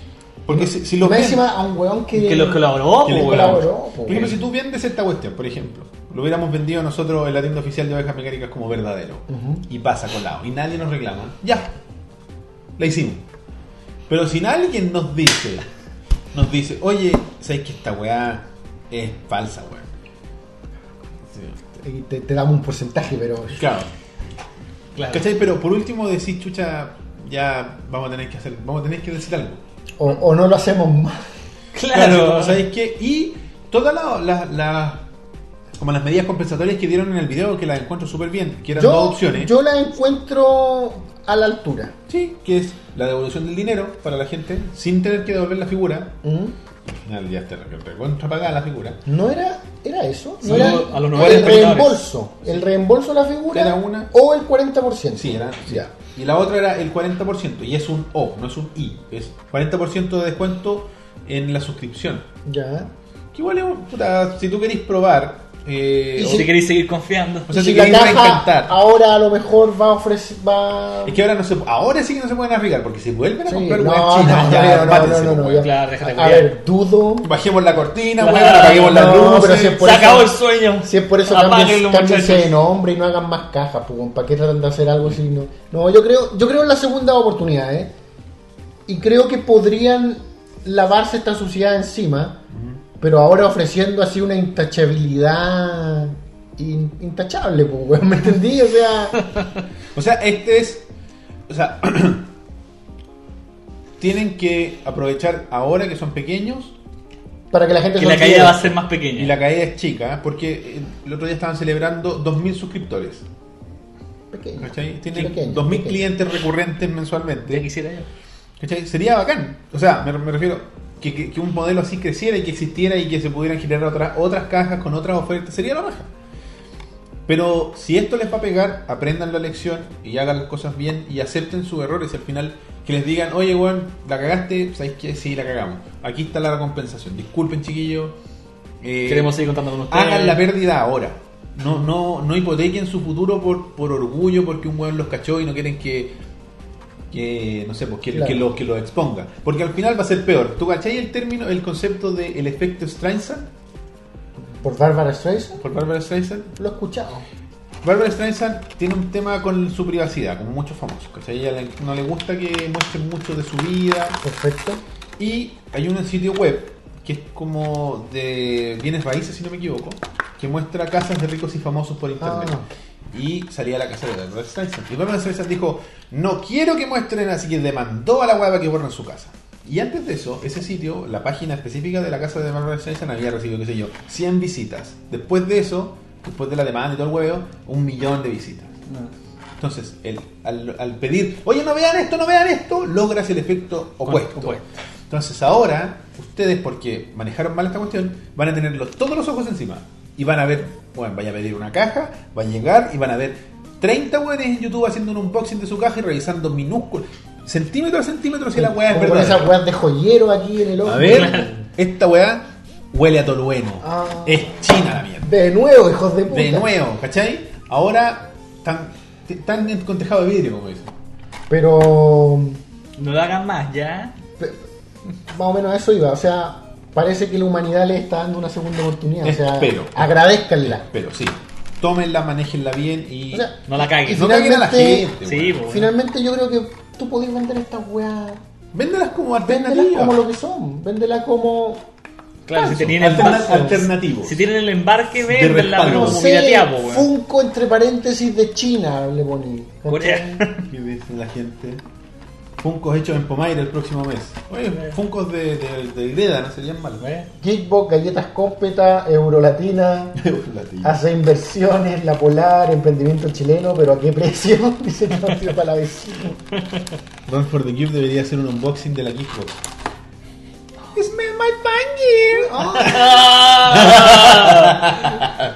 porque si, si lo Más vendes, encima a un weón que, Que los colaboró, que po, le weón. colaboró, po, Oh, por ejemplo, si tú vendes esta cuestión, por ejemplo, lo hubiéramos vendido nosotros en la tienda oficial de ovejas mecánicas como verdadero Ujú. y pasa colado y nadie nos reclama, ya, la hicimos. Pero si alguien nos dice, nos dice, oye, ¿sabes que esta weá es falsa, weón? Y te, te damos un porcentaje, pero Claro. Claro. ¿Cachai? Pero por último decís, chucha, ya vamos a tener que hacer, vamos a tener que decir algo. o, o no lo hacemos más. Claro. ¿Sabéis qué? Y todas las las- las- como las medidas compensatorias que dieron en el video, que las encuentro súper bien, que eran dos opciones. yo la encuentro a la altura. Sí, que es la devolución del dinero para la gente, sin tener que devolver la figura. ¿Mm? Al final ya está contrapagada la figura. ¿No era, era eso? ¿No Sí, era a los el 90 reembolso? ¿El reembolso de la figura Era una- o el 40%? Sí, era. sí. Ya. Y la otra era el 40%, y es un O, no es un I. Es 40% de descuento en la suscripción. Ya. Que igual es un- puta, si tú querés probar. eh, Y o- Si queréis seguir confiando. O sea, Y si si la queréis caja reinventar. ahora a lo mejor va a ofrecer... Va... Es que ahora no se ahora sí que no se pueden arriesgar, porque si vuelven a Sí, comprar no, weas chinas, no, ya no, no, mátense, no, no, weón. ya. pues, Claro, déjate A cuidar. ver, dudo. Bajemos la cortina, Claro, weón, apaguemos las no, luces. pero si es por Se eso- acabó el sueño. Si es por eso Apáguenlo, cámbiense cámbiense muchachos. de nombre y no hagan más cajas, pues, weón. ¿para qué tratan de hacer algo si no? No, yo creo, yo creo en la segunda oportunidad, ¿eh? Y creo que podrían lavarse esta suciedad encima, pero ahora ofreciendo así una intachabilidad in- intachable, pues, weón, ¿me entendí? O sea, O sea, este es. O sea. tienen que aprovechar ahora que son pequeños para que la gente Que se la olvide. caída va a ser más y pequeña. la caída es chica, ¿eh? porque el otro día estaban celebrando 2.000 suscriptores. Pequeño. ¿Cachai? Tienen Pequeño, 2.000 pequeño. clientes recurrentes mensualmente. Ya quisiera yo. ¿Cachai? Sería bacán. O sea, me, me refiero que, que- que un modelo así creciera y que existiera y que se pudieran generar otras, otras cajas con otras ofertas. Sería la raja. Pero si esto les va a pegar, aprendan la lección y hagan las cosas bien y acepten sus errores. Y al final que les digan, oye, weón, la cagaste, ¿sabéis qué? Sí, la cagamos. Aquí está la compensación. Disculpen, chiquillos. Eh, Queremos seguir contando con ustedes. Hagan la pérdida ahora. No, no, no hipotequen su futuro por, por orgullo, porque un weón los cachó y no quieren que, que no sé, pues que, Claro. que los que los exponga. Porque al final va a ser peor. ¿Tú cacháis el término, el concepto del efecto Streisand? Por Bárbara Streisand, Por Barbara Streisand. lo he escuchado. Barbara Streisand tiene un tema con su privacidad, como muchos famosos. ¿cachai? Ella le- no le gusta que muestren mucho de su vida. Perfecto. Y hay un sitio web que es como de bienes raíces, si no me equivoco, que muestra casas de ricos y famosos por internet. Ah. Y salía la casa de Barbara Streisand. Y Barbara Streisand dijo, no quiero que muestren, así que demandó a la web para que borren su casa. Y antes de eso, ese sitio, la página específica de la casa de Barbara Streisand había recibido, qué sé yo, 100 visitas. Después de eso, después de la demanda y todo el huevo, un millón de visitas. No. Entonces, el- al, al pedir, oye, no vean esto, no vean esto, logras el efecto opuesto. opuesto. Entonces, ahora, ustedes, porque manejaron mal esta cuestión, van a tener los- todos los ojos encima. Y van a ver, bueno, van a pedir una caja, van a llegar y van a ver 30 weones en YouTube haciendo un unboxing de su caja y revisando minúsculas, centímetro a centímetro si la weá es Como con verdad. esas weas de joyero aquí en el ojo. A ver, esta weá, huele a tolueno. Ah. Es china la mierda. De nuevo, hijos de puta. De nuevo, ¿cachai? Ahora están, están con tejado de vidrio, como dicen. Pero. No lo hagan más, ya. pe- Más o menos a eso iba. O sea, parece que la humanidad le está dando una segunda oportunidad. O sea, Espero. agradezcanla. Pero sí, tómenla, manéjenla bien y. O sea, No la y caguen. Y no caguen a la finalmente- gente. Sí, weón. po. Finalmente, yo creo que tú podés vender estas weas. Véndelas como Véndelas alternativas. como lo que son. Véndelas como. Claro, si falso. tenían el Alterna- embarque. alternativos. Si tienen el embarque, véndanla, respaldo. pero No como sé, pirateado, po, weón. Funko entre paréntesis de China le poní. ¿cachai? Corea. ¿Qué dice la gente? Funcos hechos en Pomaire el próximo mes. Oye, Funcos de, de, de Greda, no serían malos. Geekbox, Galletas Cómpeta, Eurolatina, hace inversiones, La Polar, emprendimiento chileno, pero ¿a qué precio? Dice que no tío para la vecina. Run for the Cube debería hacer un unboxing de la Xbox. Smell my fingers. Ah,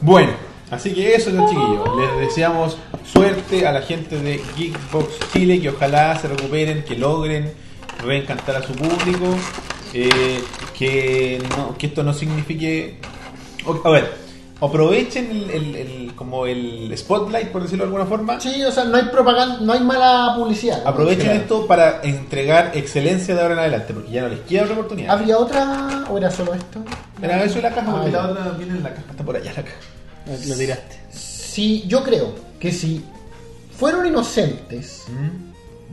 Bueno, así que eso es el chiquillo. Les deseamos suerte a la gente de Geekbox Chile, que ojalá se recuperen, que logren reencantar a su público, eh, que, no- que esto no signifique... o- a ver, aprovechen el, el- el- como el spotlight, por decirlo de alguna forma. Sí, o sea, no hay propaganda, no hay mala publicidad. Aprovechen Claro. esto para entregar excelencia de ahora en adelante, porque ya no les queda otra oportunidad. ¿Habría otra o era solo esto? Mira, eso es la caja, Ah, porque ya. la otra viene en la caja, está por allá la caja. Lo tiraste. Sí, yo creo que si fueron inocentes,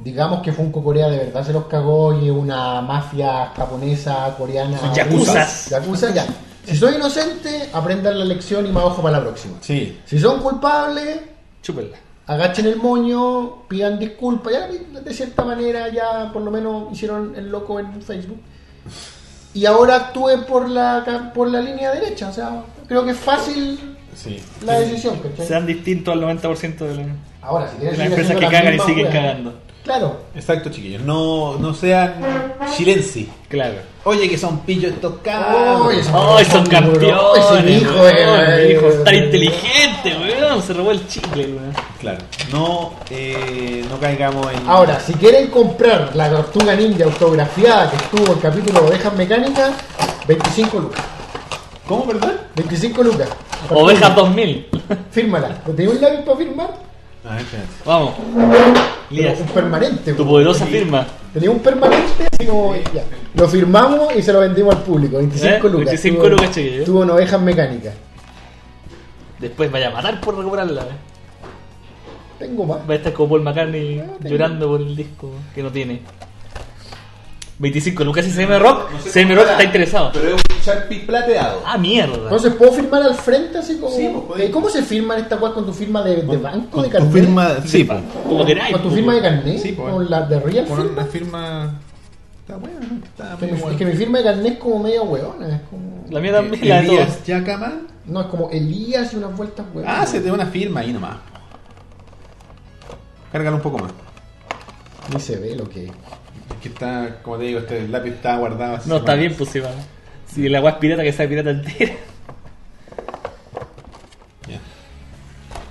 digamos que Funko Corea de verdad se los cagó y es una mafia japonesa, coreana. Son yakuzas. Yakuza, ya. Si soy inocente, aprendan la lección y más ojo para la próxima. Sí, Si son culpables, Chúpenla. agachen el moño, pidan disculpas. Ya de cierta manera, ya por lo menos hicieron el loco en Facebook. Y ahora actúen por la, por la línea derecha. O sea, creo que es fácil sí. la decisión. ¿cachai? Sean distintos al 90% de la... Ahora, si quieres Las seguir empresas haciendo que la cagan y misma siguen wea. cagando. Claro. Exacto, chiquillos. No, no sean chilenses. Claro. Oye, que son pillos estos cabros. Oye, ¡Ay, son campeones! Ese hijo, weón, eh, mi hijo eh, es tan inteligente, weón. Se robó el chicle, weón. Claro, no, eh, no caigamos en. Ahora, si quieren comprar la tortuga ninja autografiada que estuvo en el capítulo de Ovejas Mecánicas, 25 lucas. ¿Cómo, perdón? 25 lucas. Ovejas 2000. Fírmala. ¿Tenés un lápiz para firmar? A ver, Ah, espérate. Vamos. Pero Elías, un permanente. tu po. poderosa firma. Tenía un permanente, así como, ya. Lo firmamos y se lo vendimos al público. 25 ¿Eh? lucas. 25 Estuvo- lucas, chiquillo. Estuvo en Ovejas Mecánicas. Después vaya a matar por recuperarla. weón. Tengo más. Va a estar como Paul McCartney tengo. llorando por el disco que no tiene. 25 lucas y CM Rock. CM Rock está interesado. Pero es un Sharpie plateado. Ah, mierda. Entonces, ¿puedo firmar al frente así como? Sí, pues, podéis. Eh, ¿Cómo se firman esta cual con tu firma de, de banco? con de tu carnet? firma. Sí, pues. po. Como queráis. ¿Con tu po, firma de weón. carnet? Sí, pues. ¿Con la de Real Con firma? una firma. Está buena, ¿no? Está Que muy mi- buena. Es que mi firma de carnet es como media hueona. Es como... La mía también, la de todos. Elías Yacama. No, es como Elías y unas vueltas hueonas. Ah, se te da una firma ahí nomás. Cárgala un poco más. Ni se ve lo que es. Es que está, como te digo, este lápiz está guardado. hace No, está semanas. bien, pues sí, va. Si la agua es pirata, que sea pirata entera. Ya.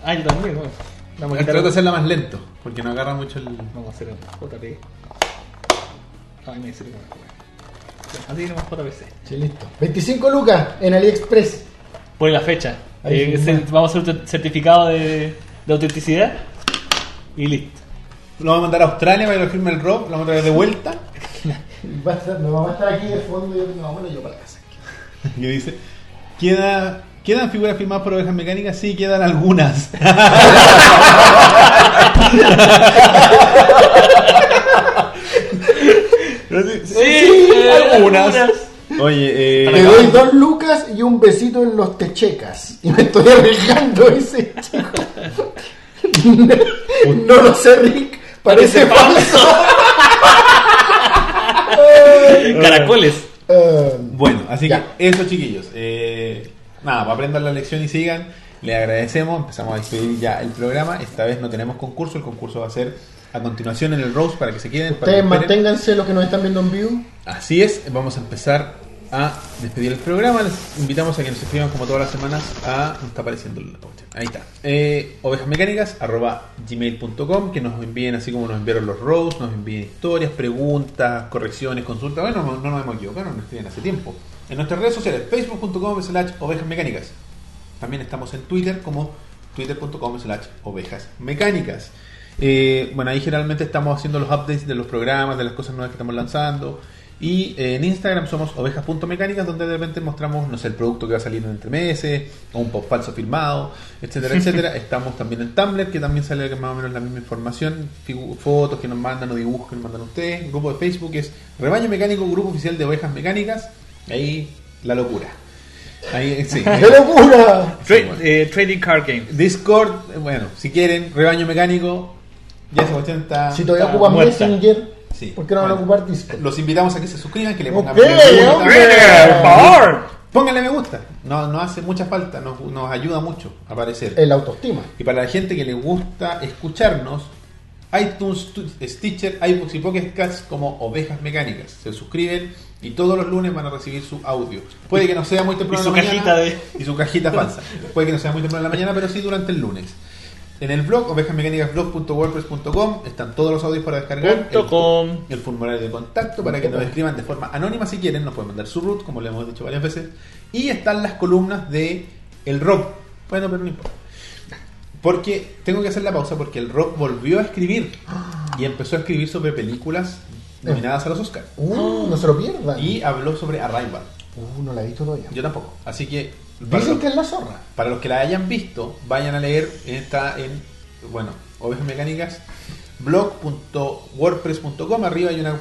Ah, yo también, bueno. Vamos a Trato de quitar. hacerla más lento, porque no agarra mucho el. Vamos a hacer un JP. Ay, Ah, me dice que no. Así nomás JPC. Sí, listo. 25 lucas en AliExpress. Pone la fecha. Ahí Eh, sí, se- bueno. vamos a hacer un certificado de, de autenticidad. Y listo. Lo vamos a mandar a Australia para que lo firme el Rob, lo vamos a traer de vuelta. Va a estar- nos vamos a estar aquí de fondo y no, bueno, yo para la casa. Y dice: ¿Queda, ¿Quedan figuras firmadas por ovejas mecánicas? Sí, quedan algunas. Sí, algunas. Oye, eh. Te doy dos lucas y un besito en los techecas. Y me estoy arriesgando ese chico. No lo sé, Rick. Parece falso. Caracoles. Eh, Bueno, así Ya. que eso chiquillos. Eh, nada, aprendan la lección y sigan. Le agradecemos, empezamos a despedir ya el programa. Esta vez no tenemos concurso, el concurso va a ser a continuación en el Rose para que se queden. para ustedes que esperen. manténganse los que nos están viendo en vivo. Así es, vamos a empezar a despedir el programa. Les invitamos a que nos escriban como todas las semanas a... No está apareciendo la cuestión. Ahí está. Eh, ovejasmecánicas arroba gmail.com que nos envíen así como nos enviaron los rows, nos envíen historias, preguntas, correcciones, consultas. Bueno, no, no nos hemos equivocado, nos escriben hace tiempo. En nuestras redes sociales, facebook.com slash ovejasmecánicas. También estamos en Twitter como twitter.com slash ovejas mecánicas. Eh, bueno, ahí generalmente estamos haciendo los updates de los programas, de las cosas nuevas que estamos lanzando. Y eh, en Instagram somos ovejas.mecánicas, donde de repente mostramos, no sé, el producto que va a salir entre meses, o un post falso filmado, etcétera, etcétera. Estamos también en Tumblr, que también sale más o menos la misma información, figu- fotos que nos mandan o dibujos que nos mandan ustedes. El grupo de Facebook es Rebaño Mecánico, Grupo Oficial de Ovejas Mecánicas. Ahí la locura. Ahí, eh, sí. ¡Qué locura! Sí, Tra- bueno. eh, trading Card Game. Discord, eh, bueno, si quieren, rebaño mecánico. Ya esa cuestión está. Si todavía está ocupan Ah, muerta. Messenger, Sí. ¿por qué no van a Bueno, ocupar Discord? Los invitamos a que se suscriban, que le pongan Ok, me gusta. ok. ¡Por favor! Pónganle me gusta. No, no hace mucha falta, nos, nos ayuda mucho a aparecer. El autoestima. Y para la gente que le gusta escucharnos, iTunes, Tu- Stitcher, iBooks y Pocket Cats como ovejas mecánicas. Se suscriben y todos los lunes van a recibir su audio. Puede que no sea muy temprano Y su en la mañana. cajita de- Y su cajita falsa. Puede que no sea muy temprano en la mañana, pero sí durante el lunes. En el blog, ovejasmecánicasblog.wordpress.com, están todos los audios para descargar. Punto com. El, el formulario de contacto para que nos escriban de forma anónima si quieren, nos pueden mandar su root, como le hemos dicho varias veces. Y están las columnas de el rock. Bueno, pero no importa. Porque tengo que hacer la pausa porque el rock volvió a escribir Ah. y empezó a escribir sobre películas Eh. nominadas a los Oscars. Uh, no se lo pierdan. Ah. Y habló sobre Arrival. Uh, no la he visto todavía. Yo tampoco. Así que para Dicen los, que es la zorra. para los que la hayan visto, vayan a leer. Está en, bueno, Ovejas Mecánicas, blog.wordpress.com. Arriba hay una,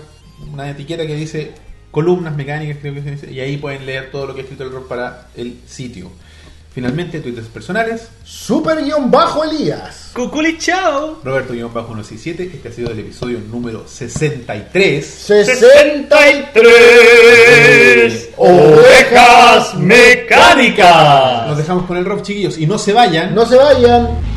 una etiqueta que dice columnas mecánicas, creo que se dice. Y ahí pueden leer todo lo que ha escrito el rock para el sitio. Finalmente, tweets personales. Super guión bajo Elías. ¡Cuculi chao! Roberto-167, este ha sido el episodio número 63. 63 ovejas mecánicas. Nos dejamos con el rock, chiquillos, y no se vayan. No se vayan.